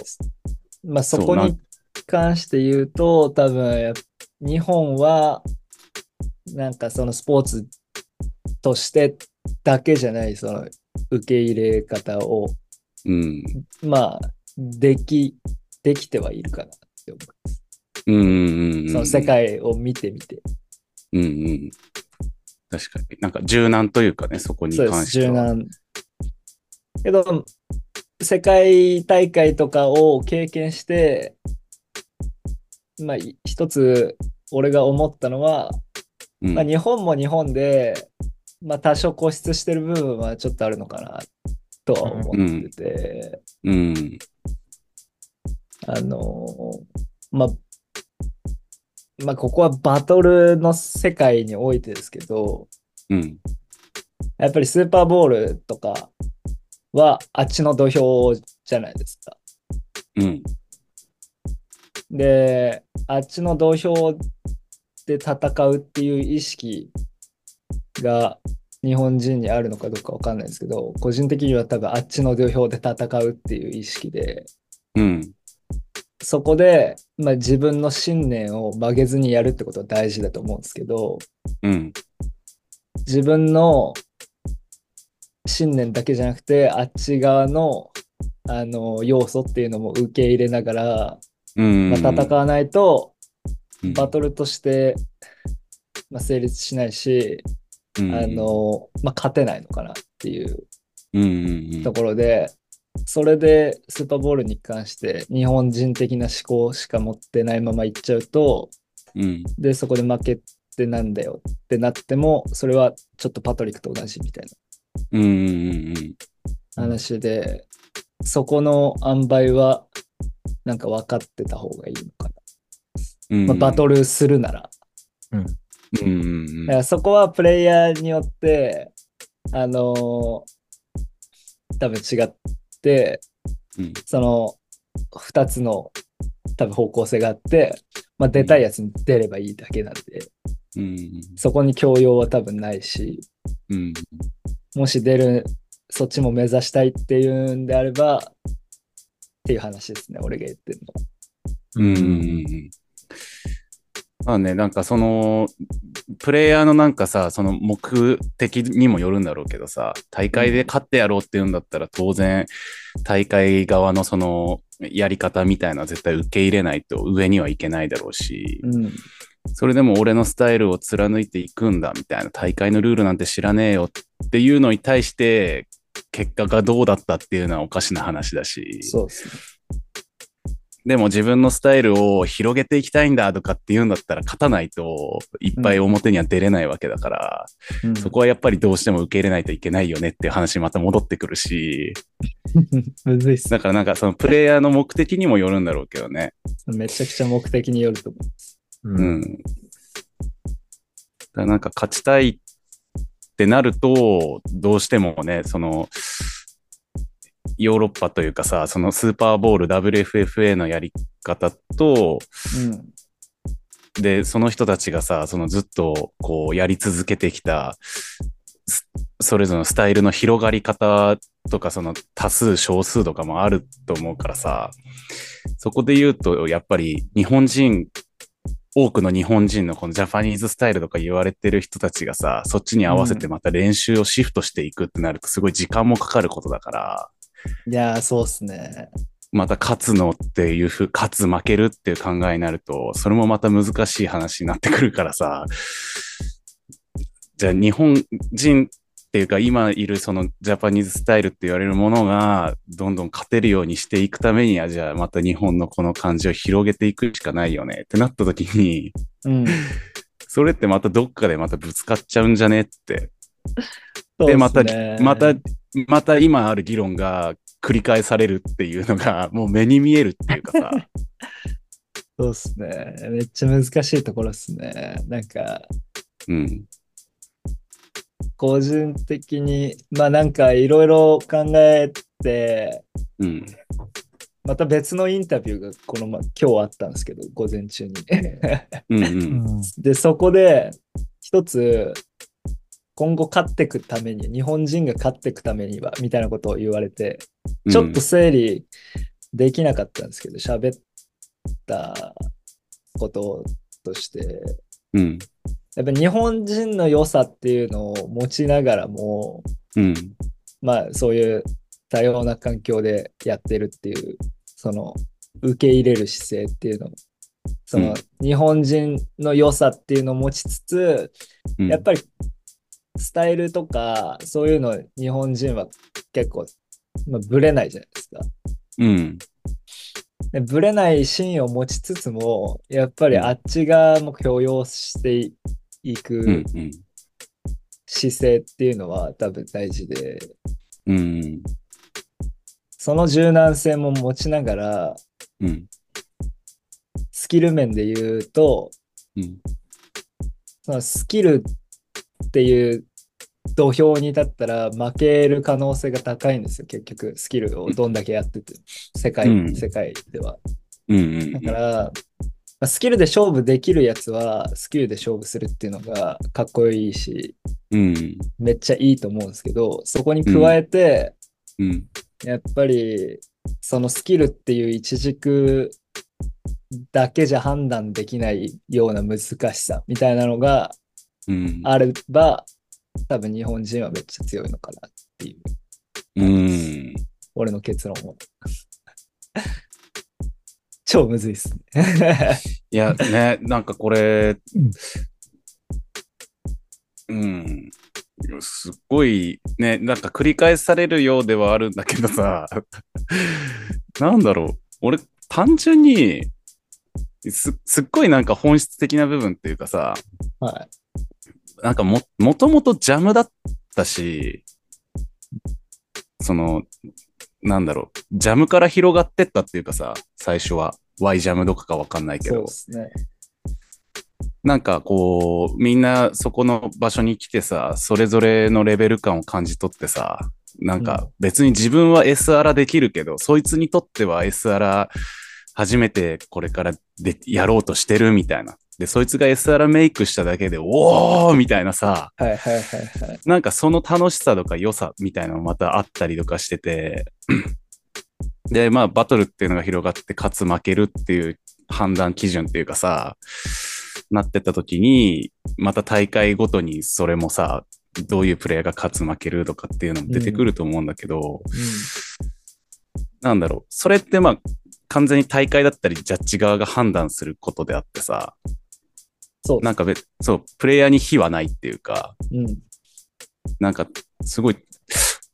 Speaker 3: う。まあ、そ
Speaker 2: そう
Speaker 3: こ
Speaker 2: なん
Speaker 3: に関して言うと、多分やっぱ日本は、なんかそのスポーツとしてだけじゃない、その受け入れ方を、
Speaker 2: うん。
Speaker 3: まあ、でき、できてはいるかなって思
Speaker 2: うんうんうんうん。
Speaker 3: う。その世界を見てみて。
Speaker 2: うんうん。確かに。なんか柔軟というかね、そこに
Speaker 3: そう
Speaker 2: 関
Speaker 3: です、
Speaker 2: して
Speaker 3: 柔
Speaker 2: は。
Speaker 3: 軟。けど、世界大会とかを経験して、まあ、い一つ俺が思ったのは、
Speaker 2: うん
Speaker 3: まあ、日本も日本で、まあ、多少固執してる部分はちょっとあるのかなとは思ってて、
Speaker 2: うん。
Speaker 3: あのまあ、まあ、ここはバトルの世界においてですけど、
Speaker 2: うん。
Speaker 3: やっぱりスーパーボールとかはあっちの土俵じゃないですか。
Speaker 2: うん。
Speaker 3: で、あっちの土俵で戦うっていう意識が日本人にあるのかどうかわかんないですけど、個人的には多分あっちの土俵で戦うっていう意識で、
Speaker 2: うん。
Speaker 3: そこで、まあ、自分の信念を曲げずにやるってことは大事だと思うんですけど、
Speaker 2: うん。
Speaker 3: 自分の信念だけじゃなくて、あっち側のあの要素っていうのも受け入れながら、
Speaker 2: うん。
Speaker 3: まあ、戦わないと、
Speaker 2: うん
Speaker 3: バトルとして、まあ、成立しないし、
Speaker 2: うん
Speaker 3: あ、のまあ、勝てないのかなっていう
Speaker 2: うんうん
Speaker 3: ところで、それでスーパーボールに関して日本人的な思考しか持ってないままいっちゃうと
Speaker 2: うん。
Speaker 3: でそこで負けてなんだよってなってもそれはちょっとパトリックと同じみたい
Speaker 2: うん。うんうんうん。
Speaker 3: な話で、そこの塩梅はなんか分かってた方がいいのか
Speaker 2: うん
Speaker 3: な、まあ、バトルするなら。
Speaker 2: うんうん
Speaker 3: だからそこはプレイヤーによって、あのー多分違って、
Speaker 2: うん
Speaker 3: その2つの多分方向性があって、まあ、出たいやつに出ればいいだけなんで、
Speaker 2: うん
Speaker 3: そこに教養は多分ないし、
Speaker 2: うん
Speaker 3: もし出る、そっちも目指したいっていうんであれば、っていう話ですね、俺が言ってる
Speaker 2: うんうんうんまあね、なんかその、プレイヤーのなんかさ、その目的にもよるんだろうけどさ、大会で勝ってやろうっていうんだったら、当然、大会側のその、やり方みたいな絶対受け入れないと上にはいけないだろうし、
Speaker 3: の。うん。
Speaker 2: それでも俺のスタイルを貫いていくんだみたいな大会のルールなんて知らねえよっていうのに対して結果がどうだったっていうのはおかしな話だし
Speaker 3: そうですね。
Speaker 2: でも自分のスタイルを広げていきたいんだとかっていうんだったら勝たないといっぱい表には出れないわけだから、
Speaker 3: うん
Speaker 2: そこはやっぱりどうしても受け入れないといけないよねっていう話にまた戻ってくるし
Speaker 3: むずいっすね。
Speaker 2: だからなんかそのプレイヤーの目的にもよるんだろうけどね。
Speaker 3: めちゃくちゃ目的によると思う。
Speaker 1: う。
Speaker 2: うんん。だからなんか勝ちたいってなると、どうしてもね、その、ヨーロッパというかさ、そのスーパーボール WFFA のやり方と、
Speaker 3: うん。
Speaker 2: で、その人たちがさ、そのずっとこうやり続けてきた、すそれぞれのスタイルの広がり方とか、その多数少数とかもあると思うからさ、そこで言うと、やっぱり日本人、多くの日本人のこのジャパニーズスタイルとか言われてる人たちがさ、そっちに合わせてまた練習をシフトしていくってなると、すごい時間もかかることだから、
Speaker 3: いやー、そうっすね。
Speaker 2: また勝つのっていうふう、勝つ負けるっていう考えになると、それもまた難しい話になってくるからさ、じゃあ日本人っていうか今いるそのジャパニーズスタイルって言われるものがどんどん勝てるようにしていくためには、じゃあまた日本のこの感じを広げていくしかないよねってなった時に、
Speaker 3: うん。
Speaker 2: それってまたどっかでまたぶつかっちゃうんじゃねって
Speaker 3: そう
Speaker 2: で、
Speaker 3: っ
Speaker 2: ますた
Speaker 3: ね、
Speaker 2: また、また今ある議論が繰り返されるっていうのが、もう目に見えるっていうかさ。
Speaker 3: そうっすね。めっちゃ難しいところっすね。なんか、
Speaker 2: うん。
Speaker 3: 個人的に、まあなんかいろいろ考えて、
Speaker 2: うん。
Speaker 3: また別のインタビューがこの、ま、今日あったんですけど、午前中に。
Speaker 2: うんう。
Speaker 1: うんん。
Speaker 3: で、そこで、一つ、今後勝っていくために、日本人が勝っていくためには、みたいなことを言われて、ちょっと整理できなかったんですけど、喋ったこととして、
Speaker 2: うん。
Speaker 3: やっぱり日本人の良さっていうのを持ちながらも、
Speaker 2: うん。
Speaker 3: まあそういう多様な環境でやってるっていう、その受け入れる姿勢っていうのを、その日本人の良さっていうのを持ちつつ、
Speaker 2: うん。
Speaker 3: やっぱりスタイルとか、そういうの日本人は結構、まあ、ブレないじゃないですか。
Speaker 2: うん。
Speaker 3: でブレないシーンを持ちつつも、やっぱりあっち側も許容してい
Speaker 2: うん。う
Speaker 3: く
Speaker 2: ん。
Speaker 3: 姿勢っていうのは多分大事で、
Speaker 2: うん。
Speaker 3: その柔軟性も持ちながら、
Speaker 2: うん。
Speaker 3: スキル面で言うと、
Speaker 2: うん。
Speaker 3: そのスキルっていう土俵に立ったら負ける可能性が高いんですよ、結局、スキルをどんだけやってて、世界、
Speaker 2: うん
Speaker 3: 世界では。
Speaker 2: うん。
Speaker 3: だから、まあスキルで勝負できるやつは、スキルで勝負するっていうのがかっこいいし、
Speaker 2: うん。
Speaker 3: めっちゃいいと思うんですけど、そこに加えて、
Speaker 2: うん。
Speaker 3: やっぱり、そのスキルっていう一軸だけじゃ判断できないような難しさみたいなのが
Speaker 2: うん。
Speaker 3: あれば、多分日本人はめっちゃ強いのかなっていう、
Speaker 2: うん。
Speaker 3: 俺の結論を。超むずいっすね。
Speaker 2: いや、ね、なんかこれ
Speaker 3: うん、
Speaker 2: うん。すっごい、ね、なんか繰り返されるようではあるんだけどさ、なんだろう。俺、単純に、すすっごいなんか本質的な部分っていうかさ、
Speaker 3: は
Speaker 2: なんかも、もともとジャムだったし、その、なんだろう、ジャムから広がってったっていうかさ、最初は、Y ジャムとかかわかんない
Speaker 3: い。
Speaker 2: け
Speaker 3: そう
Speaker 2: ど
Speaker 3: で、すね。
Speaker 2: なんかこう、みんなそこの場所に来てさ、それぞれのレベル感を感じ取ってさ、なん
Speaker 3: う
Speaker 2: か別に自分は S アラできるけど、そいつにとっては S アラ初めてこれからでやろうとしてるみたいな。で、そいつが S アラメイクしただけで、おーみたいなさ、
Speaker 3: はいはいはいはい。
Speaker 2: なんかその楽しさとか良さみたいなのまたあったりとかしてて、で、まあバトルっていうのが広がって、勝つ負けるっていう判断基準っていうかさ、なってった時に、また大会ごとにそれもさ、どういうプレイヤーが勝つ負けるとかっていうのも出てくると思うんだけど、なんだろう、それってまあ完全に大会だったりジャッジ側が判断することであってさ、
Speaker 3: そう
Speaker 2: なんか別、そう、プレイヤーに非はないっていうか、
Speaker 3: うん。
Speaker 2: なんか、すごい、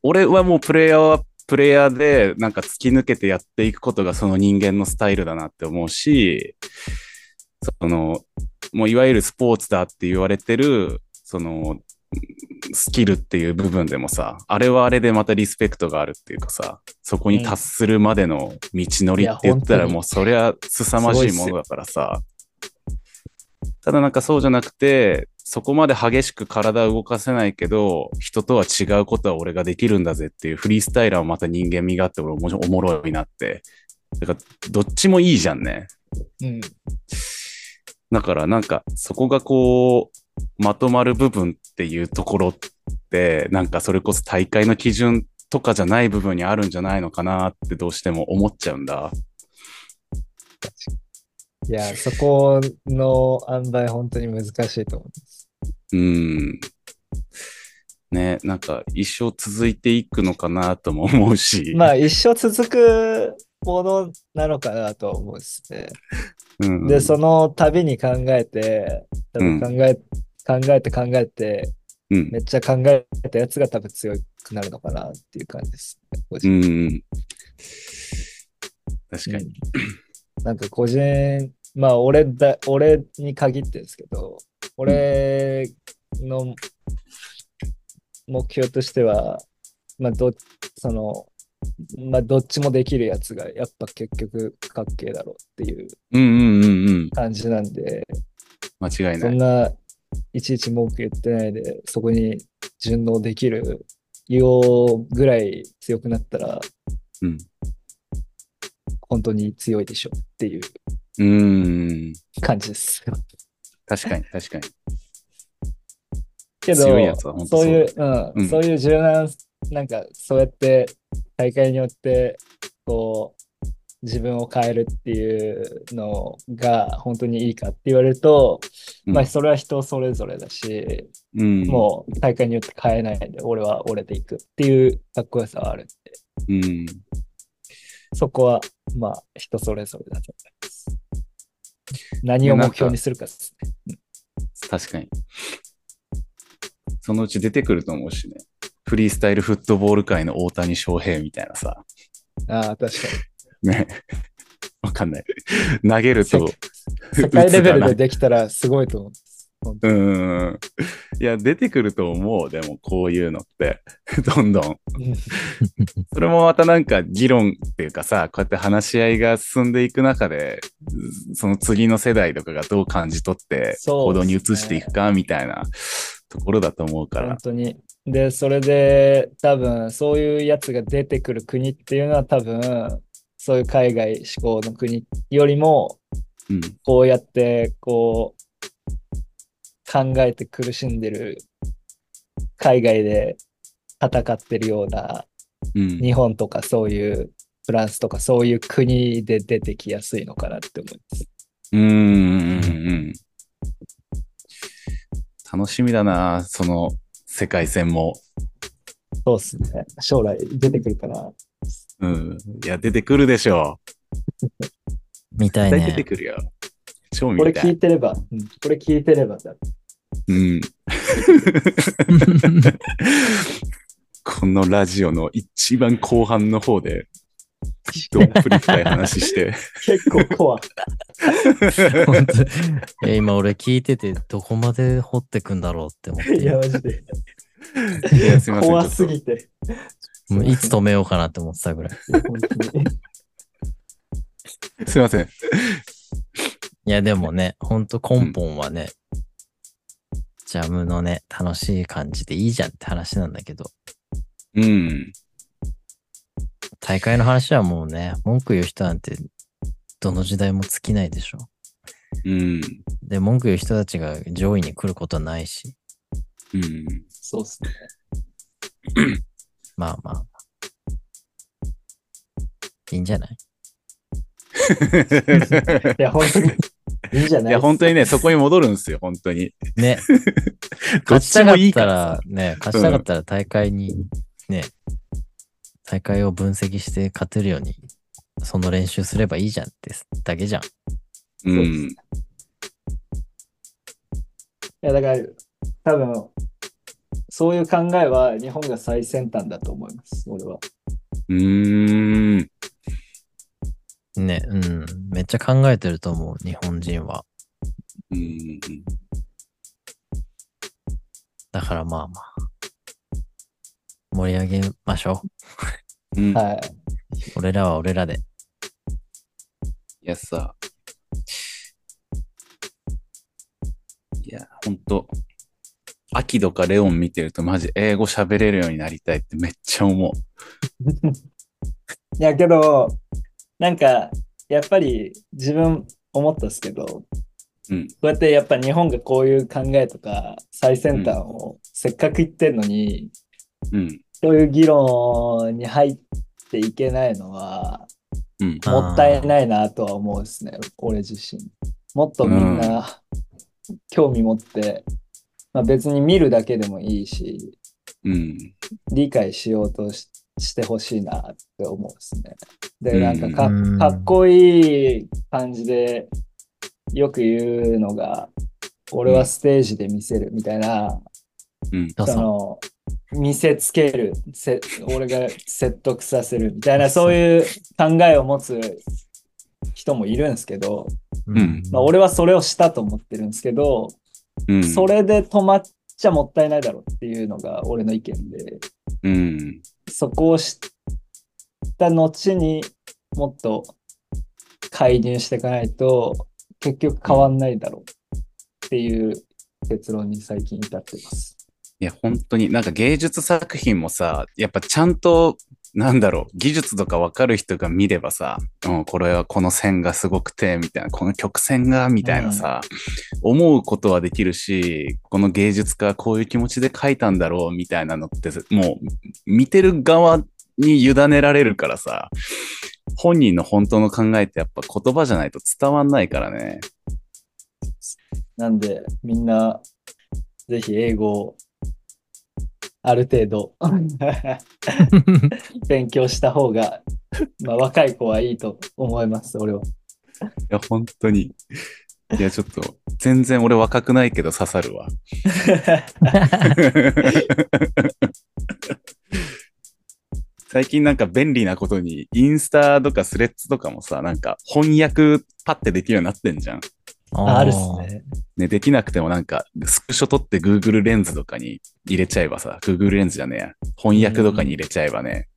Speaker 2: 俺はもうプレイヤーはプレイヤーで、なんか突き抜けてやっていくことがその人間のスタイルだなって思うし、その、もういわゆるスポーツだって言われてる、その、スキルっていう部分でもさ、あれはあれでまたリスペクトがあるっていうかさ、そこに達するまでの道のりって言ったら
Speaker 3: うんいや本当に
Speaker 2: もうそりゃ凄まじいものだからさ、ただなんかそうじゃなくて、そこまで激しく体を動かせないけど、人とは違うことは俺ができるんだぜっていうフリースタイラーもまた人間味があって俺おもしおもろいなって。だからどっちもいいじゃんね。
Speaker 3: うん。
Speaker 2: だからなんかそこがこう、まとまる部分っていうところって、なんかそれこそ大会の基準とかじゃない部分にあるんじゃないのかなってどうしても思っちゃうんだ。
Speaker 3: いや、そこの塩梅本当に難しいと思います。
Speaker 2: うん。ね、なんか一生続いていくのかなとも思うし。
Speaker 3: まあ、一生続くものなのかなとは思うですね。
Speaker 2: うん
Speaker 3: で、その度に考えて、多分考え、考えて考えて、
Speaker 2: うん
Speaker 3: めっちゃ考えたやつが多分強くなるのかなっていう感じですね。個
Speaker 2: う
Speaker 3: 人
Speaker 2: んうん。確かに。
Speaker 3: うん なんか個人、まあ俺だ、俺に限ってですけど、俺の目標としては、まあど、その、まあどっちもできるやつがやっぱ結局かっけえだろうっていう
Speaker 2: うんうんうんうん。
Speaker 3: 感じなんで、
Speaker 2: 間違い
Speaker 3: そ
Speaker 2: なんい。
Speaker 3: ないちいち文句言ってないで、そこに順応できるようぐらい強くなったら
Speaker 2: うん。
Speaker 3: 本当に強いでしょっていう
Speaker 2: うーん。
Speaker 3: 感じです。
Speaker 2: 確かに、確かに。
Speaker 3: けど、
Speaker 2: 強いやつは本当
Speaker 3: そういう、
Speaker 2: う
Speaker 3: うんん、そういう柔軟、なんか、そうやって、大会によって、こう、自分を変えるっていうのが本当にいいかって言われると、
Speaker 2: うん
Speaker 3: まあ、それは人それぞれだし、
Speaker 2: うん。
Speaker 3: もう大会によって変えないで、俺は俺でいくっていうかっこよさはあるんで、
Speaker 2: う。うん。
Speaker 3: そこは、まあ、人それぞれだと思います。何を目標にするかですね。
Speaker 2: 確かに。そのうち出てくると思うしね。フリースタイルフットボール界の大谷翔平みたいなさ。
Speaker 3: ああ、確かに。
Speaker 2: ね。わかんない。投げると。
Speaker 3: 世界レベルでできたらすごいと思う。
Speaker 2: うん。いや、出てくると思う。でも、こういうのって、 どんどん。それもまたなんか議論っていうかさ、こうやって話し合いが進んでいく中で、その次の世代とかがどう感じ取って、
Speaker 3: そう
Speaker 2: 行
Speaker 3: ですね
Speaker 2: 動に移していくか、みたいなところだと思うか
Speaker 3: 本
Speaker 2: ら。
Speaker 3: 当に。で、それで多分そういうやつが出てくる国っていうのは多分そういう海外志向の国よりも
Speaker 2: うん。
Speaker 3: こうやってこう考えて苦しんでる海外で戦ってるような
Speaker 2: うん。
Speaker 3: 日本とかそういうフランスとかそういう国で出てきやすいのかなって思います。
Speaker 2: うーんうんうん楽しみだな、その世界戦も。
Speaker 3: そうですね。将来出てくるかな。
Speaker 2: うん。いや、出てくるでしょ
Speaker 1: 見た
Speaker 2: う。
Speaker 1: い
Speaker 2: 絶対
Speaker 1: ね。
Speaker 2: 出てくるよ。超
Speaker 3: これ
Speaker 2: 見た
Speaker 3: 聞
Speaker 2: い。
Speaker 3: いてれば、うんこれ聞いてればだ。
Speaker 2: うん。このラジオの一番後半の方で、どっぷり深い話して。
Speaker 3: 結構怖い。
Speaker 1: 本当 いや今俺聞いてて、どこまで掘ってくんだろうって思っ
Speaker 3: いや、
Speaker 1: て、
Speaker 3: マジで。
Speaker 2: いやすいません
Speaker 3: 怖すぎて。
Speaker 1: もういつ止めようかなって思ってたぐらい。
Speaker 3: 本当に
Speaker 2: ちょっとすいません。
Speaker 1: いや、でもね、ほんと根本はね、ジャムのね、楽しい感じでいいじゃんって話なんだけど、
Speaker 2: うん。
Speaker 1: 大会の話はもうね、文句言う人なんて、どの時代も尽きないでしょ。
Speaker 2: うん。
Speaker 1: で、文句言う人たちが上位に来ることはないし、
Speaker 2: うん。
Speaker 3: そうっすね。
Speaker 1: まあまあ。いいんじゃない
Speaker 3: いや、本当に。いいんじゃないい
Speaker 2: や、本当
Speaker 3: に。
Speaker 2: にね、そこに戻るんですよ、本当に。
Speaker 1: ね。
Speaker 2: どっ
Speaker 1: 勝ち
Speaker 2: ち
Speaker 1: たか
Speaker 2: も
Speaker 1: っ
Speaker 2: いいか
Speaker 1: た
Speaker 2: ら
Speaker 1: ら、ね、勝ちたかったら大会に、ね、大会を分析して勝てるように、その練習すればいいじゃんってだけじゃん。
Speaker 2: う
Speaker 3: そうです
Speaker 2: ん
Speaker 3: ね。いや、だから、多分、そういう考えは日本が最先端だと思います、俺は。
Speaker 2: うーん。
Speaker 1: ね、うん。めっちゃ考えてると思う、日本人は。
Speaker 2: うん。
Speaker 1: だからまあまあ。盛り上げましょ
Speaker 2: うん
Speaker 3: はい。
Speaker 1: う。俺らは俺らで。
Speaker 2: いやさ。いや、ほんと。アキとかレオン見てるとマジ英語喋れるようになりたいってめっちゃ思う。
Speaker 3: いや、けど、なんか、やっぱり自分思ったっすけど、こ
Speaker 2: うん。
Speaker 3: うやってやっぱ日本がこういう考えとか、最先端をせっかく言ってんのに、
Speaker 2: うん。
Speaker 3: そういう議論に入っていけないのは、
Speaker 2: うん。
Speaker 3: もったいないなとは思うですね、俺自身。もっとみんな興味持って、まあ、別に見るだけでもいいし、
Speaker 2: うん。
Speaker 3: 理解しようとししてほしいなって思うですね。で、
Speaker 2: うん
Speaker 3: なんかか
Speaker 1: うん
Speaker 3: かっこいい感じでよく言うのが、俺はステージで見せるみたいな、
Speaker 2: うん。
Speaker 1: そうそ
Speaker 3: そ
Speaker 1: う。
Speaker 3: の、見せつける、せ俺が説得させるみたいな、そういう考えを持つ人もいるんですけど、
Speaker 1: うんん
Speaker 3: まあ、俺はそれをしたと思ってるんですけど、
Speaker 2: うん。
Speaker 3: そ。れで止まっちゃもったいないだろうっていうのが俺の意見で、
Speaker 2: うん。
Speaker 3: そこを知った後にもっと介入していかないと結局変わんないだろうっていう結論に最近至ってます。
Speaker 2: いや、本当になんか芸術作品もさ、やっぱちゃんと、なんだろう、技術とかわかる人が見ればさ、うん、これはこの線がすごくて、みたいな、この曲線が、みたいなさ、思うことはできるし、この芸術家はこういう気持ちで描いたんだろう、みたいなのって、もう、見てる側に委ねられるからさ、本人の本当の考えってやっぱ言葉じゃないと伝わんないからね。
Speaker 3: なんでみんなぜひ英語をある程 度勉強した方が、まあ、若い子はいいと思います、俺は。
Speaker 2: いや、本当に。いや、ちょっと、全然俺若くないけど刺さるわ。最近なんか便利なことに、インスタとかスレッズとかもさ、なんか翻訳パッてできるようになってんじゃん。
Speaker 3: ああるっすね。
Speaker 2: ね、できなくてもなんか、スクショ撮って Google レンズとかに入れちゃえばさ、Google レンズじゃねえや。翻訳とかに入れちゃえばね、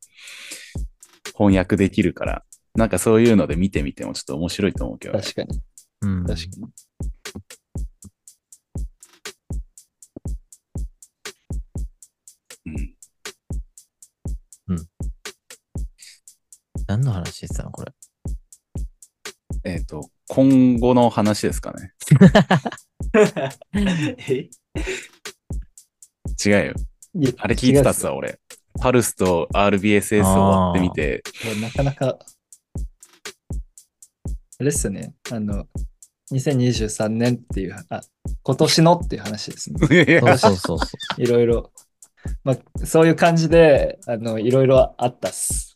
Speaker 2: 翻訳できるから、なんかそういうので見てみてもちょっと面白いと思うけどね、
Speaker 3: 確かに。
Speaker 1: うん。
Speaker 3: 確かに。
Speaker 2: うん。
Speaker 1: 何の話してたのこれ。
Speaker 2: えっ、と、今後の話ですかね。
Speaker 3: え
Speaker 2: 違うよ。あれ聞いてたっすわ、俺。パルスと RBSS を割ってみて、
Speaker 3: なかなか、あれっすよね。あの、2023年っていう、あ、今年のっていう話で すね。
Speaker 2: いやいや
Speaker 1: そうそうそうそ
Speaker 3: いろいろ。まあ、そういう感じで、あの、いろいろあったっす。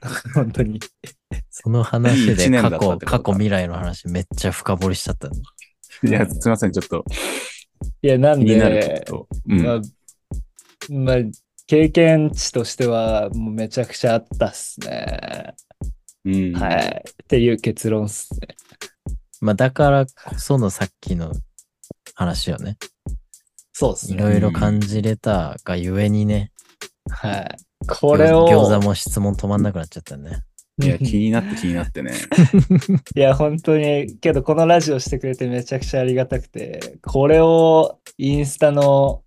Speaker 3: 本当に。
Speaker 1: う。その話
Speaker 2: いい
Speaker 1: で
Speaker 2: 一年だ
Speaker 1: 過
Speaker 2: ったってこ
Speaker 1: 去、
Speaker 2: とか
Speaker 1: 過去未来の話めっちゃ深掘りしちゃったね。
Speaker 2: いや、すいません、ちょっと
Speaker 3: いや、な
Speaker 2: 気
Speaker 3: ん
Speaker 2: になる
Speaker 3: で、
Speaker 2: ちょっと。うん
Speaker 3: まあ、まあ、経験値としては、もうめちゃくちゃあったっすね。
Speaker 2: うん
Speaker 3: はい。っていう結論っすね。
Speaker 1: まあだからこそのさっきの話よね。
Speaker 3: そうっす
Speaker 1: い
Speaker 3: ね。
Speaker 1: ろいろ感じれたがゆえにね、
Speaker 3: はい。これを。
Speaker 1: 餃子も質問止まんなくなっちゃったね。
Speaker 2: いや、気になって気になってね。
Speaker 3: いや、本当に、けどこのラジオしてくれてめちゃくちゃありがたくて、これをインスタの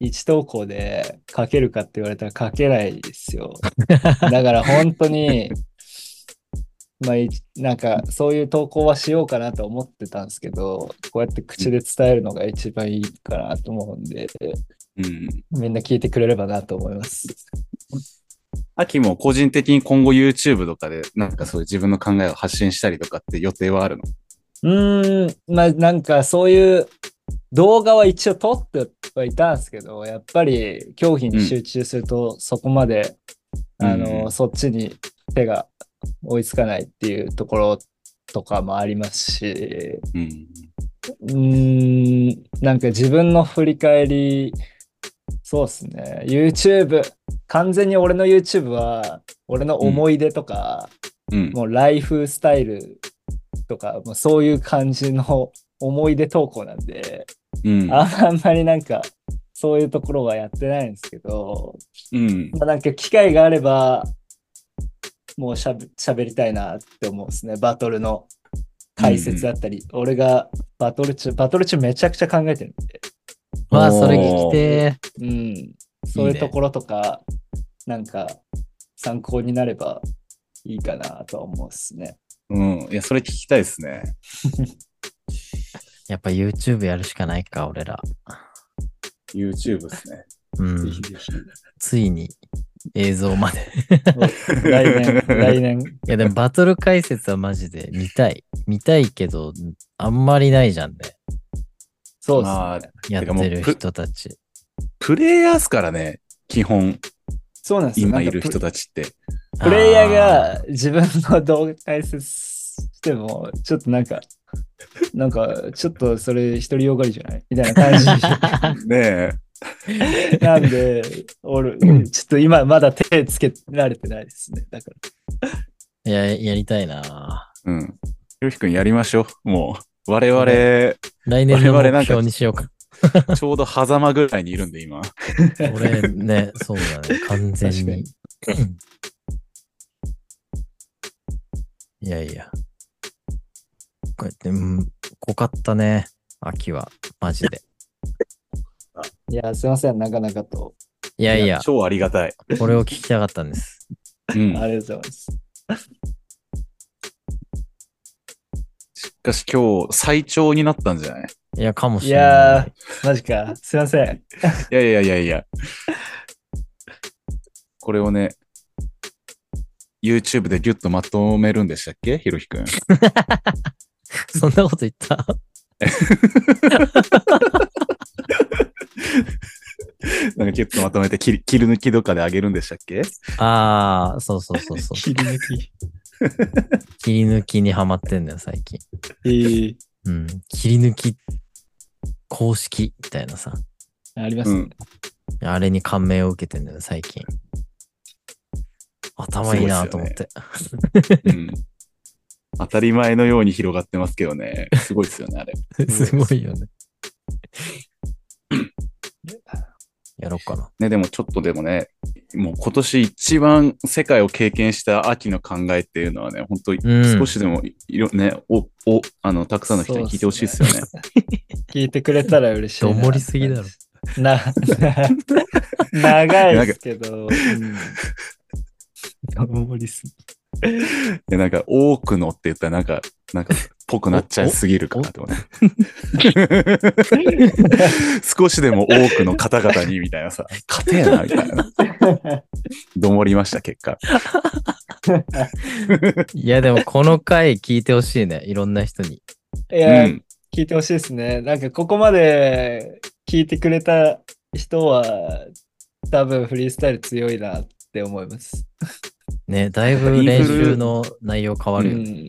Speaker 3: 一投稿で書けるかって言われたら書けないですよ。だから本当に、まあ、いなんかそういう投稿はしようかなと思ってたんですけど、こうやって口で伝えるのが一番いいかなと思うんで、
Speaker 2: うん。
Speaker 3: みんな聞いてくれればなと思います。
Speaker 2: 秋も個人的に今後 YouTube とかで、なんかそういう自分の考えを発信したりとかって予定はあるの
Speaker 3: うーん、まあなんかそういう動画は一応撮ってはいたんですけど、やっぱり競技に集中するとそこまで、
Speaker 2: うん
Speaker 3: あ
Speaker 2: うんう
Speaker 3: の、
Speaker 2: ん
Speaker 3: そっちに手が追いつかないっていうところとかもありますし、
Speaker 2: うん。
Speaker 3: うーん、なんか自分の振り返り、そうですね、YouTube、完全に俺の YouTube は、俺の思い出とか、
Speaker 2: うん。
Speaker 3: もうライフスタイルとか、もうそういう感じの思い出投稿なんで、
Speaker 2: うん。
Speaker 3: あんまりなんか、そういうところはやってないんですけど、
Speaker 2: うん。
Speaker 3: まあ、なんか機会があれば、もうしゃべ喋りたいなって思うんですね。バトルの解説だったり、俺がバトル中、バトル中めちゃくちゃ考えてるんで、
Speaker 1: まあそれ聞きて
Speaker 3: うん、そういうところとか、なんか参考になればいいかなとは思うんで すね。
Speaker 2: うん。いや、それ聞きたいですね。
Speaker 1: やっぱ YouTube やるしかないか、俺ら。
Speaker 2: YouTube ですね。
Speaker 1: うん。ついに映像まで。
Speaker 3: 来年、来年。
Speaker 1: いやでもバトル解説はマジで見たい。見たいけど、あんまりないじゃんね。
Speaker 3: そうですね。
Speaker 2: まあ、
Speaker 1: やって
Speaker 2: かもう
Speaker 1: る人たち。
Speaker 2: プレイヤーっすからね、基本、
Speaker 3: そうなんですよ。
Speaker 2: 今い
Speaker 3: なんか
Speaker 2: る人たちって。
Speaker 3: プ。プレイヤーが自分の動画解説しても、ちょっとなんか、なんか、ちょっとそれ独りよがりじゃないみたいな感
Speaker 2: ねえ。
Speaker 3: じなんで、俺、ちょっと今まだ手つけられてないですね。だから。
Speaker 1: いや、やりたいな
Speaker 2: うん。ひろひくんやりましょう。もう、我々、
Speaker 1: 来年の
Speaker 2: 我々なんか
Speaker 1: 目標にしようか。
Speaker 2: ちょうど狭間ぐらいにいるんで、今。
Speaker 1: 俺ね、そうだね。完全に。いやいや。こうやって、うん、濃かったね。秋は、マジで。
Speaker 3: いや、すいません、なかなかと。
Speaker 1: いやいや、
Speaker 2: 超ありがたい。
Speaker 1: これを聞きたかったんです。
Speaker 2: うん。
Speaker 3: ありがとうございます。
Speaker 2: しかし今日、最長になったんじゃない
Speaker 1: いや、かもし
Speaker 3: い
Speaker 1: れない。
Speaker 3: やー、マジか。すいません。
Speaker 2: いやいやいやいや。これをね、YouTube でギュッとまとめるんでしたっけひろひくん。
Speaker 1: そんなこと言った。
Speaker 2: なんかギュッとまとめて切り切り抜きとかであげるんでしたっけ
Speaker 1: ああ、そうそうそうそう。
Speaker 3: 切り抜き。
Speaker 1: 切り抜きにハマってんだよ、最近。
Speaker 3: えー
Speaker 1: うん、切り抜き公式みたいなさ、
Speaker 3: ありますね。
Speaker 1: あれに感銘を受けてんだよ、最近。頭いいなと思って。
Speaker 2: うん当たり前のように広がってますけどね。すごいですよね、あれ。
Speaker 1: す,、
Speaker 3: すご
Speaker 1: ご
Speaker 3: いです
Speaker 1: いよね。 やろうかな。
Speaker 2: ね、でもちょっとでもね、もう今年一番世界を経験した秋の考えっていうのはね、本当に
Speaker 1: うん
Speaker 2: 少しでもいいろ、ね、お、お、あの、たくさんの人に聞いてほしいですよね。
Speaker 3: 聞いてくれたら嬉しいな。
Speaker 1: どもりすぎだろ。
Speaker 3: な、 な長いですけど。どもりすぎ。
Speaker 2: で、なんか、多くのって言ったらなんか、なんか、ぽくなっちゃいすぎるかなって思うね。少しでも多くの方々に、みたいなさ、勝てえな、みたいな。どもりました、結果。
Speaker 1: いや、でもこの回聞いてほしいね。いろんな人に。
Speaker 3: いうや、
Speaker 2: ん。
Speaker 3: 聞いてほしいですね。なんかここまで聞いてくれた人は多分フリースタイル強いなって思います。
Speaker 1: ね、だいぶ練習の内容変わ
Speaker 3: う
Speaker 1: るよね。
Speaker 3: ん、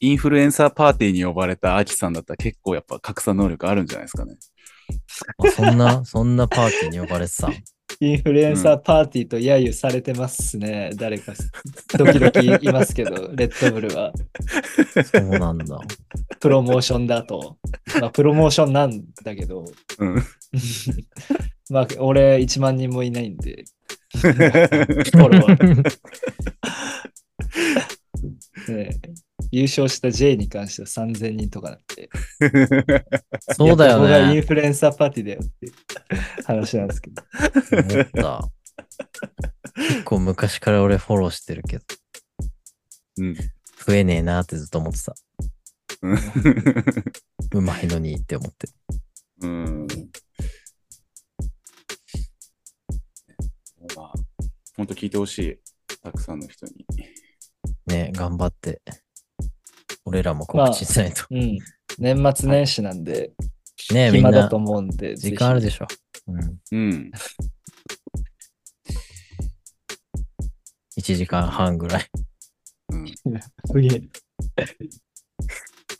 Speaker 2: インフルエンサーパーティーに呼ばれたアキさんだったら結構やっぱ格差能力あるんじゃないですかね。
Speaker 1: あそん な、そんなパーティーに呼ばれてた。
Speaker 3: インフルエンサーパーティーと揶揄されてますね。誰かドキドキいますけど、レッドブルは
Speaker 1: そうなん だ。
Speaker 3: プロモーションだ と。まあプロモーションなんだけど、
Speaker 2: うん。
Speaker 3: まあ俺1万人もいないんで、フォロワー。ねえ優勝した J に関しては3000人とかだって。
Speaker 1: そうだよ
Speaker 3: いやここがイン
Speaker 1: ね。
Speaker 3: フルエンサーパーティーだよっていう話なんですけ ど。
Speaker 1: 思った。結構昔から俺フォローしてるけど、
Speaker 2: うん。
Speaker 1: 増えねえなってずっと思ってた。
Speaker 2: うん
Speaker 1: うまいのにって思って。
Speaker 2: うん。まあ、ほんと聞いてほしい。たくさんの人に。
Speaker 1: ね、頑張って。俺らも告知しないと。
Speaker 3: うん。年末年始なんで、
Speaker 1: ね、みん
Speaker 3: 暇だ
Speaker 1: な
Speaker 3: と、思うんで、
Speaker 1: 時間あるで
Speaker 3: し
Speaker 1: しょ。うん。
Speaker 2: うん。
Speaker 1: 1時間半ぐらい。
Speaker 2: うん、
Speaker 3: ょ。すげえ。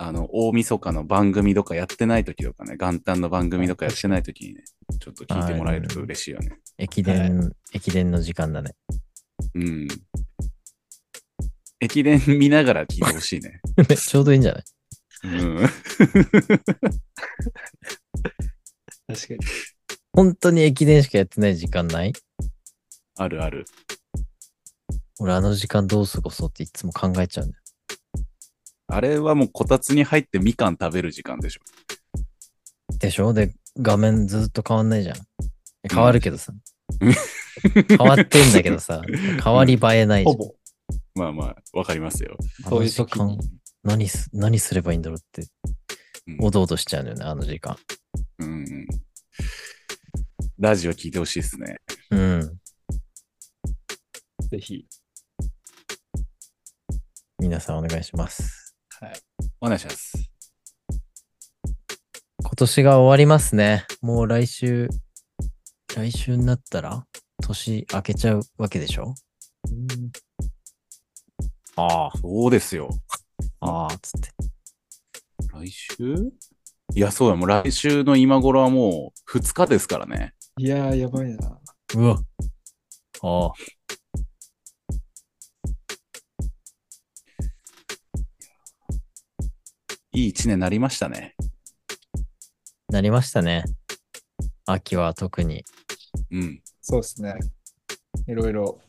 Speaker 2: あの、大晦日の番組とかやってない時とかね、元旦の番組とかやってない時にね、ちょっと聞いてもらえると嬉しいよね。
Speaker 1: 駅伝、駅伝の時間だね。
Speaker 2: うん。駅伝見ながら聞いてほしいね。
Speaker 1: ちょうどいいんじゃない
Speaker 2: うん。
Speaker 3: 確かに。
Speaker 1: 本当に駅伝しかやってない時間ない
Speaker 2: あるある。
Speaker 1: 俺あの時間どう過ごそうっていつも考えちゃうんだよ。
Speaker 2: あれはもうこたつに入ってみかん食べる時間でしょ。
Speaker 1: でしょで、画面ずっと変わんないじゃん。変わるけどさ。変わってんだけどさ。変わり映えないじゃ
Speaker 3: ほ
Speaker 1: ん。
Speaker 3: ぼ。
Speaker 2: まあまあ、わかりますよ。
Speaker 1: あ
Speaker 3: そう
Speaker 1: の
Speaker 3: いう
Speaker 1: 時
Speaker 3: 時
Speaker 1: 間
Speaker 3: に。
Speaker 1: 何す、何すればいいんだろうって、
Speaker 2: うん
Speaker 1: おどおどしちゃうんだよね、あの時間。
Speaker 2: うんうん。ラジオ聞いてほしいですね。
Speaker 1: うん。
Speaker 3: ぜひ。
Speaker 1: 皆さんお願いします。
Speaker 2: お願いします。
Speaker 1: 今年が終わりますね。もう来週、来週になったら、年明けちゃうわけでしょあ
Speaker 2: そうですよ。
Speaker 1: あ、ああ、つって。
Speaker 2: 来週いや、そうだ、もう来週の今頃はもう2日ですからね。
Speaker 3: いやー、やばいな。
Speaker 1: うわ。ああ。
Speaker 2: いい1年になりましたね。
Speaker 1: なりましたね。秋は特に。
Speaker 2: うん。
Speaker 3: そうですね。いろいろ、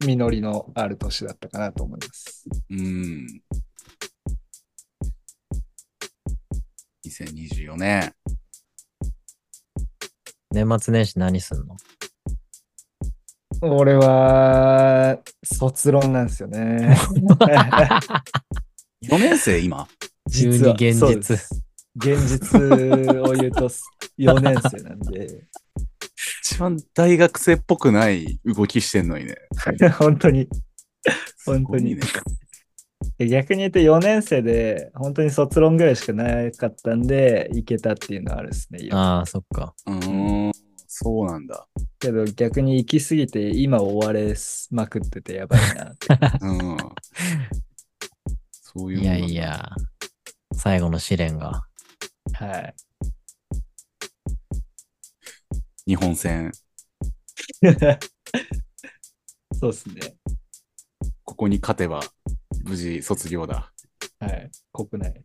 Speaker 3: 実りのある年だったかなと思います。
Speaker 2: うん。2024年。
Speaker 1: 年末年始何すんの
Speaker 3: 俺は、卒論なんです よね。
Speaker 2: 4年生今
Speaker 1: 急に
Speaker 3: 実は
Speaker 1: 現実
Speaker 3: そうです現実を言うと4年生なんで、
Speaker 2: 一番大学生っぽくない動きしてんのにね。
Speaker 3: 本当に。本当
Speaker 2: いい
Speaker 3: に
Speaker 2: ね。。
Speaker 3: 逆に言うと4年生で、本当に卒論ぐらいしかなかったんで、いけたっていうのはあるですね。
Speaker 1: ああ、そっか。
Speaker 2: うーん。そうなんだ。
Speaker 3: けど逆に行き過ぎて、今追われまくっててや ばいなって。
Speaker 2: うん。そういう
Speaker 1: い
Speaker 2: もん
Speaker 1: や
Speaker 2: なんだ
Speaker 1: いや、最後の試練が。
Speaker 3: はい。
Speaker 2: 日本戦、
Speaker 3: そうですね。
Speaker 2: ここに勝てば無事卒業だ。
Speaker 3: はい。国内。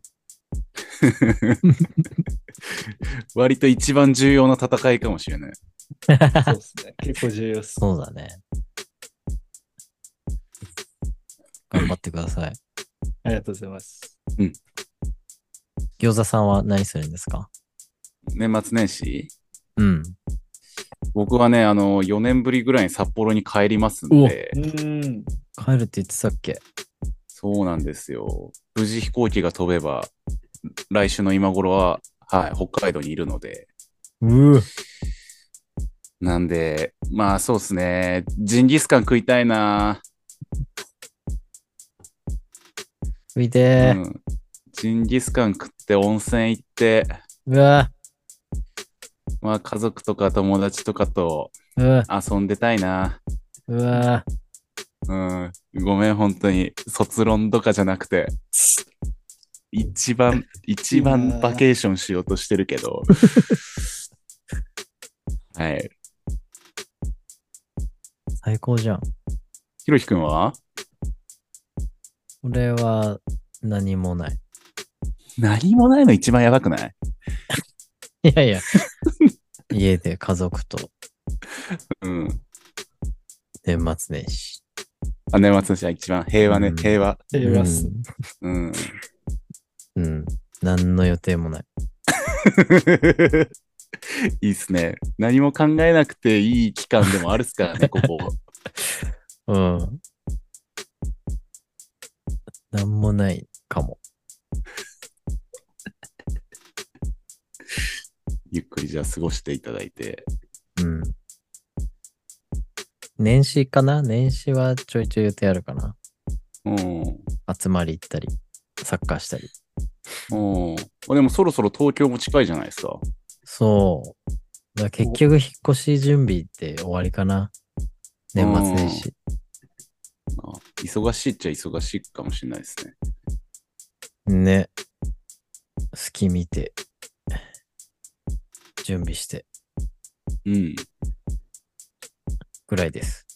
Speaker 2: 割と一番重要な戦いかもしれない。
Speaker 3: そうですね。結構重要っす。
Speaker 1: そうだね。頑張ってください。
Speaker 3: ありがとうございます。
Speaker 1: 餃子さんは何するんですか
Speaker 2: 年末年始
Speaker 1: うん。
Speaker 2: 僕はね、あの、4年ぶりぐらいに札幌に帰りますんで、
Speaker 3: うん。
Speaker 1: 帰るって言ってたっけ
Speaker 2: そうなんですよ。無事飛行機が飛べば、来週の今頃は、はい、北海道にいるので、
Speaker 1: う
Speaker 2: なんで、まあそうですね、ジンギスカン食いたいな、
Speaker 1: 見て
Speaker 2: う
Speaker 1: ー、
Speaker 2: ん。ジンギスカン食って温泉行って、
Speaker 1: うわ
Speaker 2: まあ家族とか友達とかと
Speaker 1: うわ
Speaker 2: 遊んでたいな。
Speaker 1: うわ
Speaker 2: うん。ごめん、本当に。卒論とかじゃなくて。一番、一
Speaker 3: いや
Speaker 2: 番
Speaker 3: ー
Speaker 2: バケーションしようとしてるけ ど。はい。
Speaker 1: 最高じゃん。
Speaker 2: ひろひくんは
Speaker 1: 俺は何もない。
Speaker 2: 何もないの一番やばくない
Speaker 1: いやい や。家で家族と
Speaker 2: うん。
Speaker 1: 年末年始。
Speaker 2: あ、年末年始は一番平和ね、
Speaker 1: うん
Speaker 2: 平和。
Speaker 3: えー、ます。
Speaker 2: うん。
Speaker 1: うん。うん。何の予定もない。
Speaker 2: いいっすね。何も考えなくていい期間でもあるっすか らね、ここ。
Speaker 1: うん。何もないかも。
Speaker 2: ゆっくりじゃあ過ごしていただいて。
Speaker 1: うん。年始かな年始はちょいちょい予定あるかな
Speaker 2: うん。
Speaker 1: 集まり行ったり、サッカーしたり。
Speaker 2: おーあでもそろそろ東京も近いじゃないですか。
Speaker 1: そう。だから結局引っ越し準備って終わりかな年末年始。
Speaker 2: あ忙しいっちゃ忙しいかもしれないですね。
Speaker 1: ね。隙見て、準備して
Speaker 2: うん。
Speaker 1: ぐらいです。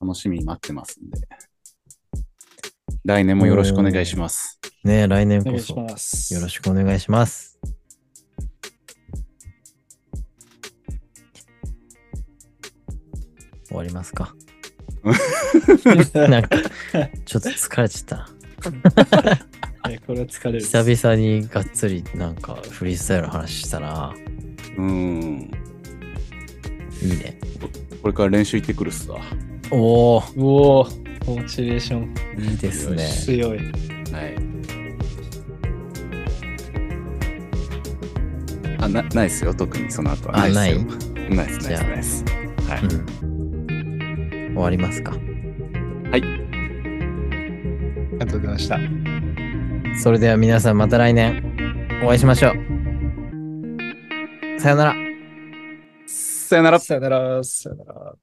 Speaker 2: 楽しみに待ってますんで。来年もよろしくお願いします。
Speaker 1: ね来年
Speaker 3: お願
Speaker 1: こ
Speaker 3: いし
Speaker 1: そよ
Speaker 3: ます。
Speaker 1: ろしくお願いします。終わります か。なんか、ちょっと疲れちゃった。
Speaker 3: えーこれは疲れる。
Speaker 1: 久々にがっつりなんかフリースタイルの話したら、
Speaker 2: うん。
Speaker 1: いいね。
Speaker 2: これから練習行ってくるっすわ。は
Speaker 1: おお、
Speaker 3: おお、モチベーション
Speaker 1: いいですね。
Speaker 3: 強い。
Speaker 2: い。あ、なないっすよ。特にその後は。
Speaker 1: あ、
Speaker 2: っす
Speaker 1: ない、
Speaker 2: よ
Speaker 1: う
Speaker 2: ないっす、
Speaker 1: じ
Speaker 2: ない
Speaker 1: ゃ
Speaker 2: っす、
Speaker 1: あ
Speaker 2: ないっす。はい。
Speaker 1: ん、終わりますか。
Speaker 3: ありがとうございました。
Speaker 1: それでは皆さんまた来年お会いしましょう。さよなら。
Speaker 2: さよなら。
Speaker 3: さよなら、さよなら。